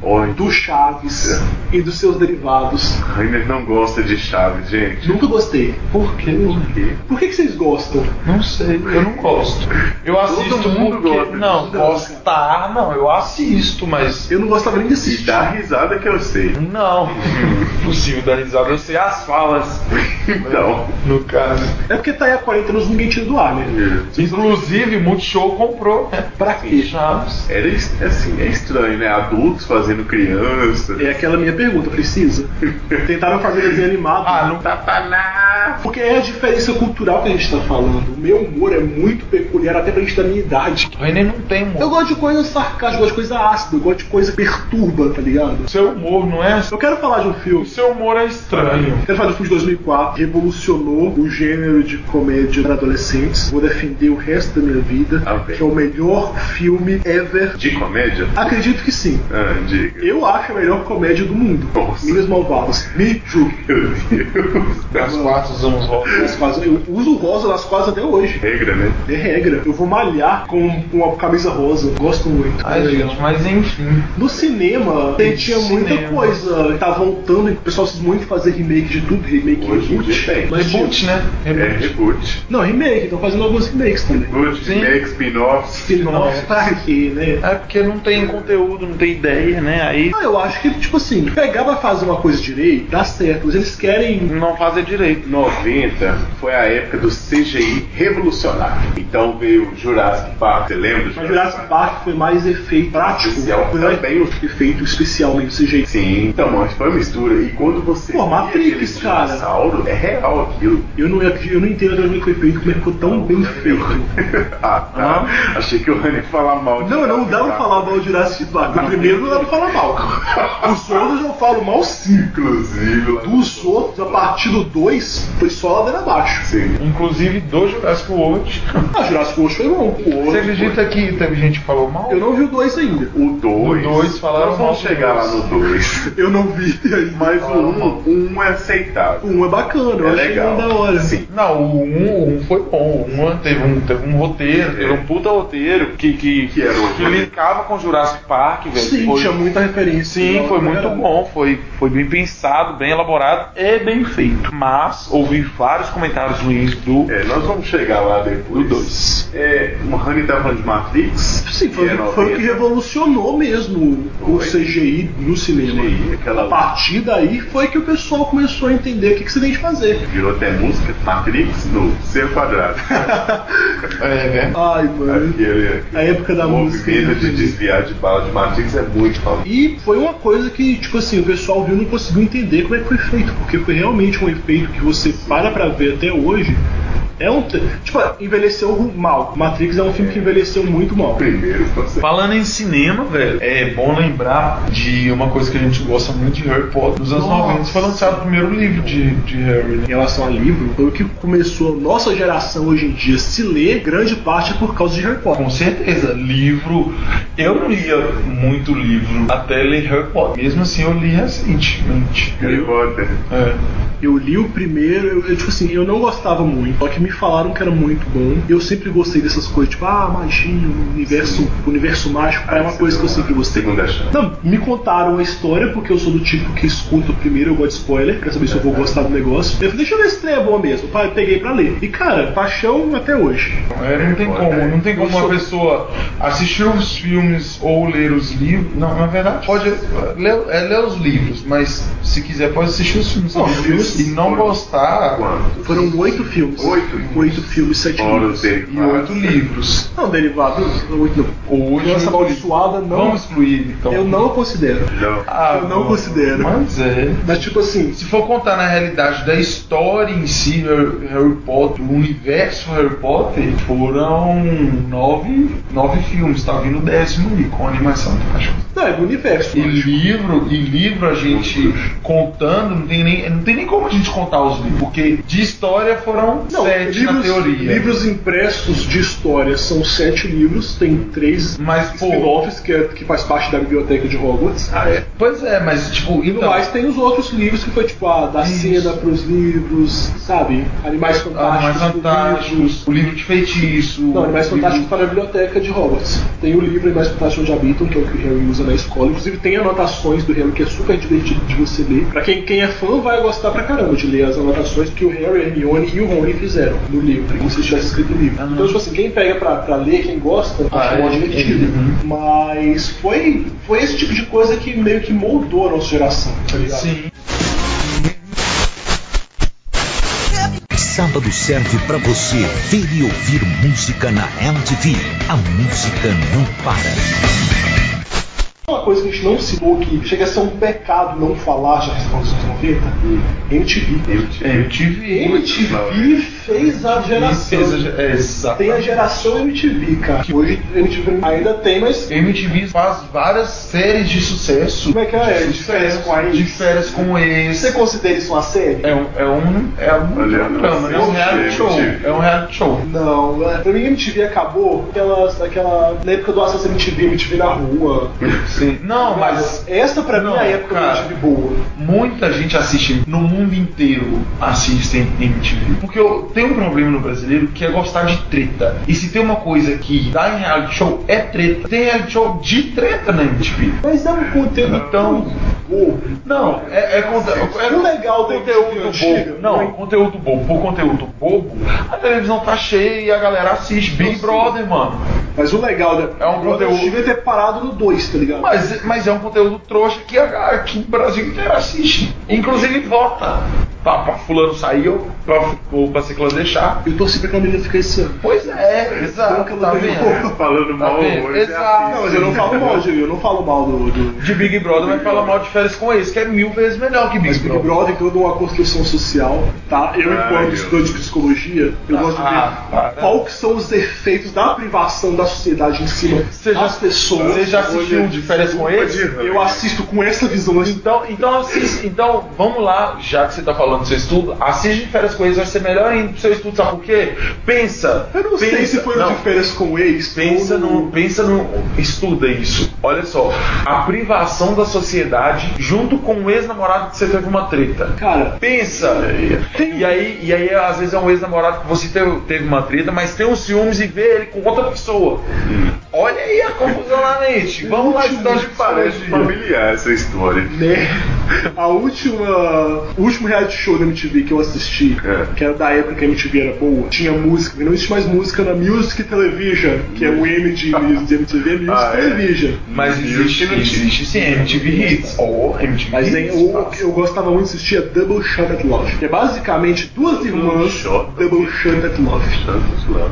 Speaker 4: Oi,
Speaker 2: do Chaves e dos seus derivados.
Speaker 4: Rainer não gosta de Chaves, gente.
Speaker 2: Nunca gostei.
Speaker 10: Por quê?
Speaker 4: Por quê?
Speaker 2: Por que, que vocês gostam?
Speaker 10: Não sei, eu não gosto.
Speaker 3: Eu assisto
Speaker 4: Todo mundo
Speaker 3: porque.
Speaker 4: gosta.
Speaker 3: Não,
Speaker 2: Não,
Speaker 3: gostar, não, eu assisto, mas.
Speaker 2: Eu não gostava nem de
Speaker 4: E
Speaker 2: assistir.
Speaker 4: dá risada que eu sei.
Speaker 3: Não.
Speaker 4: Uhum.
Speaker 3: Possível dar risada, eu sei as falas.
Speaker 4: Então,
Speaker 3: No caso.
Speaker 2: É porque tá aí há 40 anos ninguém tira do ar, né?
Speaker 3: Inclusive, Multishow comprou.
Speaker 2: Pra quê?
Speaker 3: Chaves.
Speaker 4: era es- assim, é estranho, né? Adultos fazendo criança.
Speaker 2: É aquela minha pergunta, precisa? Tentaram fazer desenho animado.
Speaker 3: Ah, não tá.
Speaker 2: Porque é a diferença cultural que a gente tá falando. O meu humor é muito peculiar, até pra gente da minha idade.
Speaker 3: O René não tem humor.
Speaker 2: Eu gosto de coisa sarcástica, eu gosto de coisa ácida, eu gosto de coisa que perturba, tá ligado?
Speaker 3: Seu humor não é.
Speaker 2: Eu quero falar de um
Speaker 3: O
Speaker 2: filme.
Speaker 3: seu humor é estranho.
Speaker 2: Quero falar de um filme de 2004, revolucionou o gênero de comédia para adolescentes. Vou defender o resto da minha vida,
Speaker 4: Ah, bem.
Speaker 2: que é o melhor filme ever.
Speaker 4: De comédia?
Speaker 2: Acredito que sim.
Speaker 4: Ah, diga. assim?
Speaker 2: Eu acho a melhor comédia do mundo.
Speaker 4: Nossa.
Speaker 2: Minhas Malvadas. Me julgue.
Speaker 4: Meu Deus.
Speaker 3: As quatro usamos rosa.
Speaker 2: Nas quase- Eu uso rosa nas quase até hoje.
Speaker 4: Regra, né?
Speaker 2: É regra. Eu vou malhar com com uma camisa rosa. Gosto muito.
Speaker 3: Ai, gente, mas enfim.
Speaker 2: No cinema, tem- tinha muita
Speaker 3: Cinema.
Speaker 2: coisa que tá voltando e o pessoal se muito fazer remake de tudo, remake
Speaker 4: Hoje em
Speaker 2: reboot.
Speaker 4: dia tem.
Speaker 2: Mas,
Speaker 3: Reboot, né?
Speaker 4: É
Speaker 3: Reboot.
Speaker 4: reboot.
Speaker 2: Não, remake, estão fazendo alguns remakes também.
Speaker 4: Reboot,
Speaker 3: Sim.
Speaker 4: é, remake, spin-offs.
Speaker 2: Nossa, pra quê, né?
Speaker 3: É porque não tem conteúdo, não tem ideia, né? Aí
Speaker 2: Ah, eu acho que, tipo assim, pegar pra fazer uma coisa direito, dá certo, mas eles querem.
Speaker 3: não fazem direito.
Speaker 4: 90 foi a época do CGI revolucionário. Então veio o Jurassic Park, você lembra?
Speaker 2: Mas Jurassic Park foi mais efeito prático,
Speaker 4: Especial.
Speaker 2: foi mais
Speaker 4: Também o
Speaker 2: efeito especial mesmo, desse jeito.
Speaker 4: Sim, então, mas foi uma mistura. E quando você
Speaker 2: Pô,
Speaker 4: via
Speaker 2: Matrix,
Speaker 4: aquele
Speaker 2: cara.
Speaker 4: dinossauro, é real aquilo.
Speaker 2: Eu não, acredito- eu não entendo até onde foi feito, como é que ficou tão bem feito.
Speaker 4: ah, tá. Achei que o Rani ia falar mal. de
Speaker 2: Não, não
Speaker 4: Jurassic
Speaker 2: dá pra
Speaker 4: Park.
Speaker 2: falar mal de Jurassic Park. O primeiro não dá pra
Speaker 4: (laughs)
Speaker 2: falar mal. Os outros eu falo mal sim.
Speaker 4: Inclusive, lá
Speaker 2: Dos outros, a partir do 2, foi só ladeira abaixo.
Speaker 4: Sim.
Speaker 3: Inclusive do Jurassic World.
Speaker 2: Ah, Jurassic World foi bom. O
Speaker 10: Você
Speaker 2: outro-
Speaker 10: acredita que teve gente que falou mal?
Speaker 2: Eu não vi o 2 ainda.
Speaker 4: O 2.
Speaker 3: O dois falaram
Speaker 4: Nós
Speaker 3: mal
Speaker 4: vamos
Speaker 3: do
Speaker 4: chegar lá
Speaker 3: dois.
Speaker 4: no 2.
Speaker 2: Eu não vi ainda.
Speaker 4: Mas o 1 um, um é aceitável.
Speaker 2: Um é bacana, eu
Speaker 4: É
Speaker 2: achei
Speaker 4: legal.
Speaker 2: um da hora.
Speaker 4: Sim.
Speaker 3: Não, o 1 um, o um foi bom. O 1 um teve, um, teve um roteiro, teve um puta roteiro que, que,
Speaker 4: Que era o-
Speaker 3: que linkava com Jurassic Park, velho.
Speaker 2: Sim,
Speaker 3: Foi-
Speaker 2: tinha muita referência.
Speaker 3: Sim, foi muito bom, foi, foi bem pensado, bem elaborado e bem feito. Mas ouvi vários comentários ruins do
Speaker 4: É, nós vamos chegar lá
Speaker 3: do
Speaker 4: depois.
Speaker 3: 2.
Speaker 4: É, o Rani tá falando de Matrix.
Speaker 2: Sim, foi,
Speaker 4: que é
Speaker 2: foi o que
Speaker 4: 90.
Speaker 2: revolucionou mesmo o
Speaker 4: Foi.
Speaker 2: CGI no cinema.
Speaker 4: CGI, aquela-
Speaker 2: A partir daí foi que o pessoal começou a entender o que, que você tem de fazer.
Speaker 4: Virou até música Matrix no C quadrado.
Speaker 3: É, né?
Speaker 2: Ai, mano.
Speaker 4: Aquele
Speaker 2: A época da
Speaker 4: o
Speaker 2: música.
Speaker 4: movimento de desviar de bala de Matrix é muito famoso.
Speaker 2: E foi uma coisa que, tipo assim, o pessoal viu e não conseguiu entender como é que foi feito, porque foi realmente um efeito que você para pra ver até hoje. É um. te- Tipo, envelheceu mal. Matrix é um filme que envelheceu muito mal.
Speaker 4: Primeiro, você
Speaker 3: Falando em cinema, velho, é bom lembrar de uma coisa que a gente gosta muito de Harry Potter. Nos anos
Speaker 2: Nossa.
Speaker 3: 90 foi lançado o primeiro livro de, de Harry, né?
Speaker 2: Em relação a livro, foi o que começou a nossa geração hoje em dia se ler, grande parte é por causa de Harry Potter.
Speaker 3: Com certeza, livro. Eu não lia muito livro até ler Harry Potter. Mesmo assim, eu li recentemente.
Speaker 4: Harry Potter.
Speaker 3: É.
Speaker 2: Eu li o primeiro, eu, eu, tipo assim, eu não gostava muito, só que me falaram que era muito bom. Eu sempre gostei dessas coisas, tipo, ah, magia, o universo, o universo mágico, é uma coisa que eu sempre gostei.
Speaker 4: Segunda chance.
Speaker 2: Não, me contaram a história, porque eu sou do tipo que escuta o primeiro, eu gosto de spoiler, pra saber se eu vou gostar do negócio. Eu falei, deixa eu ver se trem é boa mesmo. Pai, peguei pra ler. E cara, paixão até hoje.
Speaker 3: É, não tem como, não tem como uma pessoa assistir os filmes ou ler os livros. Não, na verdade, pode é, ler, é ler os livros, mas se quiser pode assistir os filmes
Speaker 2: Não,
Speaker 3: também.
Speaker 2: filmes
Speaker 3: e não gostar
Speaker 4: Quantos?
Speaker 2: Foram oito filmes.
Speaker 4: Oito filmes.
Speaker 2: Oito filmes, sete
Speaker 4: Fora os
Speaker 2: livros.
Speaker 3: e oito
Speaker 2: Ah,
Speaker 4: derivados.
Speaker 3: livros.
Speaker 2: Não, derivado, oito não.
Speaker 3: Hoje
Speaker 2: Criança amaldiçoada, não.
Speaker 3: vamos excluir então.
Speaker 2: Eu não considero.
Speaker 4: Não.
Speaker 3: Ah,
Speaker 2: eu não
Speaker 3: bom.
Speaker 2: considero.
Speaker 3: Mas é.
Speaker 2: Mas tipo assim,
Speaker 3: Se for contar na realidade da história em si, Harry Harry Potter, o universo Harry Potter, foram nove, nove filmes, tá vindo o décimo aí, com animação fantástica.
Speaker 2: não, é do universo.
Speaker 3: E livro, e livro a gente contando, não tem nem, não tem nem como a gente contar os livros, porque de história foram
Speaker 2: Não,
Speaker 3: sete. diferente na teoria.
Speaker 2: livros impressos de história são sete livros, tem três
Speaker 3: Mas, pô-
Speaker 2: spin-offs que, é, que faz parte da biblioteca de Hogwarts.
Speaker 3: Ah, é. Pois é, mas tipo,
Speaker 2: E no
Speaker 3: então,
Speaker 2: mais tem os outros livros que foi tipo a da cena pros livros, sabe?
Speaker 3: Ah,
Speaker 2: Animais
Speaker 3: Animais
Speaker 2: Fantásticos. pro livro.
Speaker 3: Fantásticos, o livro de feitiço.
Speaker 2: Não, é Animais
Speaker 3: o livro-
Speaker 2: Fantásticos para a tá biblioteca de Hogwarts. Tem o livro Animais Fantásticos onde habitam, que é o que o Harry usa na escola. Inclusive tem anotações do Harry que é super divertido de você ler. Pra quem, quem é fã vai gostar pra caramba de ler as anotações que o Harry, a Hermione e o Rony fizeram no livro, como se estivesse escrito no livro. Então, tipo assim, quem pega pra, pra ler, quem gosta,
Speaker 3: Ah,
Speaker 2: acha mó
Speaker 3: é,
Speaker 2: divertido.
Speaker 3: uhum.
Speaker 2: Mas foi, foi esse tipo de coisa que meio que moldou a nossa geração, tá ligado?
Speaker 3: Sim.
Speaker 6: Sábado serve pra você ver e ouvir música na MTV. A música não para.
Speaker 2: Uma coisa que a gente não citou que chega a ser um pecado não falar, já que você falou dos anos 90, é MTV.
Speaker 4: MTV.
Speaker 3: MTV.
Speaker 2: MTV fez a geração.
Speaker 3: É, exato.
Speaker 2: Tem a geração MTV, cara. Hoje MTV ainda tem, mas
Speaker 3: MTV faz várias séries de sucesso.
Speaker 2: como é que é?
Speaker 3: De férias com a De férias com esse.
Speaker 2: Você considera isso uma série?
Speaker 3: É um, é um, é um
Speaker 4: Olha,
Speaker 3: programa, né? É um
Speaker 4: não sei,
Speaker 3: reality show.
Speaker 4: MTV.
Speaker 3: É um reality show.
Speaker 2: Não, é, pra mim MTV acabou naquela, naquela, na época do acesso MTV, MTV na rua.
Speaker 3: Sim. Não, mas
Speaker 2: essa pra mim
Speaker 3: Não,
Speaker 2: é a época
Speaker 3: cara.
Speaker 2: da MTV boa.
Speaker 3: muita gente assiste, no mundo inteiro assiste em MTV. Porque eu tenho um problema no brasileiro que é gostar de treta. E se tem uma coisa que dá em reality show, é treta. Tem reality show de treta na MTV.
Speaker 2: Mas é um conteúdo
Speaker 3: Então,
Speaker 2: bobo.
Speaker 3: não, é, é, conte- é
Speaker 2: Era legal do MTV
Speaker 3: conteúdo
Speaker 2: antiga.
Speaker 3: bobo. Não, conteúdo bobo. Por conteúdo bobo, a televisão tá cheia e a galera assiste. Big Brother, mano.
Speaker 2: Mas o legal da
Speaker 3: É um
Speaker 2: Eu
Speaker 3: conteúdo-
Speaker 2: devia ter parado no 2, tá ligado?
Speaker 3: Mas, mas é um conteúdo trouxa que, a, que o Brasil inteiro assiste. Inclusive vota. Pra, pra fulano sair ou pra, ou pra ciclano deixar.
Speaker 2: Eu torci pra que a menina fica esse ano.
Speaker 3: Pois é,
Speaker 2: Então,
Speaker 3: exato. Tá vendo?
Speaker 4: Falando
Speaker 3: Tá
Speaker 4: mal
Speaker 3: vendo?
Speaker 4: hoje.
Speaker 3: Exato.
Speaker 2: Não, mas eu não falo mal, de, eu não falo mal do, do
Speaker 3: De Big Brother, mas fala mal de férias com esse, que é mil vezes melhor que Big
Speaker 2: Mas Big
Speaker 3: Brother.
Speaker 2: Brother é toda uma construção social, tá? Eu,
Speaker 4: Ai,
Speaker 2: enquanto
Speaker 4: meu.
Speaker 2: estudante de psicologia, eu gosto de ver
Speaker 3: Ah, para.
Speaker 2: qual que são os efeitos da privação da sociedade em cima
Speaker 3: Você já-
Speaker 2: das pessoas.
Speaker 3: Você já assistiu de férias com esse?
Speaker 2: Eu assisto com essa visão assim.
Speaker 3: Então, então assiste, então vamos lá, já que você tá falando do seu estudo, assiste de férias com eles, vai ser melhor ainda pro seu estudo, sabe por quê? Pensa.
Speaker 2: Eu não sei
Speaker 3: pensa-
Speaker 2: se foi
Speaker 3: não.
Speaker 2: de férias com o ex.
Speaker 3: Pensa
Speaker 2: ou
Speaker 3: no, pensa no, estuda isso. Olha só, a privação da sociedade junto com o ex-namorado que você teve uma treta.
Speaker 2: Cara,
Speaker 3: Pensa. E
Speaker 2: um
Speaker 3: aí, e aí às vezes é um ex-namorado que você teve, teve uma treta, mas tem uns ciúmes e vê ele com outra pessoa.
Speaker 2: Hum.
Speaker 3: Olha aí a confusão na mente. Vamos lá estudar de
Speaker 4: então, Parece
Speaker 3: psicologia.
Speaker 4: familiar essa história.
Speaker 2: né? A última. O último reality show da MTV que eu assisti,
Speaker 4: É.
Speaker 2: que era da época que a MTV era boa, tinha música, não existe mais música na Music Television, que é o M de, de MTV, é Music
Speaker 4: Ah, é.
Speaker 2: Television.
Speaker 3: Mas existe, existe sim, MTV Hits. Ou MTV
Speaker 2: Mas hein,
Speaker 3: Hits.
Speaker 2: eu, eu gostava muito de assistir a Double Shot at Love, que é basicamente duas irmãs
Speaker 4: Shot.
Speaker 2: Double Shot at Love.
Speaker 4: Tantos lá.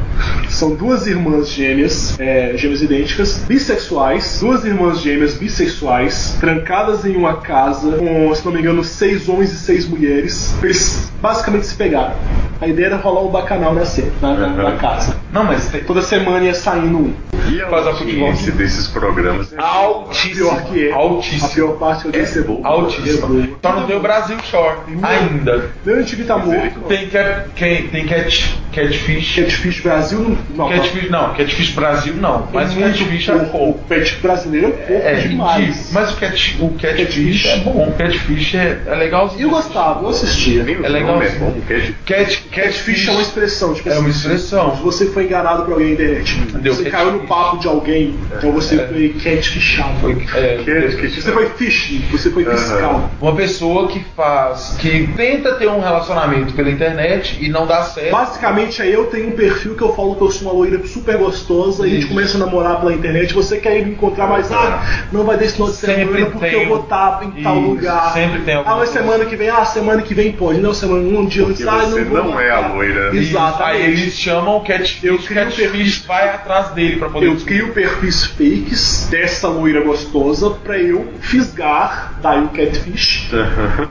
Speaker 2: São duas irmãs gêmeas, é, gêmeas idênticas, bissexuais, duas irmãs gêmeas bissexuais, trancadas em uma casa com, se não me engano, seis homens e seis mulheres. Eles basicamente se pegaram. A ideia era rolar um bacanal na cena, na, na- na
Speaker 4: Uhum.
Speaker 2: casa.
Speaker 3: Não, mas tem...
Speaker 2: Toda semana ia saindo um.
Speaker 4: E a
Speaker 3: Faz a futebol.
Speaker 4: audiência desses programas é
Speaker 3: Altíssimo.
Speaker 2: Pior que é. A
Speaker 3: Altíssimo.
Speaker 2: pior parte é o que você
Speaker 3: Altíssimo. Só Então não tem o Brasil Shore ainda.
Speaker 2: Meu antigo tá morto.
Speaker 3: Tem, cat, que- é, tem cat, Catfish.
Speaker 2: Catfish Brasil não. não
Speaker 3: Catfish não, Catfish Brasil não. Mas o
Speaker 2: muito
Speaker 3: Catfish é
Speaker 2: pouco.
Speaker 3: pouco.
Speaker 2: O pet brasileiro é pouco
Speaker 3: É
Speaker 2: demais.
Speaker 3: ridículo. Mas o, cat, o catfish,
Speaker 2: Catfish.
Speaker 3: é bom. O catfish é, é
Speaker 2: E eu
Speaker 3: legalzinho.
Speaker 2: gostava, eu assistia.
Speaker 4: Nem o
Speaker 3: É
Speaker 4: nome
Speaker 3: legal.
Speaker 4: É bom, que é de
Speaker 3: Cat, catfish um
Speaker 2: Catfish é uma expressão, tipo
Speaker 3: é uma
Speaker 2: assim, se
Speaker 3: expressão.
Speaker 2: você foi enganado por alguém na internet,
Speaker 3: Deu
Speaker 2: você
Speaker 3: catfish.
Speaker 2: caiu no papo de alguém, então você foi catfishado.
Speaker 3: Foi- é,
Speaker 4: que é de-
Speaker 2: Você foi fish, você foi fiscal.
Speaker 3: uma pessoa que faz, que tenta ter um relacionamento pela internet e não dá certo.
Speaker 2: Basicamente é eu tenho um perfil que eu falo que eu sou uma loira super gostosa e a gente
Speaker 3: Isso.
Speaker 2: começa a namorar pela internet, você quer ir me encontrar, mas ah, não vai dar esse final de
Speaker 3: Sempre
Speaker 2: semana porque
Speaker 3: tem
Speaker 2: eu vou
Speaker 3: um-
Speaker 2: estar em tal
Speaker 3: Isso,
Speaker 2: lugar.
Speaker 3: sempre tem alguma
Speaker 2: Ah, mas
Speaker 3: coisa.
Speaker 2: semana que vem, ah, semana que vem pode, não, semana um dia antes,
Speaker 4: Porque
Speaker 2: ah,
Speaker 4: você
Speaker 2: não vou
Speaker 4: não é
Speaker 2: marcar.
Speaker 4: a loira.
Speaker 3: E
Speaker 2: Exatamente.
Speaker 3: Aí eles chamam o catfish,
Speaker 2: Eu
Speaker 3: o
Speaker 2: crio
Speaker 3: catfish
Speaker 2: perfil.
Speaker 3: vai atrás dele pra poder
Speaker 2: Eu crio perfis fakes dessa loira gostosa pra eu fisgar, daí o catfish,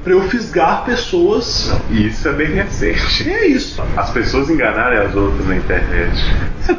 Speaker 2: pra eu fisgar pessoas.
Speaker 4: E isso é bem
Speaker 2: E
Speaker 4: recente.
Speaker 2: é isso. É,
Speaker 4: As pessoas enganarem as outras na internet.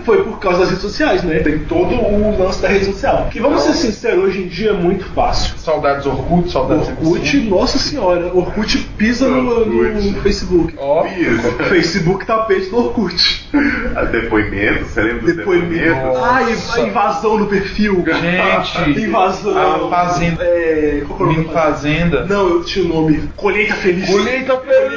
Speaker 2: Foi por causa das redes sociais, né? Tem todo o lance da rede social. Que vamos ser sinceros, hoje em dia é muito fácil.
Speaker 3: Saudades
Speaker 4: Tá,
Speaker 3: Orkut, saudades
Speaker 2: Orkut, nossa senhora, Orkut pisa no, no
Speaker 4: Orkut.
Speaker 2: Facebook.
Speaker 3: Ó,
Speaker 4: Pisa.
Speaker 2: (laughs) Facebook tapete do Orkut.
Speaker 4: Ah, Depoimento, você lembra dos
Speaker 2: Depoimento.
Speaker 4: depoimentos?
Speaker 2: Ah, e- a invasão no perfil.
Speaker 3: Gente,
Speaker 2: (laughs) Invasão.
Speaker 3: a fazenda.
Speaker 2: É, qual que é o
Speaker 3: Mini
Speaker 2: nome?
Speaker 3: Fazenda.
Speaker 2: Não, eu tinha o nome. Colheita Feliz.
Speaker 3: Colheita
Speaker 2: Colheita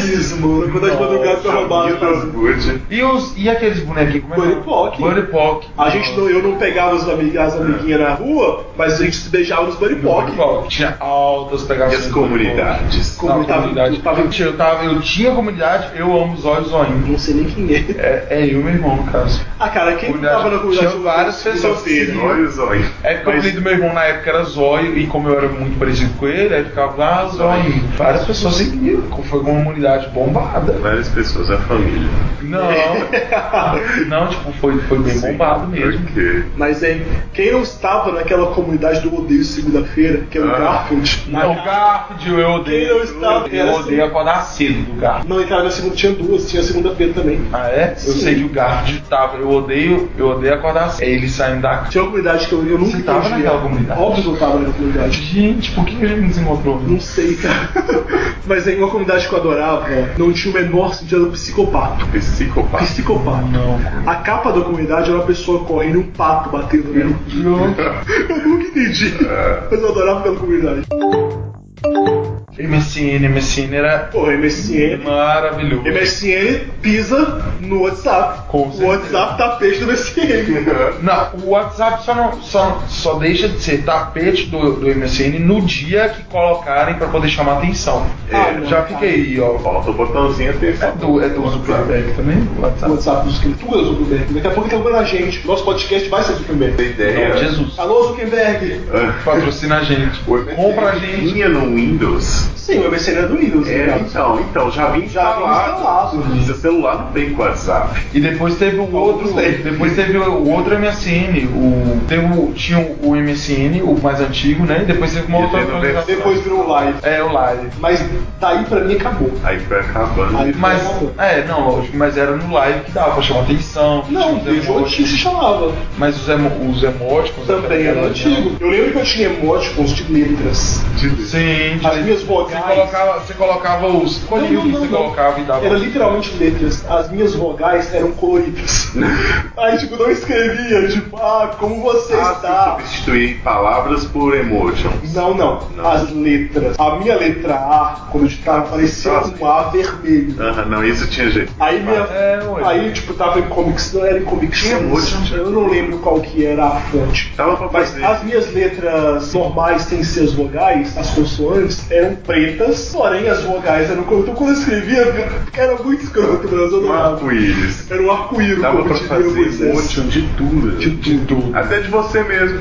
Speaker 2: Feliz, mano. Quando a gente madrugada foi roubado.
Speaker 4: Amigos
Speaker 2: tá?
Speaker 4: Good.
Speaker 3: E, os, e aqueles bonequinhos? Como é que
Speaker 2: Buddy
Speaker 3: é?
Speaker 2: Pock.
Speaker 3: Buddy Pock.
Speaker 2: A gente não, eu não pegava as, amiga, as amiguinhas na rua, mas a gente se beijava nos buddy pock.
Speaker 3: Buddy Pock. Tinha altas
Speaker 4: E
Speaker 3: pegações.
Speaker 4: as
Speaker 3: de Buddy Pock.
Speaker 4: comunidades.
Speaker 3: Na
Speaker 2: Comunidade.
Speaker 3: comunidade.
Speaker 2: Tava em-
Speaker 3: Eu, tava, eu tinha comunidade, eu amo os olhos ainda.
Speaker 2: Não sei nem quem é.
Speaker 3: É, é eu e meu irmão, no caso.
Speaker 2: Ah, cara, quem
Speaker 3: Comunidade.
Speaker 2: tava na comunidade?
Speaker 3: Tinha várias pessoas que
Speaker 2: Teve,
Speaker 3: seguiam.
Speaker 2: olha.
Speaker 4: Olha os olhos.
Speaker 3: É porque o apelido do meu irmão na época era Zóio, e como eu era muito parecido com ele, aí ficava lá, Zóio. Várias pessoas seguiam, foi uma comunidade bombada.
Speaker 4: Várias pessoas, a família.
Speaker 3: Não, não, tipo, foi, foi bem bombado mesmo.
Speaker 4: Porque
Speaker 2: Mas é, quem não estava naquela comunidade do Odeio Segunda-feira, que é o
Speaker 4: Ah.
Speaker 2: Garfield,
Speaker 3: Não, o Garfield eu odeio.
Speaker 2: Quem não estava-
Speaker 3: eu odeio acordar cedo do Garfield.
Speaker 2: Não, e cara, na segunda tinha duas, tinha segunda-feira também.
Speaker 3: Ah, é? Eu
Speaker 2: Sim.
Speaker 3: sei que o Garfield tava. Eu odeio, eu odeio acordar cedo. É ele saindo da.
Speaker 2: Tinha uma comunidade que eu, eu nunca
Speaker 3: Você tava
Speaker 2: entendi.
Speaker 3: naquela comunidade?
Speaker 2: Óbvio que eu tava naquela comunidade.
Speaker 3: Gente, por que a gente não se encontrou?
Speaker 2: Não sei, cara. (laughs) Mas aí uma comunidade que eu adorava não tinha o menor sentido era um psicopata.
Speaker 4: psicopata.
Speaker 2: Psicopata.
Speaker 3: Não.
Speaker 2: A capa da comunidade era uma pessoa correndo e um pato batendo
Speaker 3: Hum.
Speaker 2: nela. Eu nunca entendi.
Speaker 3: É.
Speaker 2: Mas eu adorava aquela comunidade.
Speaker 3: MSN, MSN era
Speaker 2: Pô, MSN.
Speaker 3: maravilhoso.
Speaker 2: MSN pisa no WhatsApp.
Speaker 3: Com
Speaker 2: o
Speaker 3: certeza.
Speaker 2: WhatsApp tá peixe do
Speaker 4: (laughs)
Speaker 2: MSN.
Speaker 3: Não, o WhatsApp só, não, só, só deixa de ser tapete do, do MSN no dia que colocarem pra poder chamar atenção.
Speaker 2: Ah,
Speaker 3: É,
Speaker 2: não,
Speaker 3: já
Speaker 2: tá.
Speaker 3: fiquei aí, ó.
Speaker 4: Falta o botãozinho
Speaker 3: É
Speaker 4: atenção.
Speaker 3: do, é do Zuckerberg também, o
Speaker 2: O
Speaker 3: WhatsApp.
Speaker 2: WhatsApp do Zuckerberg. do Zuckerberg. Daqui a pouco ele tá ouvindo a gente. Nosso podcast vai ser Zuckerberg.
Speaker 4: ideia.
Speaker 3: Não, Jesus,
Speaker 2: Alô, Zuckerberg!
Speaker 3: patrocina a gente.
Speaker 4: É. O MSN
Speaker 3: Compra a gente.
Speaker 4: Vinha no Windows.
Speaker 2: Sim, o MSN é do Windows,
Speaker 4: É,
Speaker 2: né?
Speaker 4: então, então, já vim
Speaker 2: Já vem instalado.
Speaker 4: Seu celular não tem com WhatsApp.
Speaker 3: E depois teve o outro. Depois teve o outro MSN. O, teve o- tinha o MSN, o mais antigo, né? E depois teve uma
Speaker 4: E
Speaker 3: outra
Speaker 4: teve o
Speaker 3: atualização.
Speaker 2: Depois virou live.
Speaker 3: É o Live.
Speaker 2: Mas daí pra mim acabou.
Speaker 4: Aí foi acabando.
Speaker 2: Aí-
Speaker 3: Mas, é, não, lógico, mas era no live que dava pra chamar atenção. que
Speaker 2: Não,
Speaker 3: tinha os
Speaker 2: desde o
Speaker 3: emojis.
Speaker 2: antigo se chamava.
Speaker 3: Mas os, emo os emóticos
Speaker 2: Também era
Speaker 3: aquela-
Speaker 2: antigo. Eu lembro que eu tinha emoticons de tipo letras.
Speaker 3: Sim,
Speaker 2: As minhas
Speaker 3: você
Speaker 2: vogais.
Speaker 3: colocava, você colocava
Speaker 2: Não,
Speaker 3: os
Speaker 2: não,
Speaker 3: colírios,
Speaker 2: não,
Speaker 3: você
Speaker 2: não.
Speaker 3: colocava e dava.
Speaker 2: Era literalmente letras. As minhas vogais eram
Speaker 3: (laughs)
Speaker 2: coloridas. Aí, tipo, não escrevia, tipo, ah, como você
Speaker 4: Ah,
Speaker 2: está.
Speaker 4: se substituir palavras por emotion.
Speaker 2: Não, não,
Speaker 4: Não.
Speaker 2: As letras. A minha letra A, quando eu digitava, parecia
Speaker 3: Ah,
Speaker 4: Nossa.
Speaker 2: um A vermelho.
Speaker 4: Aham, não, isso tinha jeito.
Speaker 2: Aí minha.
Speaker 3: É, ué.
Speaker 2: aí, tipo, tava em comics, não era em comics.
Speaker 4: Tinha emoji.
Speaker 2: Eu não lembro qual que era a fonte.
Speaker 4: Tava pra
Speaker 2: Mas
Speaker 4: fazer.
Speaker 2: as minhas letras normais sem ser as vogais, as consoantes, eram pretas, porém as vogais eram cor. Então quando eu escrevia, era muito escroto, mas eu
Speaker 4: Um
Speaker 2: adorava.
Speaker 5: (laughs)
Speaker 4: arco-íris.
Speaker 2: Era um arco-íris,
Speaker 4: Dava
Speaker 2: como
Speaker 4: pra
Speaker 2: diria o
Speaker 4: fazer
Speaker 2: Moisés.
Speaker 4: emotion de tudo.
Speaker 2: De tudo.
Speaker 4: Até de você mesmo.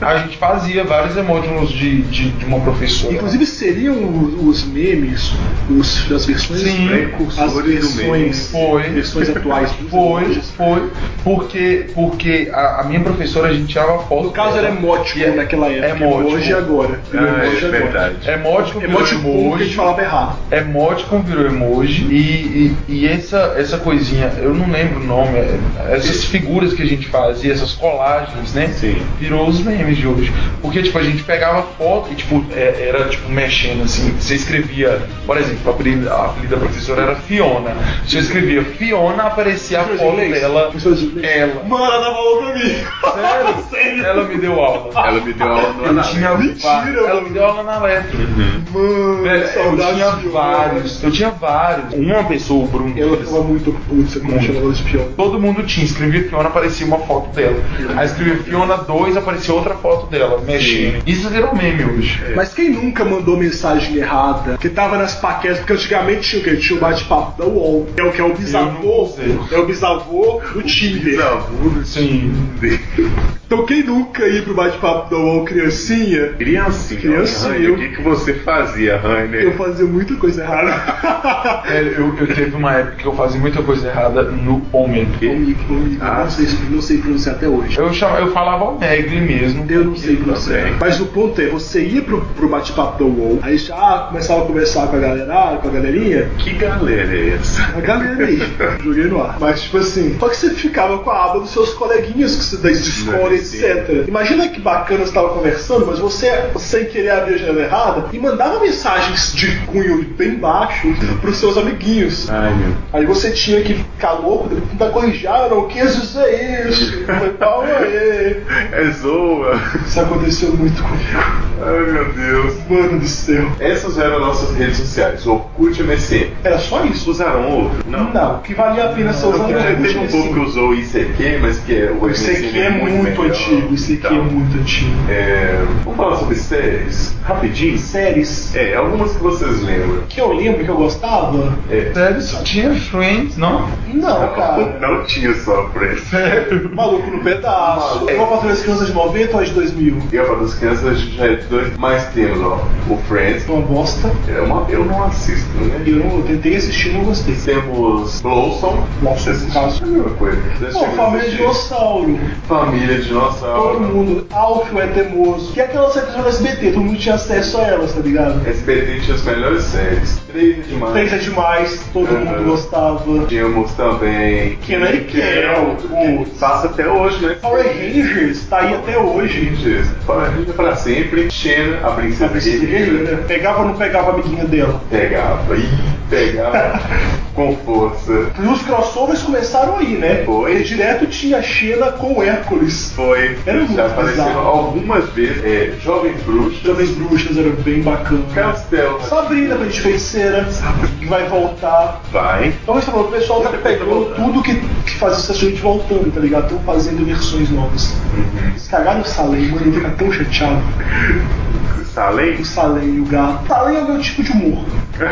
Speaker 3: A gente fazia vários emojis de, de, de uma professora.
Speaker 2: Inclusive seriam os os memes, os, as versões
Speaker 3: Sim.
Speaker 2: as
Speaker 4: Precursores do
Speaker 2: versões,
Speaker 4: mês.
Speaker 3: Foi.
Speaker 2: versões atuais dos
Speaker 3: Foi,
Speaker 2: emojis.
Speaker 3: foi. Porque, porque a, a minha professora, a gente tirava foto.
Speaker 2: No caso era
Speaker 3: dela.
Speaker 2: emoticon
Speaker 3: E é-
Speaker 2: naquela época.
Speaker 3: emoticon.
Speaker 2: Emoji agora.
Speaker 4: Ah,
Speaker 2: Virou
Speaker 4: é
Speaker 2: emoji agora.
Speaker 4: verdade.
Speaker 3: Emoticon virou
Speaker 2: Emoticon que a gente
Speaker 3: emoji.
Speaker 2: falava errado.
Speaker 3: Emoticon virou emoji. E, e, e essa, essa coisinha, eu não lembro o nome, é- essas figuras que a gente fazia, essas colagens, né?
Speaker 4: Sim.
Speaker 3: virou os memes de hoje. Porque, tipo, a gente pegava foto e, tipo, é- era, tipo, mexendo, assim. Você escrevia, por exemplo, a apelido, a apelido da professora era Fiona. Você escrevia Fiona, aparecia a
Speaker 2: Professor de
Speaker 3: foto
Speaker 2: inglês?
Speaker 3: dela. é,
Speaker 2: Professor de inglês?
Speaker 3: Ela.
Speaker 2: Mano, ela dava aula pra mim. (laughs)
Speaker 3: Sério? Ela me deu aula.
Speaker 4: Ela me deu aula no
Speaker 3: Eu
Speaker 4: análise.
Speaker 3: tinha
Speaker 2: Mentira,
Speaker 3: va- Ela
Speaker 2: mano.
Speaker 3: me deu aula na letra.
Speaker 2: Mano,
Speaker 3: Velho, É, eu
Speaker 2: saudades
Speaker 3: tinha
Speaker 2: de
Speaker 3: vários. Eu tinha vários. Uma pessoa, o Bruno.
Speaker 2: Eu tava muito puto você quando
Speaker 3: Muito.
Speaker 2: chamava de pior.
Speaker 3: Todo mundo tinha, escrevia Fiona, aparecia uma foto dela. Aí escrevia Fiona 2, aparecia outra foto dela, mexendo. Isso virou meme hoje.
Speaker 2: É. Mas quem nunca mandou mensagem errada? Que tava nas paquetas, porque antigamente tinha o quê? Tinha o bate-papo da UOL. Que é o que é o
Speaker 3: Eu não
Speaker 2: bisavô.
Speaker 3: sei.
Speaker 2: É o bisavô do Tinder.
Speaker 4: Bisavô do
Speaker 3: Sim.
Speaker 2: Então quem nunca ia pro bate-papo da UOL criancinha,
Speaker 4: Criancinha.
Speaker 2: Criancinha.
Speaker 4: Rainer, O que, que você fazia,
Speaker 2: eu
Speaker 4: Rainer?
Speaker 2: fazia muita coisa errada.
Speaker 3: (laughs) É, eu, eu teve uma época que eu fazia muita coisa errada no Omegle.
Speaker 2: Comigo, comigo.
Speaker 4: Ah.
Speaker 2: Não, sei, não sei pronunciar até hoje.
Speaker 3: Eu, chama, eu falava Omegle mesmo.
Speaker 2: Eu não sei pronunciar.
Speaker 4: também.
Speaker 2: Mas o ponto é, você ia pro, pro bate-papo da UOL, aí já começava a conversar com a galera, com a galerinha,
Speaker 4: Que galera é essa?
Speaker 2: A
Speaker 4: (laughs)
Speaker 2: galera aí, joguei no ar. Mas, tipo assim, só que você ficava com a aba dos seus coleguinhas que você desde escola, etc. Imagina que bacana você tava conversando, mas você, sem querer, abrir a janela errada e mandava mensagens de cunho bem baixo pros seus amiguinhos.
Speaker 7: Ai, meu.
Speaker 2: Aí você tinha que ficar louco, tentar corrigir, ah, eu não quis dizer isso, foi pau aí.
Speaker 7: É zoa.
Speaker 2: Isso aconteceu muito comigo.
Speaker 7: Ai, meu Deus.
Speaker 2: Mano do céu.
Speaker 7: Essas eram nossas redes sociais, Orkut e MSN.
Speaker 2: Era só isso?
Speaker 7: Usaram outro? Não.
Speaker 2: Não, o que valia a pena ser usado
Speaker 7: Já
Speaker 2: era
Speaker 7: teve um povo que usou o ICQ, mas que é, o
Speaker 2: O ICQ é
Speaker 7: MSN
Speaker 2: muito,
Speaker 7: melhor.
Speaker 2: antigo, isso aqui é
Speaker 7: Então,
Speaker 2: muito antigo.
Speaker 7: é, Vamos falar sobre séries rapidinho?
Speaker 2: Séries
Speaker 7: É, algumas que vocês lembram.
Speaker 2: que eu lembro que eu gostava?
Speaker 7: É.
Speaker 3: Sério, só tinha Friends, não?
Speaker 2: Não, cara.
Speaker 7: (laughs) Não tinha só Friends.
Speaker 3: Sério?
Speaker 2: Maluco no pedaço.
Speaker 7: é
Speaker 2: Eu vou fazer as crianças de 90 ou as de 2000?
Speaker 7: Eu falo das crianças já é de dois, mas temos, ó, o Friends.
Speaker 2: Uma bosta.
Speaker 7: É uma, eu não assisto, né?
Speaker 2: Eu tentei assistir e não gostei.
Speaker 7: Temos Blossom.
Speaker 2: Blossom,
Speaker 7: Vocês
Speaker 2: caso.
Speaker 7: assistem a mesma coisa. Vocês
Speaker 2: Pô,
Speaker 7: chegam a
Speaker 2: família
Speaker 7: assistir?
Speaker 2: dinossauro.
Speaker 7: Família dinossauro.
Speaker 2: Todo mundo, Alfio é teimoso. E aquelas séries do SBT, todo mundo tinha acesso a elas, tá ligado?
Speaker 7: SBT tinha as melhores séries. Três é demais.
Speaker 2: Três é demais, todo
Speaker 7: Uhum.
Speaker 2: mundo gostava.
Speaker 7: Tínhamos também.
Speaker 2: Kenan e Kel,
Speaker 7: Que Passa até hoje, né?
Speaker 2: Power Rangers tá aí até hoje.
Speaker 7: Rangers. Power Rangers é pra sempre. Xena, a
Speaker 2: A né?
Speaker 7: princesa,
Speaker 2: princesa guerreira. Pegava ou não pegava a amiguinha dela?
Speaker 7: Pegava. Ih,
Speaker 2: (laughs)
Speaker 7: pegava. com força.
Speaker 2: E os crossovers começaram aí, né?
Speaker 7: Foi.
Speaker 2: E direto tinha a Xena com o Hércules.
Speaker 7: Foi.
Speaker 2: Era muito
Speaker 7: Já apareceram
Speaker 2: bizarro.
Speaker 7: algumas vezes. É, Jovem Bruxa.
Speaker 2: Jovens Bruxas era bem bacana.
Speaker 7: Castelo.
Speaker 2: Sabrina, pra gente feiticeira, que vai voltar.
Speaker 7: Vai.
Speaker 2: Então, como você falou, o pessoal tá pegando tudo que, que faz essa gente voltando, tá ligado? Estão fazendo versões novas. Eles cagaram o Salem, mano, eu fico tão chateado.
Speaker 7: Salem. (laughs)
Speaker 2: O Salem e o gato. Salem é o meu tipo de humor.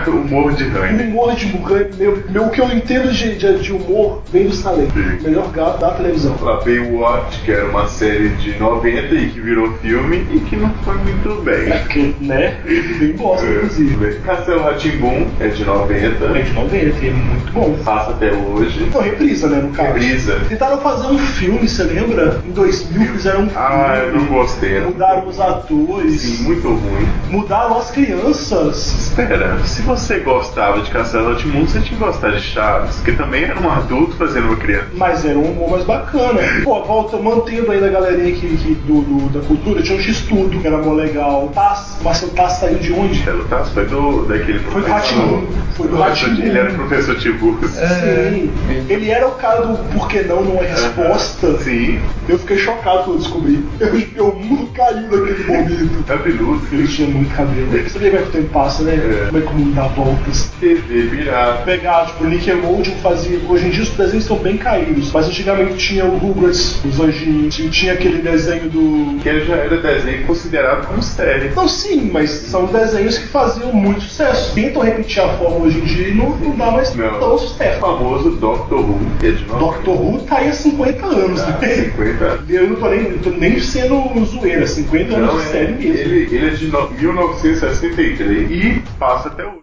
Speaker 7: Humor de
Speaker 2: O
Speaker 7: ranho.
Speaker 2: Um humor de humor, meu, meu, o que eu entendo de, de, de humor vem do Salem.
Speaker 7: Sim.
Speaker 2: O melhor gato da televisão.
Speaker 7: A Baywatch, que era uma série de 90 e que virou filme e que não foi muito bem.
Speaker 2: É porque, né? Bem bosta, inclusive.
Speaker 7: Castelo Ratimbum é de 90,
Speaker 2: É de 90, e é muito bom.
Speaker 7: passa até hoje.
Speaker 2: Foi reprisa, né, no caso.
Speaker 7: Reprisa.
Speaker 2: Tentaram fazer um filme, você lembra? Em 2000 fizeram um filme.
Speaker 7: Ah, eu não gostei.
Speaker 2: Mudaram os atores.
Speaker 7: Sim, muito ruim.
Speaker 2: Mudaram as crianças.
Speaker 7: Espera, se você gostava de Castelo Ratimbum, você tinha que gostar de Chaves, que também era um adulto fazendo uma criança.
Speaker 2: Mas era um humor mais bacana. Pô, volta, mantendo ainda a galerinha que, que do, do- da cultura, tinha um X-Tudo, que era mó legal. Taz, Marcelo Taz saiu de onde?
Speaker 7: Castelo Tassi foi do, daquele
Speaker 2: Foi do Rá-Tim-Bum. Foi do Rá-Tim-Bum.
Speaker 7: Ele era professor Tiburcio.
Speaker 2: Sim. Ele era o cara do por que não não é resposta.
Speaker 7: Sim,
Speaker 2: Eu fiquei chocado quando eu descobri. Eu, meu mundo caiu naquele momento.
Speaker 7: cabeludo.
Speaker 2: Ele tinha muito cabelo. Você vê como é que o tempo passa, né?
Speaker 7: É.
Speaker 2: Como é que o mundo dá voltas.
Speaker 7: TV virado.
Speaker 2: Pegar, tipo, o Nickelodeon fazia. Hoje em dia os desenhos estão bem caídos, mas antigamente tinha o Rugrats, os anjinhos, tinha- tinha aquele desenho do.
Speaker 7: Que já era desenho considerado como série.
Speaker 2: Não, sim, mas são desenhos que faziam muito sucesso. Tentam repetir a forma hoje em dia e não, não dá mais
Speaker 7: Não.
Speaker 2: tão
Speaker 7: O
Speaker 2: sucesso.
Speaker 7: famoso Doctor Who, que é de 90.
Speaker 2: Doctor Who tá aí há 50 anos,
Speaker 7: Ah,
Speaker 2: né?
Speaker 7: 50
Speaker 2: Eu não tô nem, eu tô nem sendo zoeira, 50 anos
Speaker 7: Não,
Speaker 2: de
Speaker 7: é-
Speaker 2: série mesmo.
Speaker 7: Ele, ele é de no- 1963 e passa até hoje.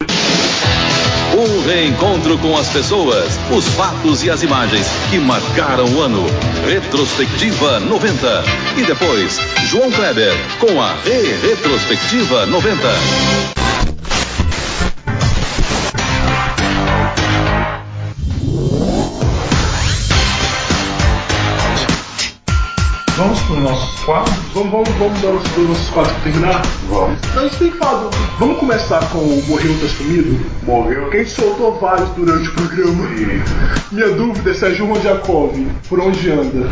Speaker 5: Um reencontro com as pessoas, os fatos e as imagens que marcaram o ano. Retrospectiva 90. E depois, João Kleber com a Re Retrospectiva 90.
Speaker 3: Vamos pro nosso quadro?
Speaker 2: Vamos, vamos, vamos dar os nossos quatro pra terminar?
Speaker 7: Vamos.
Speaker 2: Então a gente tem que falar. do- Vamos começar com o Morreu Tá Sumido?
Speaker 7: Morreu
Speaker 2: Porque a gente soltou vários durante o programa. Minha dúvida é se a Juma Jacob, por onde anda?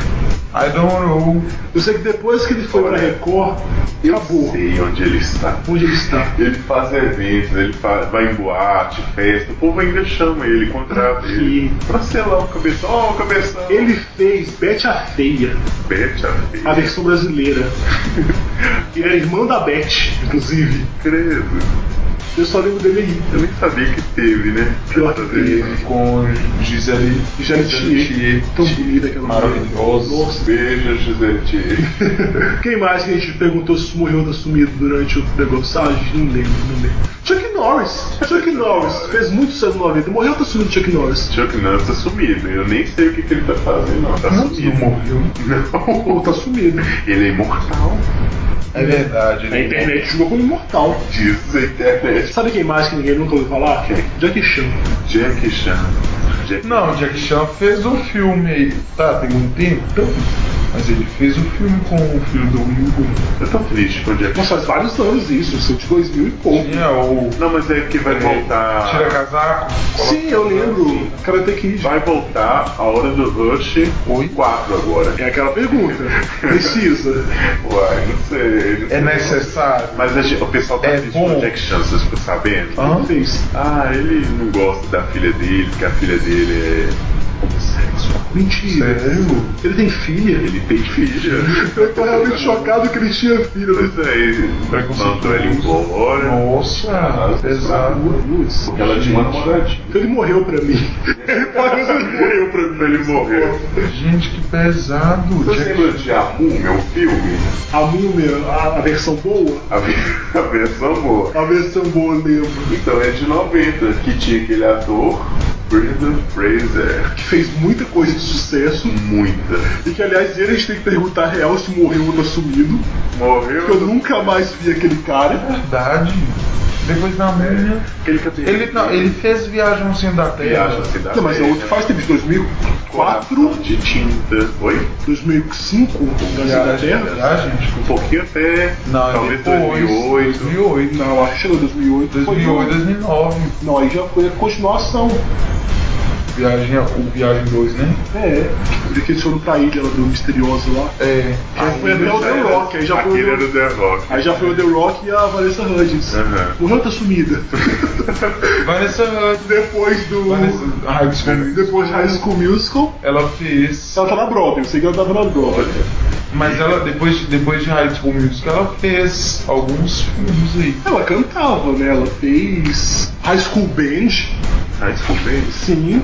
Speaker 3: I don't know.
Speaker 2: Eu sei que depois que ele foi pra Record, acabou.
Speaker 7: sei onde ele está.
Speaker 2: Onde ele está?
Speaker 7: Ele faz eventos, ele fa- vai em boate, festa, o povo ainda chama ele, contrata ele. Pra ser lá o cabeção, ó, o cabeção.
Speaker 2: Ele fez Bete a Feia,
Speaker 7: Bete a
Speaker 2: a
Speaker 7: filha.
Speaker 2: versão brasileira. (laughs) Ele era irmã da Bete, inclusive.
Speaker 7: Credo.
Speaker 2: Eu só lembro dele aí.
Speaker 7: Eu nem sabia que teve, né?
Speaker 2: Pior que teve.
Speaker 3: Com Gisele.
Speaker 2: Já tinha. Tão bonita aquela mulher.
Speaker 3: Maravilhoso.
Speaker 2: Nossa.
Speaker 7: Beijo, José Tietê.
Speaker 2: Quem mais que a gente perguntou se morreu ou tá sumido durante o negócio? Ah, gente, não lembro, não lembro. Chuck Norris. Chuck Norris. Fez muitos anos 90. Morreu ou tá sumido Chuck Norris?
Speaker 7: Chuck Norris tá sumido. Eu nem sei o que, que ele tá fazendo, não. Tá
Speaker 3: Não
Speaker 7: sumido.
Speaker 3: morreu.
Speaker 7: Não.
Speaker 2: Ou tá sumido.
Speaker 7: Ele é imortal.
Speaker 3: É verdade.
Speaker 2: A
Speaker 3: ele-
Speaker 2: internet jogou como imortal.
Speaker 7: Diz a internet.
Speaker 2: Sabe quem mais que ninguém nunca ouviu falar?
Speaker 7: Quem?
Speaker 2: Jack Chan.
Speaker 7: Jack Chan. Jack
Speaker 3: Não, Jack Chan fez um filme aí. Tá, tem um tempo. Mas ele fez o filme com o filho do Will Green.
Speaker 4: Eu tô triste com o Jack.
Speaker 2: Nossa, faz vários anos isso, isso é de 2000 e pouco.
Speaker 3: É, o
Speaker 4: Não, mas é que vai voltar.
Speaker 3: Tira Casaco.
Speaker 2: Sim, eu lembro. Karate Kid.
Speaker 4: Vai voltar a hora do Rush
Speaker 3: Oi?
Speaker 4: 4 agora.
Speaker 2: É aquela pergunta. Precisa.
Speaker 4: Uai, não sei. não
Speaker 3: É
Speaker 4: sei.
Speaker 3: necessário.
Speaker 4: Mas a gente- o pessoal tá
Speaker 3: É
Speaker 4: triste
Speaker 3: bom.
Speaker 4: com o Jack Chances, por sabendo.
Speaker 3: Hã?
Speaker 2: Fez.
Speaker 4: Ah, ele não gosta da filha dele, porque a filha dele é homossexual.
Speaker 2: Mentira. (laughs)
Speaker 3: Sério?
Speaker 2: Ele tem filha?
Speaker 4: Ele tem filha.
Speaker 2: Eu tô (laughs) realmente chocado que ele tinha né? filha.
Speaker 4: Pois é, ele
Speaker 3: Preconceituoso.
Speaker 2: Então
Speaker 4: mandou
Speaker 2: é
Speaker 4: ele embora. Ah,
Speaker 3: Nossa, pesado.
Speaker 2: Putz.
Speaker 4: Ela tinha uma namoradinha.
Speaker 2: Então ele morreu pra (laughs) mim.
Speaker 4: Parece que morreu pra mim. Ele morreu.
Speaker 3: Gente, que pesado.
Speaker 4: Você
Speaker 3: Jack...
Speaker 4: lembra de Amu, meu filme?
Speaker 2: A múmia, a, a versão boa,
Speaker 4: A, ve- (laughs) a versão boa.
Speaker 2: a versão boa eu lembro.
Speaker 4: Então é de 90, que tinha aquele ator, Brendan Fraser.
Speaker 2: Que fez muita coisa de sucesso.
Speaker 4: Muita.
Speaker 2: E que aliás ele a gente tem que perguntar real se morreu ou tá sumido. Porque eu
Speaker 4: Morreu.
Speaker 2: nunca mais vi aquele cara.
Speaker 3: Verdade. Depois da múmia.
Speaker 4: É, Aquele que eu tenho-
Speaker 3: Ele, não, ele fez Viagem ao Centro da Terra.
Speaker 4: viaja assim da
Speaker 2: Não, mas é outro que faz tempo, de 2004,
Speaker 4: Coração de tinta. Oi?
Speaker 2: 2005, Gazinha da
Speaker 3: Viagem,
Speaker 2: Terra.
Speaker 3: Viagem,
Speaker 4: Um
Speaker 3: tipo,
Speaker 4: pouquinho até.
Speaker 3: não, é
Speaker 4: talvez
Speaker 3: depois,
Speaker 4: 2008.
Speaker 3: 2008.
Speaker 2: Não, acho que chegou em 2008. foi
Speaker 3: 2008,
Speaker 2: junto.
Speaker 3: 2009.
Speaker 2: Não, aí já foi a continuação.
Speaker 3: Viagem, o Viagem 2, né?
Speaker 2: É, porque eles foram pra ilha lá do misterioso lá.
Speaker 3: É.
Speaker 2: Já foi até o
Speaker 4: é
Speaker 2: The Rock, aí já foi
Speaker 4: Aquele era
Speaker 2: o...
Speaker 4: o The Rock.
Speaker 2: Aí já foi o The Rock e a Vanessa Hudgens.
Speaker 4: Aham.
Speaker 2: Morreu ou
Speaker 4: (laughs)
Speaker 2: tá sumida?
Speaker 4: Ah.
Speaker 3: Vanessa Hudgens.
Speaker 2: Depois do.
Speaker 3: Vanessa
Speaker 4: Uh.
Speaker 3: Hudgens.
Speaker 2: Depois de High School Musical,
Speaker 3: Ela fez.
Speaker 2: ela tá na Broadway, eu sei que ela tava na Broadway.
Speaker 3: Mas ela, depois, depois de High School Musical, ela fez alguns filmes aí.
Speaker 2: Ela cantava, né? Ela fez High School Band,
Speaker 4: High School Days.
Speaker 2: sim.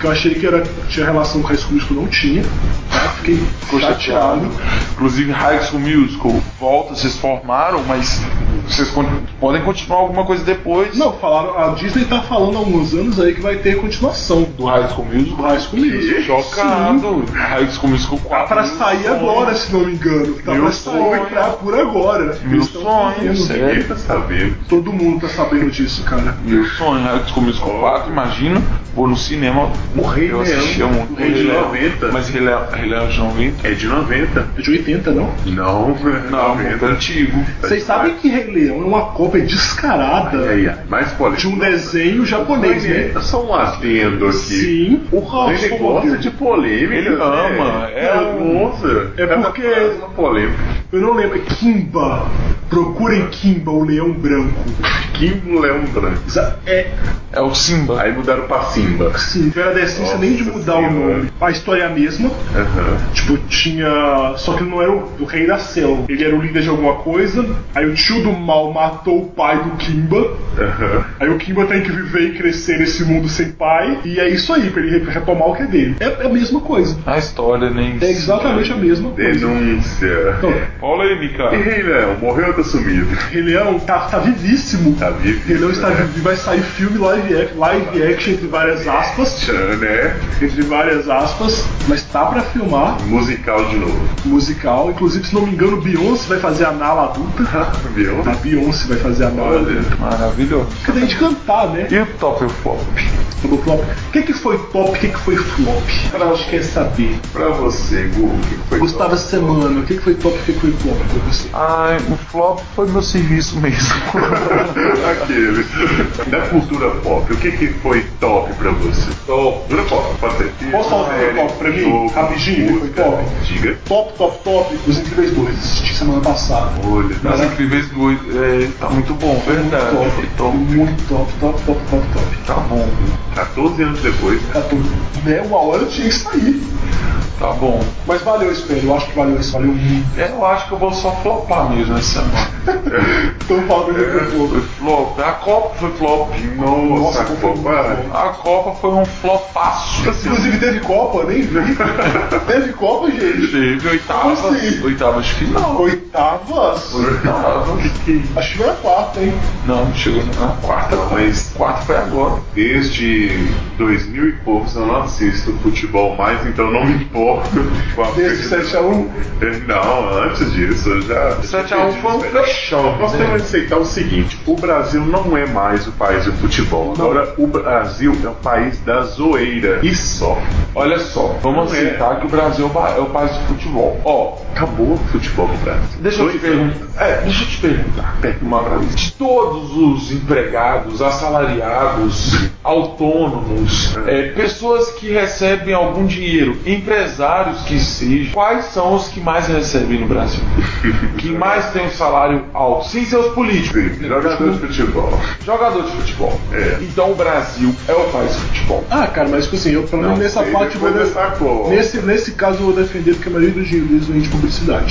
Speaker 2: Que eu achei que era, tinha relação com High School Musical, não tinha. Tá? Fiquei chateado.
Speaker 4: tá.
Speaker 5: Inclusive, High School Musical volta, vocês formaram, mas vocês con- podem continuar alguma coisa depois.
Speaker 2: Não, falaram, a Disney tá falando há alguns anos aí que vai ter continuação
Speaker 5: Do High School
Speaker 2: do
Speaker 5: Musical.
Speaker 2: High School Musical.
Speaker 5: Chocado. High School Musical 4.
Speaker 2: Tá pra sair agora, se não me engano. Tá
Speaker 5: Meu
Speaker 2: pra sair
Speaker 5: sonho.
Speaker 2: pra, por agora. né?
Speaker 5: Meu
Speaker 2: Eles tão
Speaker 5: sonho,
Speaker 2: fazendo.
Speaker 5: sério.
Speaker 4: Ninguém tá sabendo.
Speaker 2: Todo mundo tá sabendo disso, cara.
Speaker 5: Meu sonho, High School Musical 4, imagina. Vou no cinema.
Speaker 4: Rei
Speaker 5: eu assistia
Speaker 4: Leão.
Speaker 5: muito.
Speaker 4: Rei de
Speaker 5: Leão.
Speaker 4: 90.
Speaker 5: Mas Rei Leão Rei Leão de 90?
Speaker 4: É de 90.
Speaker 2: É de 80, não?
Speaker 4: Não, né?
Speaker 5: Não,
Speaker 4: 90.
Speaker 5: muito é um antigo.
Speaker 2: Vocês sabem que Rei Leão é uma cópia descarada
Speaker 4: Ai, ai, mais polêmico.
Speaker 2: de um desenho japonês, né?
Speaker 4: Só um adendo aqui.
Speaker 2: Sim, o
Speaker 4: Ele gosta de
Speaker 2: Ralph
Speaker 4: polêmica.
Speaker 5: Ele ama,
Speaker 4: É,
Speaker 5: é
Speaker 4: é
Speaker 5: um-
Speaker 4: moça.
Speaker 2: É porque-
Speaker 4: Uma polêmica.
Speaker 2: Eu não lembro, é Kimba. Procurem Kimba, o leão branco.
Speaker 4: Kim Leão Branco.
Speaker 2: Exa- É,
Speaker 5: É o Simba.
Speaker 4: Aí mudaram pra Simba.
Speaker 2: sim, não era decência
Speaker 4: Nossa
Speaker 2: nem de mudar o
Speaker 4: Senhora.
Speaker 2: nome. A história é a mesma,
Speaker 4: Aham.
Speaker 2: Tipo, tinha. Só que ele não era o, o rei da selva. Ele era o líder de alguma coisa. Aí o tio do mal matou o pai do Kimba.
Speaker 4: Aham.
Speaker 2: Aí o Kimba tem que viver e crescer nesse mundo sem pai. E é isso aí, pra ele re- retomar o que é dele. É, é a mesma coisa.
Speaker 5: A história né? nem.
Speaker 2: É exatamente a mesma coisa.
Speaker 4: Denúncia.
Speaker 2: Então,
Speaker 5: Polêmica.
Speaker 4: E Rei Leão, morreu ou tá sumido?
Speaker 2: Rei Leão tá, tá vivíssimo.
Speaker 4: Tá vivo?
Speaker 2: Rei Leão está vivo. E vai sair filme live, ac- live action, entre várias aspas.
Speaker 4: Tchan, né?
Speaker 2: Entre várias aspas. Mas tá pra filmar.
Speaker 4: Musical de novo.
Speaker 2: Musical. Inclusive, se não me engano, Beyoncé vai fazer a Nala adulta.
Speaker 4: (laughs) Viu?
Speaker 2: A Beyoncé vai fazer a nova.
Speaker 4: Olha.
Speaker 5: Maravilhoso.
Speaker 2: Porque daí de cantar, né?
Speaker 5: E o top e o flop?
Speaker 2: Do flop. O que, que foi top? O que, que foi flop? Eu acho que é saber.
Speaker 4: Pra você, Gu, o que foi?
Speaker 2: Gustavo essa semana, o que, que foi top? O que, que foi flop pra você?
Speaker 5: Ai, o flop foi meu serviço mesmo.
Speaker 4: Aquele. Da cultura pop, o que, que foi top pra você? Top. Cultura pop, pode ser. filme,
Speaker 2: Posso falar o que foi
Speaker 4: série,
Speaker 2: top pra mim?
Speaker 4: jogo,
Speaker 2: Rapidinho, o que
Speaker 4: música.
Speaker 2: foi top?
Speaker 4: Diga.
Speaker 2: Top, top, top. Os Incríveis 2, assisti semana passada.
Speaker 4: Olha,
Speaker 5: Mas
Speaker 4: tá.
Speaker 5: incríveis dois, é, tá muito bom, verdade.
Speaker 2: top.
Speaker 5: Foi top.
Speaker 2: Muito top, top, top, top, top.
Speaker 5: Tá bom,
Speaker 4: 14 anos depois.
Speaker 2: Tá tudo. Né? Uma hora tinha que sair.
Speaker 5: tá bom.
Speaker 2: Mas valeu, espelho. Eu acho que valeu isso. Valeu muito.
Speaker 5: É, Eu acho que eu vou só flopar mesmo essa semana.
Speaker 2: Então falando
Speaker 3: É,
Speaker 2: pro
Speaker 5: Foi
Speaker 2: flop.
Speaker 5: flop. A Copa foi flop.
Speaker 4: Nossa,
Speaker 2: Nossa,
Speaker 4: Copa.
Speaker 5: A Copa foi um flopaço.
Speaker 2: Inclusive teve Copa, nem vi.
Speaker 5: (laughs)
Speaker 2: teve Copa, gente.
Speaker 5: Teve oitavas,
Speaker 2: Como assim?
Speaker 5: oitavas de final.
Speaker 2: Oitavas?
Speaker 5: Oitavas.
Speaker 2: Acho que foi a quarta, hein?
Speaker 3: Não, chegou na quarta.
Speaker 4: Não, mas
Speaker 3: Quarta foi agora.
Speaker 4: desde 2000 e poucos eu não assisto futebol mais, então não me importo com a
Speaker 2: Desde 7x1.
Speaker 4: É, Não, antes disso, eu já.
Speaker 3: 7x1 foi um flechão.
Speaker 4: Nós temos que aceitar o seguinte: o Brasil não é mais o país do futebol. Agora, o Brasil é o país da zoeira. E só.
Speaker 3: Olha só, vamos
Speaker 4: É.
Speaker 3: aceitar que o Brasil é o ba- é o país do futebol. Ó,
Speaker 4: Acabou o futebol no Brasil.
Speaker 3: deixa eu te
Speaker 4: Dois anos.
Speaker 3: perguntar. É, deixa eu te perguntar.
Speaker 4: Pega uma pra mim.
Speaker 3: De todos os empregados, assalariados, autônomos, é, pessoas que recebem algum dinheiro, empresários que sejam, quais são os que mais recebem
Speaker 4: (laughs)
Speaker 3: no Brasil? que mais tem um salário alto? Sem seus políticos.
Speaker 4: Jogador de futebol.
Speaker 3: Jogador de futebol.
Speaker 4: É.
Speaker 3: Então o Brasil é o país do futebol.
Speaker 2: Ah, cara, mas tipo assim, eu pelo menos nessa
Speaker 4: sei,
Speaker 2: parte eu vou.
Speaker 4: depois dessa cor.
Speaker 2: Nesse, nesse caso eu vou defender porque a maioria dos dinheiros vem de publicidade.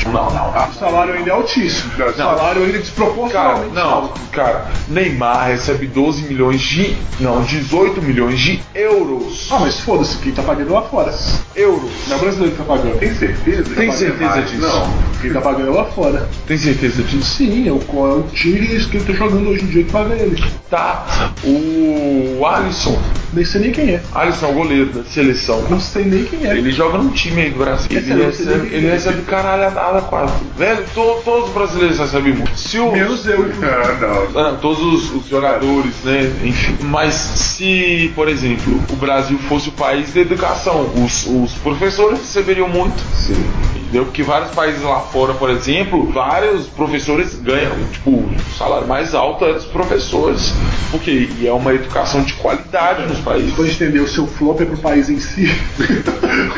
Speaker 3: Não, não.
Speaker 2: O salário ainda é altíssimo.
Speaker 4: Não.
Speaker 2: O salário ainda é
Speaker 3: Cara,
Speaker 2: desproporcionalmente
Speaker 3: não,
Speaker 2: alto.
Speaker 3: cara, Neymar recebe 12 milhões de. Não, 18 milhões de euros.
Speaker 2: Ah, mas foda-se, quem tá pagando lá fora.
Speaker 3: Euros.
Speaker 2: Não é brasileiro que tá pagando.
Speaker 4: Tem certeza?
Speaker 3: Tem
Speaker 4: Vai
Speaker 3: certeza
Speaker 4: mais?
Speaker 3: disso?
Speaker 4: Não.
Speaker 2: Quem tá pagando é lá fora.
Speaker 3: Tem certeza disso?
Speaker 2: Sim, é o, qual é o time que ele tá jogando hoje em dia que paga ele.
Speaker 3: Tá. O Alisson.
Speaker 2: Nem sei nem quem é.
Speaker 3: Alisson é o goleiro da seleção.
Speaker 2: Não sei nem quem é.
Speaker 3: Ele joga num time aí do Brasil.
Speaker 2: Esse
Speaker 3: Ele
Speaker 2: é o
Speaker 3: recebe,
Speaker 2: time.
Speaker 3: ele recebe caralhada quase. Velho, to- todos os brasileiros recebem muito. Se o,
Speaker 2: Menos eu.
Speaker 4: Ah, não.
Speaker 3: Ah, (laughs) não, todos os, os jogadores, né? Enfim. Mas se, por exemplo, o Brasil fosse o país da educação, os, os professores receberiam muito.
Speaker 4: Sim.
Speaker 3: Entendeu? Porque vários países lá fora, por exemplo, vários professores ganham, tipo, o salário mais alto é dos professores. Porque e é uma educação de qualidade nos
Speaker 2: Vou
Speaker 3: países.
Speaker 2: estender o seu flop é pro país em
Speaker 4: (laughs)
Speaker 2: si.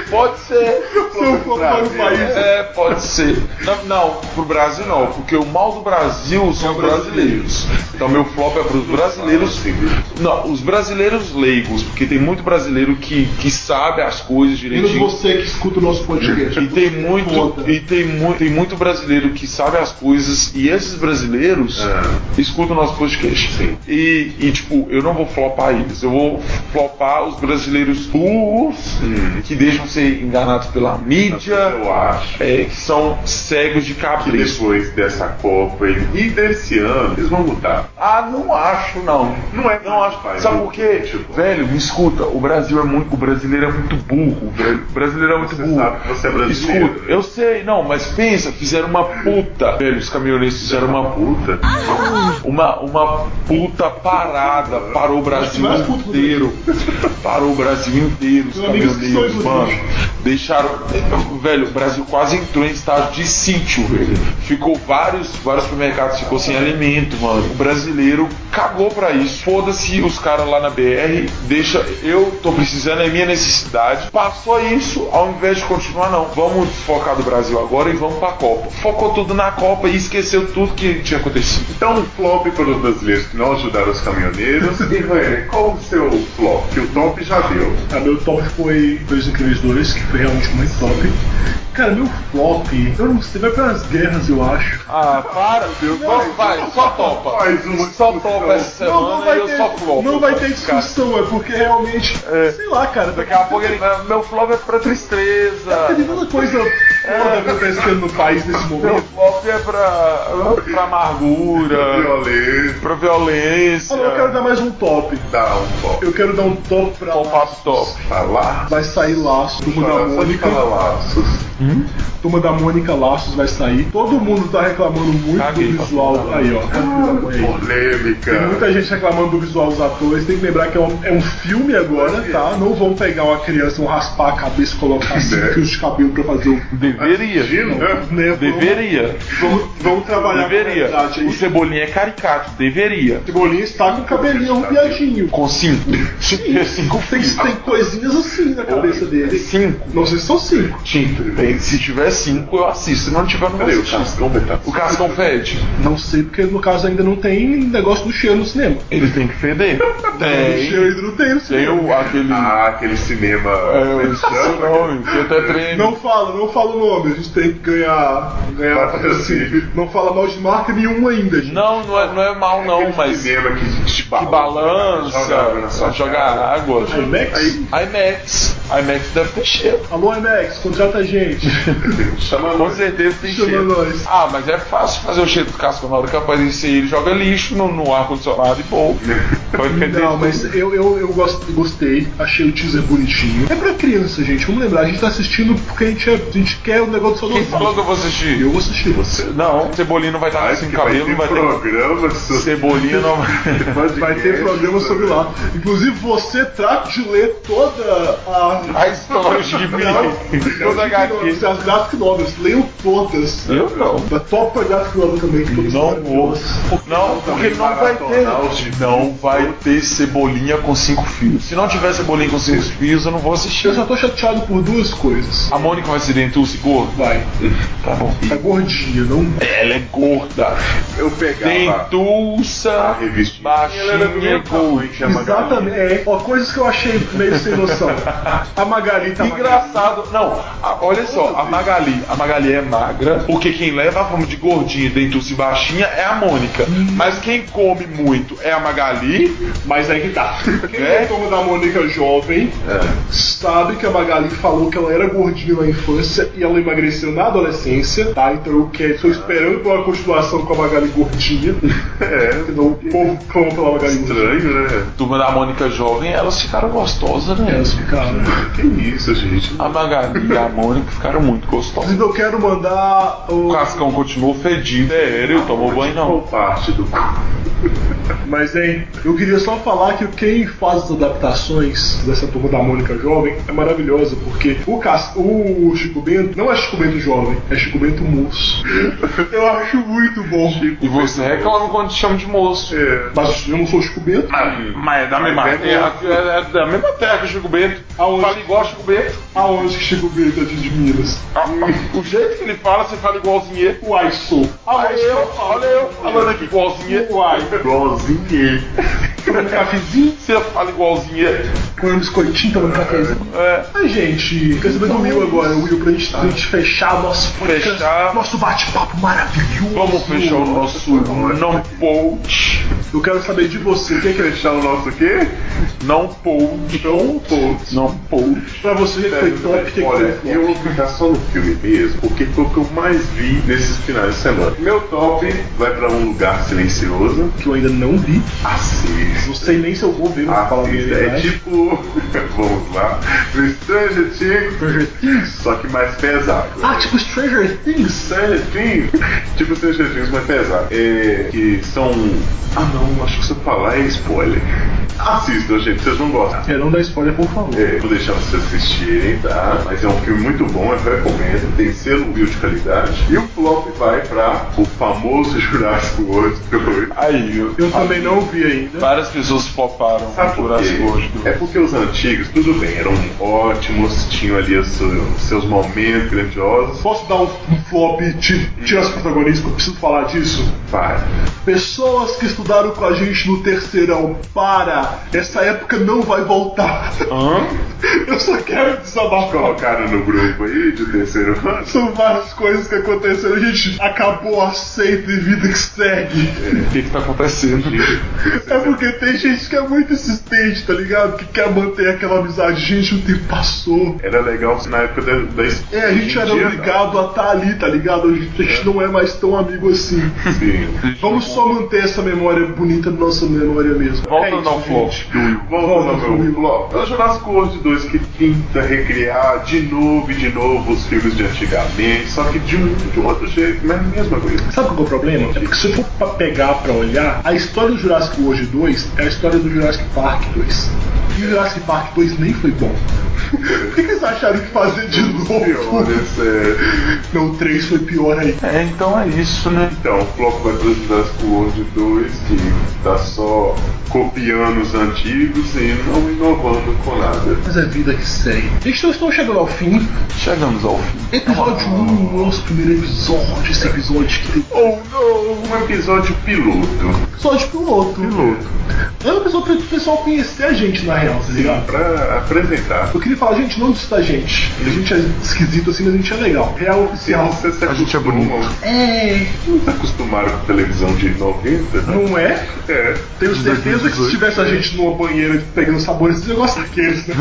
Speaker 3: Pode ser.
Speaker 2: seu flop é pro país.
Speaker 3: É, pode ser. Não, não, pro Brasil não, porque É o mal do Brasil são os brasileiros. Então meu flop é pros brasileiros. Não, os brasileiros leigos, porque tem muito brasileiro que, que sabe as coisas
Speaker 2: Menos
Speaker 3: direitinho.
Speaker 2: você que escuta o nosso podcast.
Speaker 3: E tem
Speaker 2: Foda.
Speaker 3: muito, e tem, mu tem muito brasileiro que sabe as coisas e esses brasileiros
Speaker 4: É.
Speaker 3: escutam o nosso podcast.
Speaker 4: Sim.
Speaker 3: E, e, tipo, eu não vou flopar eles, eu vou flopar os brasileiros burros que deixam ser enganados pela mídia,
Speaker 4: Eu acho.
Speaker 3: é, que são cegos de
Speaker 4: que
Speaker 3: capricho.
Speaker 4: depois dessa Copa e e desse ano, eles vão mudar.
Speaker 3: Ah, não acho não.
Speaker 4: Não é
Speaker 3: Não acho. um
Speaker 4: pai.
Speaker 3: Sabe
Speaker 4: Eu-
Speaker 3: por quê?
Speaker 4: Tipo,
Speaker 3: Velho, me escuta, o Brasil é muito. O brasileiro é muito burro, velho. O brasileiro é muito
Speaker 4: Você
Speaker 3: burro.
Speaker 4: sabe que você é brasileiro.
Speaker 3: Escuta, eu sei, não, mas pensa, fizeram uma puta. Velho, os caminhoneiros fizeram uma puta.
Speaker 4: puta.
Speaker 3: Uma, uma puta parada. Parou o Brasil
Speaker 2: Mais puto do
Speaker 3: inteiro. Parou o Brasil inteiro, os
Speaker 2: Meus amigos que
Speaker 3: caminhoneiros,
Speaker 2: são
Speaker 3: mano. Deixaram. Velho, o Brasil quase entrou em estágio de sítio, velho. Ficou vários, vários supermercados ficou sem alimento, mano. O brasileiro cagou pra isso. Foda-se os caras lá na BR, deixa. Eu tô precisando, é minha necessidade. Passou isso, ao invés de continuar, não. Vamos desfocar do Brasil agora e vamos pra Copa. Focou tudo na Copa e esqueceu tudo que tinha acontecido.
Speaker 4: Então, um flop para os brasileiros que não ajudaram os caminhoneiros. (laughs) E, Rainer, qual o seu flop? Que o top já deu.
Speaker 2: Cara, Tá, meu top foi Dois Incríveis 2, que foi realmente muito top. Cara, meu flop, eu não sei, vai pelas guerras, eu acho.
Speaker 3: Ah, para, Deus. Só, vai, só topa.
Speaker 4: Faz uma
Speaker 3: só
Speaker 4: discussão.
Speaker 3: topa essa semana e eu só flopo.
Speaker 2: não vai ter
Speaker 3: Cara, É.
Speaker 2: discussão, é porque realmente, sei lá, cara.
Speaker 3: Daqui a pouco ele. Meu flop é pra tristeza.
Speaker 2: Tem tanta coisa
Speaker 3: É.
Speaker 2: foda acontecendo no país nesse
Speaker 3: Meu
Speaker 2: momento.
Speaker 3: flop é pra. pra
Speaker 4: Violência.
Speaker 2: Ah, não, eu quero
Speaker 3: amargura, pra violência.
Speaker 2: dar mais um top.
Speaker 4: Dá um flop.
Speaker 2: Eu quero dar um top pra.
Speaker 3: Qual passo top?
Speaker 4: Falar.
Speaker 2: Vai sair laço, turma da
Speaker 4: Chora, só de
Speaker 2: Mônica.
Speaker 4: falar laços.
Speaker 2: Turma da Mônica Laços vai sair. Todo mundo tá reclamando muito
Speaker 3: Caguei
Speaker 2: do
Speaker 3: pra
Speaker 2: visual.
Speaker 3: Turma
Speaker 2: Aí, ó. Aí. Tem
Speaker 4: Polêmica.
Speaker 2: muita gente reclamando do visual dos atores. Tem que lembrar que é um, é um filme agora, tá? Não vão pegar uma criança, vão raspar a cabeça e colocar cinco
Speaker 4: É.
Speaker 2: fios de cabelo pra fazer um o.
Speaker 3: Deveria.
Speaker 4: Imagina.
Speaker 2: Né?
Speaker 3: Deveria.
Speaker 2: Vamos, vamos trabalhar
Speaker 3: Deveria.
Speaker 2: com a verdade
Speaker 3: um. O
Speaker 2: aí.
Speaker 3: Cebolinha é caricato. Deveria.
Speaker 2: O Cebolinha está com o cabelinho arrupiadinho.
Speaker 3: Com cinco. Super cinco
Speaker 2: Tem,
Speaker 3: fios.
Speaker 2: tem coisinhas assim na cabeça dele.
Speaker 3: Cinco.
Speaker 2: Não sei se são cinco.
Speaker 3: Tinta. Tem- Se tiver cinco, eu assisto. Se não tiver, eu não vou
Speaker 4: Peraí, o
Speaker 3: assistir.
Speaker 4: Cascão vai estar.
Speaker 3: O Cascão fede.
Speaker 2: Não sei, porque no caso ainda não tem negócio do cheiro no cinema.
Speaker 3: Ele tem que feder.
Speaker 2: O cheiro ainda não tem no
Speaker 3: Tem
Speaker 2: cinema.
Speaker 3: o, aquele.
Speaker 4: Ah, aquele cinema.
Speaker 3: é, eu esqueci o nome. Que até treme.
Speaker 2: Não fala, não fala o nome. A gente tem que ganhar. ganhar
Speaker 4: Patrocínio.
Speaker 2: não fala mal de marca nenhuma ainda, gente.
Speaker 3: Não, não é, não é mal não,
Speaker 4: Aquele
Speaker 3: mas que
Speaker 4: cinema que te balança. joga água na
Speaker 3: balança,
Speaker 4: sua
Speaker 3: joga
Speaker 4: cara.
Speaker 3: água.
Speaker 2: IMAX?
Speaker 3: IMAX. IMAX deve ter cheiro. (laughs)
Speaker 2: Alô, IMAX, contrata a gente.
Speaker 7: Chama
Speaker 3: Com certeza tem
Speaker 2: Chama
Speaker 3: cheiro.
Speaker 2: nós.
Speaker 3: Ah, mas é fácil fazer o cheiro do casco na hora capaz de ser ele joga lixo no, no ar-condicionado e
Speaker 7: (laughs)
Speaker 3: boa. Vai perder
Speaker 2: Não,
Speaker 3: tudo.
Speaker 2: mas eu, eu, eu gost- gostei, achei o teaser bonitinho. É pra criança, gente, vamos lembrar, a gente tá assistindo porque a gente, é- a gente quer o negócio do
Speaker 3: Quem
Speaker 2: Sonozinho.
Speaker 3: falou que eu vou assistir?
Speaker 2: Eu vou assistir. Você
Speaker 3: Não, Cebolinha não vai estar assim
Speaker 7: que
Speaker 3: no cabelo, não vai ter.
Speaker 7: programa sobre
Speaker 3: Cebolinha não (laughs) vai.
Speaker 7: podcast,
Speaker 2: Vai ter programa sobre lá. Inclusive, você trata de ler toda a.
Speaker 3: A história de mim. Toda a HQ.
Speaker 2: As graphic novels, leiam todas.
Speaker 3: Eu não.
Speaker 2: Da topa graphic novel também. que toda
Speaker 3: Não
Speaker 2: história
Speaker 3: vou.
Speaker 2: de
Speaker 3: Não, porque não vai
Speaker 7: maratonar os
Speaker 3: ter.
Speaker 7: gibis.
Speaker 3: Não vai ter cebolinha com cinco fios. Se não tiver cebolinha com cinco fios, eu não vou assistir.
Speaker 2: Eu só tô chateado por duas coisas.
Speaker 3: A Mônica vai se dentuça e gorda?
Speaker 2: Vai.
Speaker 3: Tá bom.
Speaker 2: Tá gordinha, não.
Speaker 3: Ela é gorda.
Speaker 7: Eu pegava a
Speaker 3: Dentuça,
Speaker 7: revistinha. Ela era do
Speaker 3: baixinha,
Speaker 7: meu tamanho,
Speaker 3: gorda.
Speaker 7: que é a Magali.
Speaker 2: Exatamente. É, ó, coisas que eu achei meio sem (laughs) noção. A Magali tá.
Speaker 3: Engraçado, não, a- olha só, a Magali, a Magali é magra, porque quem leva a fama de gordinha, dentuça e baixinha é a Mônica. Mas quem come muito é a Magali,
Speaker 2: Mas aí que tá. Quem
Speaker 3: É?
Speaker 2: é turma da Mônica jovem sabe que a Magali falou que ela era gordinha na infância e ela emagreceu na adolescência, tá? Então eu quero, tô esperando por uma continuação com a Magali gordinha. É. Senão o povo clama pela Magali gordinha.
Speaker 7: Estranho, né?
Speaker 3: turma da Mônica jovem, elas ficaram gostosas, né?
Speaker 2: Elas ficaram.
Speaker 7: Que isso, gente.
Speaker 3: A Magali e a Mônica ficaram muito gostosas.
Speaker 2: Inclusive eu quero mandar
Speaker 3: O
Speaker 2: o.
Speaker 3: Cascão continuou fedido, é ele, tomou banho
Speaker 7: Qual
Speaker 3: não.
Speaker 7: parte do
Speaker 2: Mas hein, eu queria só falar que quem faz as adaptações dessa turma da Mônica Jovem é maravilhosa, porque o, Cas o Chico Bento não é Chico Bento jovem, é Chico Bento moço. Eu acho muito bom.
Speaker 3: E você reclama quando te chama de moço.
Speaker 7: É.
Speaker 2: Mas eu não sou Chico Bento.
Speaker 3: Mas é da mesma
Speaker 7: É
Speaker 3: terra, que- é, é da mesma terra que o Chico Bento.
Speaker 2: Aonde?
Speaker 3: Fala igual Chico Bento. (laughs)
Speaker 2: Aonde que Chico Bento é de de Minas?
Speaker 3: O jeito que ele fala, você fala igualzinho ele.
Speaker 2: Uai, sou.
Speaker 3: Olha eu, olha eu falando aqui igualzinho ele.
Speaker 2: Uai,
Speaker 7: Igualzinho.
Speaker 2: tomando é? cafezinho,
Speaker 3: Você fala igualzinho ele.
Speaker 2: comendo biscoitinho, tomando cafezinho.
Speaker 3: É.
Speaker 2: Ai, gente, quero saber do Will agora, Will, pra gente, pra gente fechar nosso podcast,
Speaker 3: Fechar.
Speaker 2: nosso bate-papo maravilhoso.
Speaker 3: Vamos fechar o nosso não post.
Speaker 2: Eu quero saber de você, o que é que ele
Speaker 7: Deixar o nosso quê?
Speaker 3: Não post.
Speaker 7: Não ponto.
Speaker 3: Não post.
Speaker 2: Pra você que foi top, que
Speaker 7: Olha,
Speaker 2: foi
Speaker 7: eu vou ficar só no filme mesmo, porque foi o que eu mais vi nesses finais de semana. Meu top vai pra um lugar silencioso.
Speaker 2: que eu ainda não vi.
Speaker 7: Assista.
Speaker 2: Não sei nem se eu vou ver, mas falar a
Speaker 7: Assista. É
Speaker 2: verdade.
Speaker 7: tipo. (laughs) Vamos lá. No Stranger Things. Só que mais pesado.
Speaker 2: Ah, tipo Stranger Things?
Speaker 7: Stranger Things, (laughs) tipo Stranger Things mais pesado, é, que são. Ah não, acho que se eu falar é spoiler. Assistam, gente, vocês vão gostar.
Speaker 2: É, não dá spoiler, por favor.
Speaker 7: É, vou deixar vocês assistirem, tá? Mas é um filme muito bom, eu recomendo. Tem selo Will de qualidade. E o flop vai pra o famoso (laughs) Jurassic World 2.
Speaker 3: Aí,
Speaker 2: Eu também não vi ainda.
Speaker 3: várias pessoas floparam
Speaker 7: Sabe
Speaker 3: por
Speaker 7: por
Speaker 3: as
Speaker 7: quê?
Speaker 3: coisas.
Speaker 7: É porque os antigos, tudo bem, eram ótimos, tinham ali os seus- seus momentos grandiosos.
Speaker 2: Posso dar um flop e ti- tirar os protagonistas, que eu preciso falar disso?
Speaker 7: Vai.
Speaker 2: Pessoas que estudaram com a gente no terceirão, para! Essa época não vai voltar.
Speaker 3: Hã?
Speaker 2: (laughs) Eu só quero desabafar.
Speaker 7: Colocaram no grupo aí de terceiro ano.
Speaker 2: São várias coisas que aconteceram. Gente, acabou, aceita e vida que segue.
Speaker 7: É,
Speaker 3: O que que tá acontecendo?
Speaker 2: É porque tem gente que é muito insistente, tá ligado? Que quer manter aquela amizade. Gente, o tempo passou.
Speaker 7: Era legal na época da, da
Speaker 2: É, a gente era obrigado a estar ali, tá ligado? Hoje a gente não é mais tão amigo assim.
Speaker 7: Sim.
Speaker 2: Vamos só manter essa memória bonita na nossa memória mesmo.
Speaker 3: Volta
Speaker 2: é isso,
Speaker 3: não, Flo.
Speaker 2: gente.
Speaker 7: Volta lá, meu blog. Eu jogar as cores de dois que tenta recriar de novo e de novo os filmes de antigamente, só que de um de outro jeito, mas a mesma coisa.
Speaker 2: Sabe qual que é o problema? É que se eu for pra pegar pra olhar, a história do Jurassic World 2 é a história do Jurassic Park 2. E o Jurassic Park 2 nem foi bom. (laughs) Por que que eles acharam que fazer de
Speaker 7: Pior,
Speaker 2: novo?
Speaker 7: é sério.
Speaker 2: Não, o 3 foi pior aí.
Speaker 3: É, então é isso, né?
Speaker 7: Então, o Flop vai pro Jurassic World 2, que tá só copiando os antigos e não inovando com nada.
Speaker 2: Mas é vida que segue. Gente, eu estou chegando ao fim.
Speaker 3: Chegamos ao fim.
Speaker 2: Episódio 1, nosso primeiro episódio, esse episódio que tem
Speaker 7: Ou não, um episódio piloto.
Speaker 2: episódio piloto. Piloto. É um episódio pro pessoal conhecer a gente na real, tá ligado?
Speaker 7: Pra apresentar.
Speaker 2: Eu queria falar, gente, não disse da gente. A gente é esquisito assim, mas a gente é legal. Real
Speaker 4: Se
Speaker 2: oficial.
Speaker 4: você se
Speaker 3: A gente é
Speaker 4: acostuma,
Speaker 2: É.
Speaker 4: se acostumaram com televisão de 90, né?
Speaker 2: Não é?
Speaker 4: É.
Speaker 2: Tenho certeza que se tivesse a gente numa banheira pegando sabores, esse negócio daqueles, né?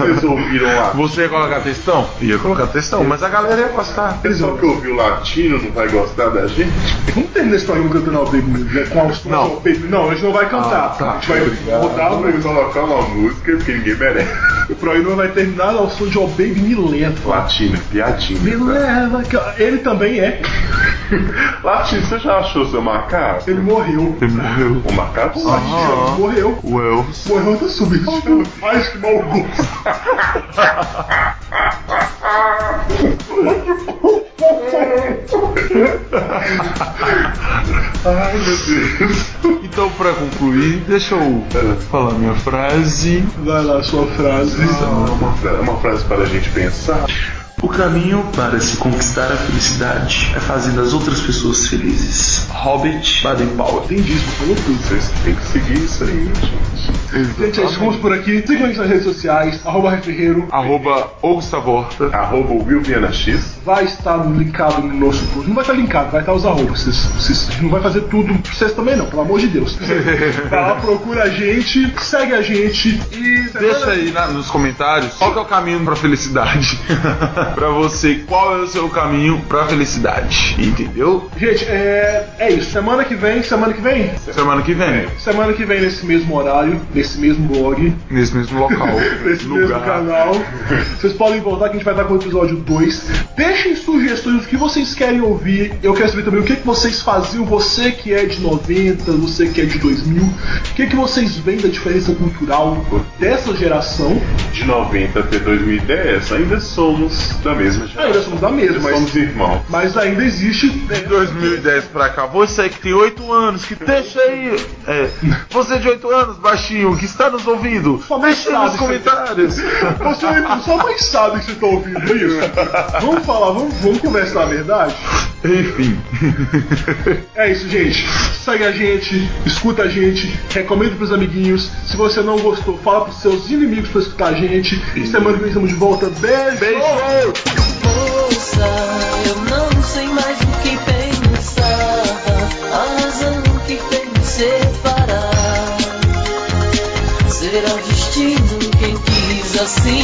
Speaker 4: Vocês ouviram lá.
Speaker 5: Você ia colocar textão?
Speaker 3: Ia colocar textão, mas a galera ia gostar.
Speaker 4: O pessoal que ouviu latino não vai gostar da gente?
Speaker 2: Vamos terminar esse programa cantando ao vivo né? com a
Speaker 3: Não.
Speaker 2: Não. não, a gente não vai cantar.
Speaker 3: Ah, tá.
Speaker 2: A gente vai rodar
Speaker 4: Dá
Speaker 2: o
Speaker 4: pra eu colocar uma música que ninguém merece.
Speaker 2: O programa vai terminar ao som de Oh Baby Me Leva.
Speaker 4: Latino,
Speaker 2: Me
Speaker 4: piadinho.
Speaker 5: né?
Speaker 2: leva, que ele também é.
Speaker 4: Latino, você já achou seu macaco?
Speaker 2: Ele morreu.
Speaker 4: O macaco
Speaker 3: Ah.
Speaker 5: Ah,
Speaker 4: sabe.
Speaker 2: Ele Morreu.
Speaker 3: O Elvis.
Speaker 2: Morreu da subida. Mas que mau gosto.
Speaker 4: Ai, meu Deus.
Speaker 5: Então, pra concluir, deixa eu
Speaker 4: né?
Speaker 5: falar minha frase.
Speaker 2: Vai lá, sua frase.
Speaker 3: Ah,
Speaker 4: É uma frase para a gente pensar.
Speaker 5: O caminho para se conquistar a felicidade é fazendo as outras pessoas felizes. Hobbit Baden Powell.
Speaker 2: Entendi isso, falou tudo.
Speaker 4: Vocês têm que seguir isso aí, gente.
Speaker 2: Gente, é isso, vamos por aqui. Sigam a gente nas redes sociais, arroba Rai Ferreiro.
Speaker 3: Arroba ouça Borta.
Speaker 4: Arroba o Will Viana X.
Speaker 2: Vai estar linkado no nosso post. Não vai estar linkado, vai estar os arrobas. Vocês, vocês- a gente não vai fazer tudo pra vocês também não, pelo amor de
Speaker 3: (laughs)
Speaker 2: Deus. Vai lá, procura a gente, segue a gente e
Speaker 3: Deixa aí na- nos comentários qual que é o caminho pra felicidade. (laughs) pra você, qual é o seu caminho pra felicidade? Entendeu?
Speaker 2: Gente, é, é isso. Semana que vem, semana que vem?
Speaker 3: Semana que vem,
Speaker 2: Semana que vem nesse mesmo horário, nesse mesmo blog,
Speaker 3: nesse mesmo local,
Speaker 2: (laughs) nesse mesmo
Speaker 3: lugar.
Speaker 2: canal. Vocês podem voltar que a gente vai estar com o episódio 2. Deixem sugestões do que vocês querem ouvir. Eu quero saber também o que, que vocês faziam, você que é de 90, você que é de 2000. O que, que vocês veem da diferença cultural dessa geração?
Speaker 4: De 90 até 2010, ainda somos da mesma geração.
Speaker 2: Ainda somos da mesma,
Speaker 4: Ainda
Speaker 2: mas-
Speaker 4: Somos irmãos.
Speaker 2: Mas ainda existe. né?
Speaker 3: 2010 pra cá, você que tem 8 anos, que deixa aí. é, você de 8 anos, baixinho, que está nos ouvindo,
Speaker 2: Sua mãe
Speaker 3: deixa aí nos
Speaker 2: sabe que você-
Speaker 3: comentários.
Speaker 2: Você só mãe sabe que você tá ouvindo isso. Vamos falar, vamos, vamos conversar a verdade?
Speaker 3: Enfim,
Speaker 2: É isso, gente. Segue a gente, escuta a gente, recomenda pros amiguinhos. Se você não gostou, fala pros seus inimigos pra escutar a gente. E semana que vem estamos de volta. Beijo!
Speaker 3: beijo!
Speaker 7: Moça, eu não sei mais o que pensar. A razão que fez me separar. Será o destino quem quis assim. é
Speaker 9: é Oh,